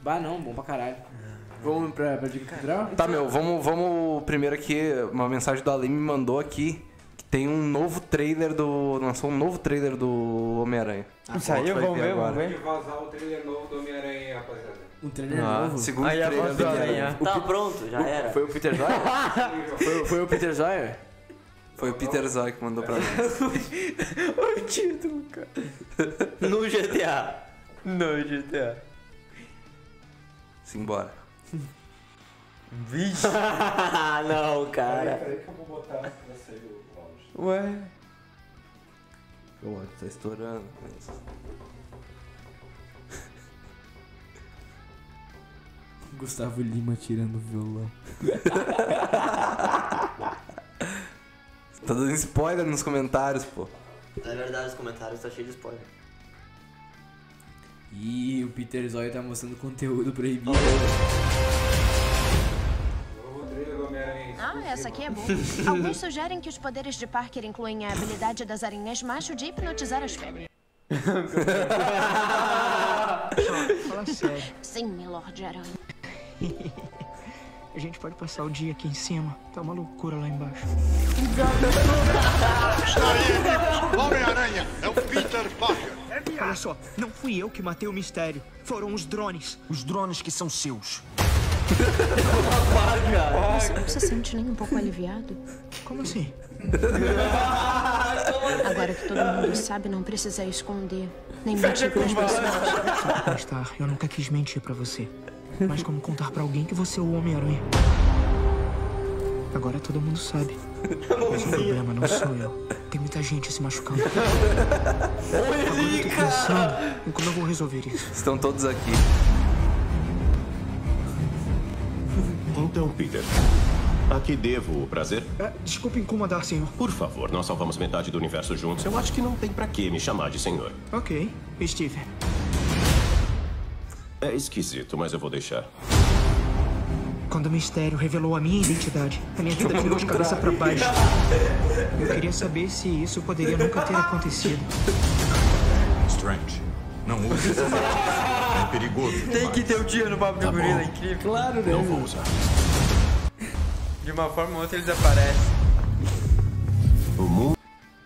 D: Bah, não, bom pra caralho.
A: Ah,
D: Vamos pra, pra dica cultural?
B: Tá, meu, vamos, vamos primeiro aqui. Uma mensagem do Ali me mandou aqui. Que tem um novo trailer do. Lançou um novo trailer do Homem-Aranha.
E: Saiu, vamos ver, vamos ver.
J: vazar o trailer novo do Homem-Aranha, rapaziada.
D: Um trailer novo.
B: Ah, Segundo
E: Aí a
B: trailer
E: voz do
B: do
E: Aranha.
B: Homem-Aranha.
A: Tá pronto, já era.
D: Foi o Peter Zoyer? foi, foi o Peter Zoyer?
B: Foi o Peter Zoy que mandou pra mim.
E: O título, cara.
A: No GTA.
E: No GTA.
B: Simbora.
E: Vixe.
A: ah, não, cara.
J: Peraí que eu vou botar pra sair o áudio.
E: Ué.
B: O áudio tá estourando. mas-
D: Gustavo Lima tirando o violão.
B: Tá dando spoiler nos comentários, pô.
A: É verdade, os comentários tá cheio de spoiler.
D: Ih, o Peter Zoyer tá mostrando conteúdo proibido.
J: Novo trailer do Homem-Aranha.
F: Ah, essa aqui é boa. Alguns sugerem que os poderes de Parker incluem a habilidade das aranhas macho de hipnotizar as fêmeas.
G: Fala sério.
F: Sim, Milord Aranha.
G: A gente pode passar o dia aqui em cima. Tá uma loucura lá embaixo.
H: Homem-Aranha é o Peter Parker.
G: Olha só, não fui eu que matei o mistério. Foram os drones. Os drones que são seus.
F: Você não se sente nem um pouco aliviado?
G: Como assim?
F: Agora que todo mundo sabe, não precisa esconder. Nem mentir pras pessoas.
G: Star, eu nunca quis mentir pra você. Mas como contar pra alguém que você é o Homem-Aranha? Agora todo mundo sabe. Mas o problema não sou eu. Tem muita gente se machucando. Agora eu tô pensando em como eu vou resolver isso.
B: Estão todos aqui.
I: Então, Peter, a que devo o prazer?
G: É, desculpe incomodar, senhor.
I: Por favor, nós salvamos metade do universo juntos. Eu acho que não tem pra que me chamar de senhor.
G: Ok, Steve.
I: É esquisito, mas eu vou deixar.
G: Quando o mistério revelou a minha identidade, a minha vida virou de cabeça pra baixo. Eu queria saber se isso poderia nunca ter acontecido.
J: Strange. Não use esse efeito. É perigoso.
E: Tem que ter o dia no papo de gorila, é incrível.
D: Claro, né?
I: Não vou usar.
E: De uma forma ou outra eles aparecem.
I: O mundo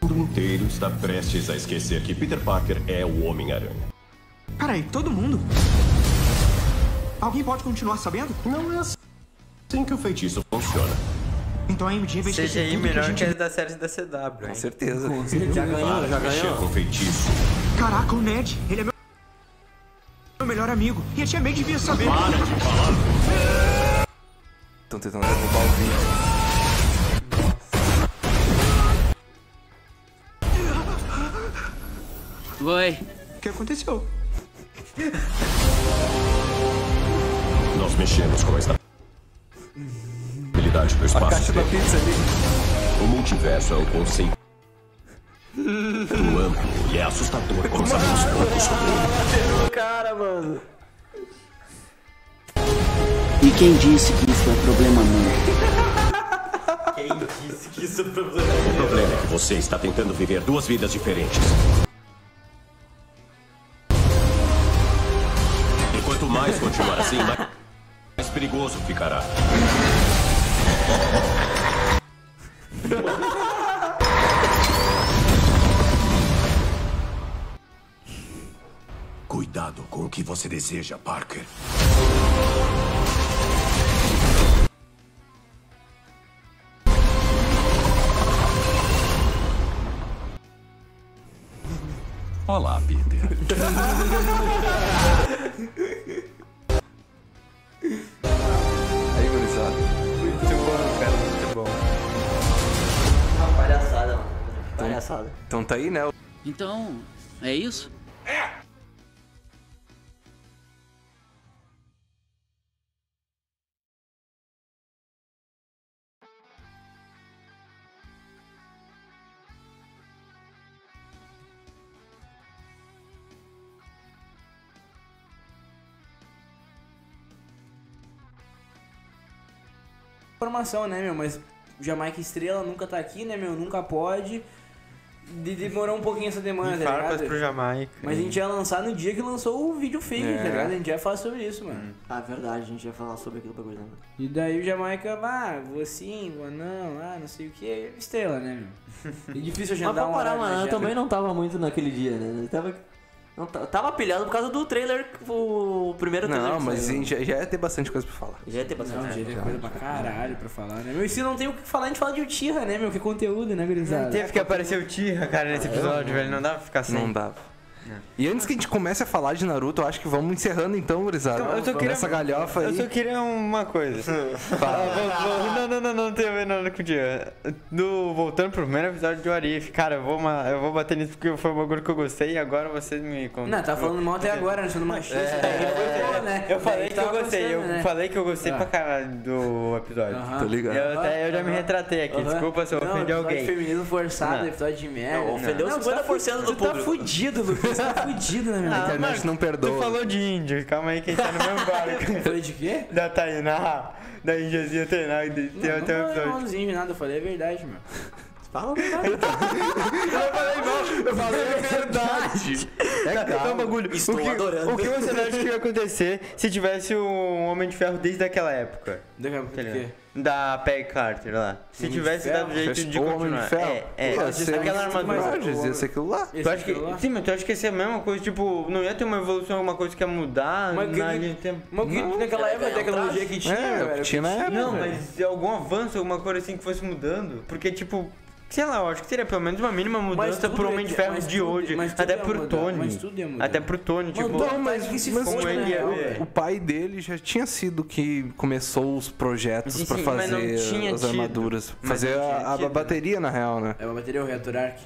I: inteiro está prestes a esquecer que Peter Parker é o Homem-Aranha.
G: Peraí, todo mundo? Alguém pode continuar sabendo?
I: Não é assim que o feitiço funciona.
G: Então a MJ vai
E: Seja
G: esquecer
E: aí
G: tudo que a
E: melhor
G: gente...
E: que as da série da CW,
B: Com
E: hein?
B: certeza.
D: Já
A: Tá
D: ganhou, já
I: Mexer com feitiço.
G: Caraca, o Ned, ele é meu... Meu melhor amigo. E a tia May devia saber.
B: Estão tentando derrubar o vídeo.
G: O que aconteceu?
I: Nós mexemos com a estabilidade do espaço
B: Uma
D: tá
I: tempo.
B: pizza ali.
I: O multiverso é um conceito amplo e é assustador como sabemos pouco sobre
A: Cara, mano.
K: E quem disse que isso é problema meu?
A: é
I: ele. O problema é que você está tentando viver duas vidas diferentes. E quanto mais continuar assim, mais- mais perigoso ficará.
J: que você deseja, Parker?
I: Olá, Peter.
C: Aí, gurizada. Muito bom, cara, muito bom.
A: Uma palhaçada, mano. Palhaçada.
B: Então tá aí, né?
K: Então, é isso?
D: Informação, né, meu? Mas Jamaica Estrela nunca tá aqui, né, meu? Nunca pode. De- demorou um pouquinho essa demanda, tá
E: Farpas
D: ligado?
E: pro Jamaica.
D: Mas a gente ia lançar no dia que lançou o vídeo fake,
E: É.
D: tá ligado? A gente ia falar sobre isso, mano.
A: Ah, verdade, a gente ia falar sobre aquilo bagulho, né?
D: E daí o Jamaica, ah, vou sim, vou não, ah, não sei o que. Estrela, né, meu? É difícil
A: Mas
D: agendar
A: pra
D: um
A: parar,
D: horário na
A: mano, eu
D: agenda.
A: também não tava muito naquele dia, né? Eu tava, não ta- tava pilhado por causa do trailer, o primeiro trailer.
B: Não,
A: que
B: mas a
A: saiu. né?
B: gente já, já ia ter bastante coisa pra falar.
A: Já ia ter bastante
D: Não,
A: tempo.
D: gente, é coisa pra caralho pra falar, né? Meu, e se não tem o que falar, a gente fala de Utira, né, meu? Que conteúdo, né, gurizada?
E: Teve que aparecer o Tira, cara, nesse episódio, velho. Não dá pra ficar sem.
B: Não dava.
E: É.
B: E antes que a gente comece a falar de Naruto, eu acho que vamos encerrando então, gurizada.
E: Então, eu só
B: Vamos
E: queria-
B: Essa galhofa
E: Eu
B: aí.
E: só queria uma coisa. Ah, vou- vou- não, não, não, não tem a ver nada com o dia. Do, voltando pro primeiro episódio de Warif, cara, eu vou, ma- eu vou bater nisso porque foi um bagulho que eu gostei e agora vocês me contam.
D: Não, tá falando mal até agora, né? Sendo machista. É, né?
E: Eu falei
D: Daí
E: que
D: tá
E: eu gostei, eu
D: acontecendo, né?
E: falei que eu gostei
D: Ah.
E: pra caralho do episódio.
D: Aham.
B: Tô tá ligado.
E: Eu, até, eu já me
D: Aham.
E: retratei aqui,
D: Aham.
E: desculpa se eu
D: Não,
E: ofendi
D: episódio
E: alguém.
D: feminismo forçado,
E: Não.
D: episódio de merda.
A: Não, ofendeu
D: tu tá
A: 50% do
D: fu- Tu tá
A: público.
D: fudido, Lucas. Tu tá fudido, né, meu?
B: A internet
E: Marcos,
B: não perdoa.
E: Tu falou de índio, calma aí que a gente tá no mesmo barco.
D: Falei de quê?
E: da Tainá, da Índiazinha Tainá, que tem tem
D: Não, é
E: até um
D: não falei
E: episódio.
D: malzinho de nada, eu falei a verdade, meu.
A: Fala, mano.
E: Eu falei mal, eu falei a verdade. É calma. um bagulho.
A: Estou
E: o que,
A: adorando.
E: O que você acha que ia acontecer se tivesse um Homem de Ferro desde aquela época?
D: Daqui a pouco
E: Tá
D: o quê?
E: ligado? Da Peg Carter lá. Se
D: Homem de
E: tivesse
D: Ferro?
E: dado jeito de
B: Fechou o Homem de
E: continuar.
B: Ferro?
E: É, é.
B: Ia ser
E: Aquela
B: muito
E: armadura.
B: mais, Ia ser aquilo lá.
E: Tu acha que, sim, mas tu acha que ia ser a mesma coisa? Tipo, não ia ter uma evolução, alguma coisa que ia mudar
D: Mas que-
E: na linha do tempo?
D: Mas o que naquela
E: um
D: época a tecnologia que tinha,
B: É, o que
D: velho?
B: tinha
E: né?
B: na época.
E: Não,
B: velho.
E: mas algum avanço, alguma coisa assim que fosse mudando? Porque, tipo, sei lá, eu acho que seria pelo menos uma mínima mudança
D: tudo
E: pro
D: ia
E: Homem de
D: ter-
E: Ferro
D: mas
E: de
D: tudo-
E: hoje.
D: mas tudo
E: Até
D: ia
E: pro
D: mudar,
E: Tony.
D: mas tudo ia mudar.
E: Até pro Tony, tipo. um
D: Mudou, mas que se
B: Mas
D: foda,
E: como
D: né,
E: ele ia
D: meu?
E: ver?
B: o pai dele já tinha sido que começou os projetos
E: Sim,
B: pra
E: sim, mas não
B: fazer
E: tinha
B: as
E: tido.
B: armaduras.
E: Mas
B: Fazer
E: não tinha
B: a, a
E: tido, né?
B: bateria, na real, né?
D: É uma bateria o reator arc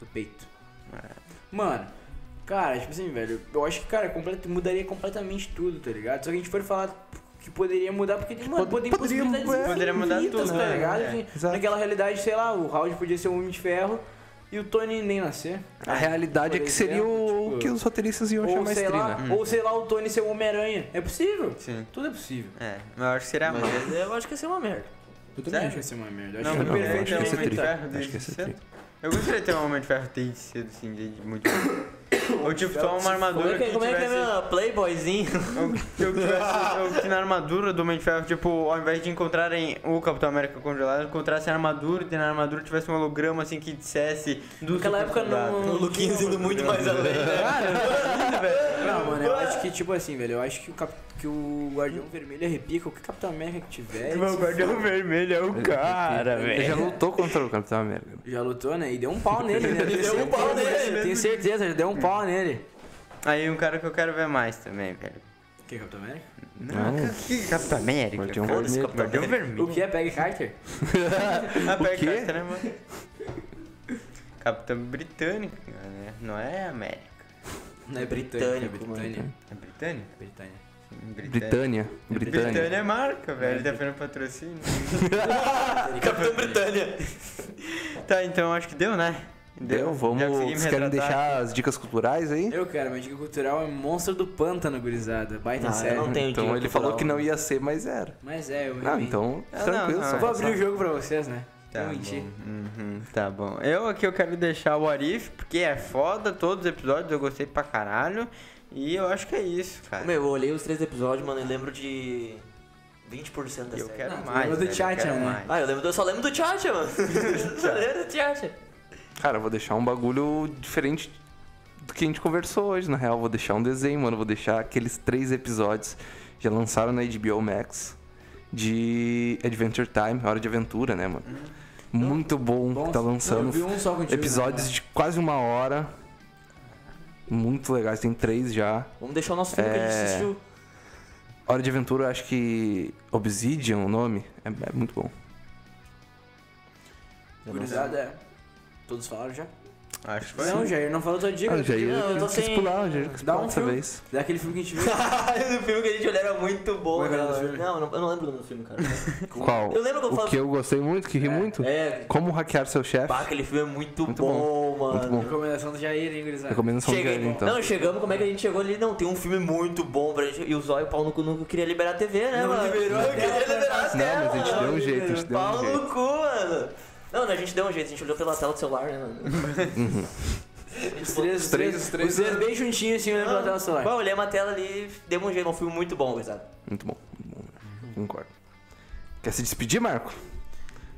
D: do peito. É. Mano, cara, tipo assim, velho, eu acho que, cara, complet- mudaria completamente tudo, tá ligado? Só que a gente for falar que poderia mudar, porque, tipo, mano,
B: pod-
D: tem
B: poderia-
D: possibilidades
B: é,
E: poderia mudar
D: infinitas,
E: tudo,
D: tá
E: né?
D: ligado?
E: É,
D: Assim,
B: exato.
D: Naquela realidade, sei lá, o Howard podia ser um homem de ferro e o Tony nem nascer.
B: A
E: Ah,
B: realidade é
D: Por
B: que seria o
E: tipo,
D: exemplo,
B: que os roteiristas iam achar
D: Ou
B: mais
D: sei,
B: tri,
D: lá,
B: né?
D: ou sei lá, o Tony ser o Homem-Aranha. É possível.
E: Sim.
D: Tudo é possível.
E: É, mas eu acho que seria mal.
A: Mas eu acho que ia ser uma merda.
D: Eu também
E: Sério?
D: acho que vai ser uma merda. Eu
E: Não,
D: acho que
E: não,
D: é
E: eu acho
D: perfeito.
E: que ia ser
D: também,
E: tri.
D: tá?
E: ferro
B: Acho que ia
E: desde
B: ser tri.
E: cedo. Eu gostaria de ter um Homem de Ferro desde cedo, assim, desde muito. Ou tipo, só uma
A: Como é
E: armadura
A: que,
E: que
A: como é que é
E: tivesse.
A: minha Playboyzinho?
E: Eu, eu, tivesse, eu que na armadura do Homem de Ferro, tipo, ao invés de encontrarem o Capitão América congelado, encontrassem a armadura e na armadura tivesse um holograma assim que dissesse do
D: Naquela época não. um
A: O Luquinhas indo muito mais além, né?
D: Não, mano, eu acho que, tipo assim, velho, eu acho que o, cap... que o Guardião Vermelho arrepia qualquer Capitão América que tiver. tipo,
E: O meu
D: ele se
E: guardião vermelho é o cara,
B: Ele já
E: velho.
B: lutou contra o Capitão América.
D: Já lutou, né? E deu um pau nele, né? Tenho
A: deu um pau
D: certeza,
A: nele.
D: Tenho certeza, já deu um pau nele.
E: Aí um cara que eu quero ver mais também, velho.
D: Que Capitão América?
B: Não,
E: Que Capitão América?
B: Guardião
E: cara.
B: Vermelho.
E: Guardião
D: O
E: vermelho.
D: que é Peggy Carter?
E: Ah, pera,
B: quê?
E: Carter, né, mano? Capitão britânico, cara, né? Não é América.
D: Não é
A: Britânico,
D: britânico, Britânia.
E: É britânico?
D: Britânia.
B: Britânia. Britânia.
E: Britânia é marca, velho. Tá vendo patrocínio?
A: Capitão Britânia.
E: Tá, então acho que deu, né?
B: Deu,
E: Já consegui me
B: Então, vamos. Vocês querem
E: retratar.
B: deixar as dicas culturais aí?
D: Eu, cara, minha dica cultural é Monstro do Pântano, gurizada. Baita
A: Ah,
D: sério.
A: eu não tenho
B: Então
A: dica
B: ele falou
A: cultural.
B: que não ia ser, mas era.
D: Mas é, eu
B: Ah,
D: realmente-
B: então,
E: Ah,
B: tranquilo.
E: não,
B: só
E: não,
D: Vou
B: vai.
D: abrir o jogo pra vocês, né?
E: Tá
D: Não
E: bom.
D: mentir.
E: Uhum, tá bom. Eu aqui eu quero deixar o Arif, porque é foda, todos os episódios eu gostei pra caralho. E eu acho que é isso, cara.
A: Meu, eu olhei os três episódios, mano, e lembro de 20% da
E: eu
A: série.
E: quero
D: tu
E: mais.
D: lembra do
E: velho, eu
D: Tchatcha,
E: quero
D: né?
E: mais.
A: Ah, eu, lembro, do- eu só lembro do Tchatcha, mano. só lembro do Tchatcha.
B: Cara, eu vou deixar um bagulho diferente do que a gente conversou hoje, na real. Vou deixar um desenho, mano. Vou deixar aqueles três episódios que já lançaram na HBO Max de Adventure Time, Hora de Aventura, né, mano? Muito bom, que tá lançando.
D: eu vi um só contigo,
B: episódios
D: né?
B: de quase uma hora. Muito legais, tem três já.
A: Vamos deixar o nosso filme que a gente assistiu.
B: Hora de Aventura, eu acho que Obsidian, o nome. É, é muito bom.
D: Gurizada, é. Todos falaram já?
E: Acho que
D: foi. Não, Jair, não falou tua dica.
B: Ah, o Jair
D: É, Não, eu tô
B: quis
D: sem...
B: pular, o Jair quis
D: Dá
B: pular
D: um
B: dessa
D: filme.
B: vez.
D: Dá aquele filme que a gente viu.
A: o filme que a gente olhou era muito bom,
D: Como é que era o
A: cara.
D: filme?
A: Não, eu não- eu não lembro do nome do filme, cara.
B: Qual?
A: Eu lembro que eu
B: o
A: falo-
B: que eu gostei muito, que ri muito.
A: é.
B: Como hackear seu chefe.
A: Pá, aquele filme é muito,
B: Muito
A: bom,
B: bom,
A: mano.
B: muito bom.
D: Recomendação do Jair, hein, gurizada?
B: Recomendação do
A: Cheguei-
B: Jair, então.
A: Não, chegamos, como é que a gente chegou ali? Não, tem um filme muito bom pra gente. E o Zóio, o pau no cu, nunca queria liberar a TV, né,
D: Não
A: mano?
D: liberou a
A: não queria
D: tela,
A: liberar a
B: Não, mas a gente
A: tela,
B: deu um
A: mano.
B: jeito, a gente deu um
A: Pau no
B: jeito.
A: cu, mano. Não, não, a gente deu um jeito, a gente olhou pela tela do celular, né, mano?
D: Os três, os três, os três. bem juntinhos, assim, olhando pela tela do celular.
A: Bom, olhei uma tela ali, deu um jeito, é um filme muito bom, gurizada.
B: Muito bom, muito bom. né? Concordo. Quer se despedir, Marco?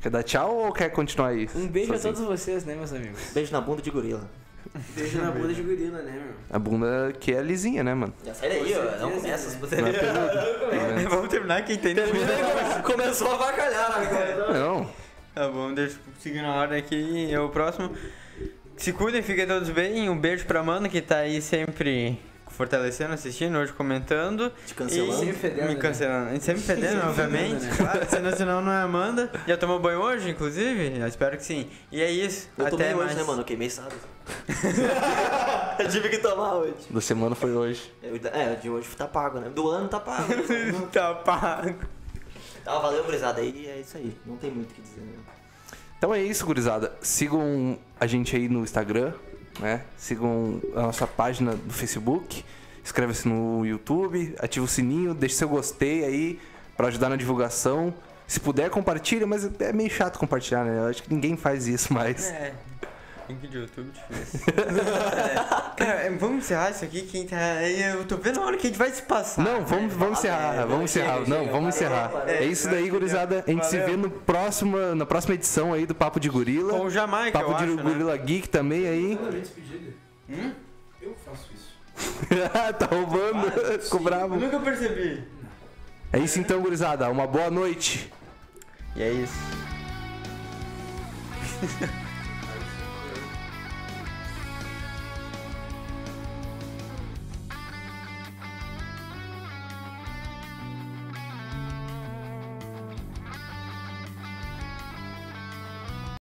B: Quer dar tchau ou quer continuar aí?
D: Um beijo a
B: sozinho?
D: todos vocês, né, meus amigos?
A: Beijo na bunda de gorila.
D: Beijo na bunda de gorila, né, meu?
B: A bunda que é lisinha, né, mano?
A: Já sai daí, ó. Não começa, se você...
B: Não é peludo.
E: Vamos terminar quem tem.
A: Começou a avacalhar, né, cara?
B: Não.
E: Tá bom, deixa eu seguir na ordem aqui. É o próximo. Se cuidem, fiquem todos bem. Um beijo pra Mano que tá aí sempre fortalecendo, assistindo, hoje comentando. Te
A: cancelando.
E: E
A: Sempre
D: fedendo,
E: Me
D: né?
E: cancelando. Sempre fedendo,
D: Sempre
E: obviamente.
D: fedendo, né?
E: Claro, senão, senão não é Amanda. Já tomou banho hoje, inclusive? Eu espero que sim. E é isso.
A: Eu
E: Até
A: tomei
E: mais.
A: hoje, né, mano? Eu queimei sábado. eu tive que tomar hoje.
B: Da semana foi hoje.
A: Eu- é, o de hoje tá pago, né? Do ano tá pago.
E: tá pago.
A: Tá, valeu, gurizada. Aí é isso aí. Não tem muito o que dizer, né?
B: Então é isso, gurizada. Sigam a gente aí no Instagram, né? Sigam a nossa página do Facebook. Inscreva-se no YouTube, ativa o sininho, deixe seu gostei aí pra ajudar na divulgação. Se puder, compartilha, mas é meio chato compartilhar, né? Eu acho que ninguém faz isso mais.
E: É. Link de YouTube difícil. É. Cara, é, vamos encerrar isso aqui. Quem tá. Eu tô vendo a hora que a gente vai se passar.
B: Não, vamos, vamos encerrar, vamos encerrar. Não, vamos encerrar. É isso daí, gurizada. A gente se vê no próximo, na próxima edição aí do Papo de Gorila.
E: Ou jamais,
B: Papo
E: eu
B: de
E: acho, né? Hum?
B: Gorila Geek também aí.
J: Eu faço isso.
B: tá roubando, ficou bravo.
E: Eu nunca percebi.
B: É isso então,
E: é
B: gurizada. Uma boa noite.
E: E é isso.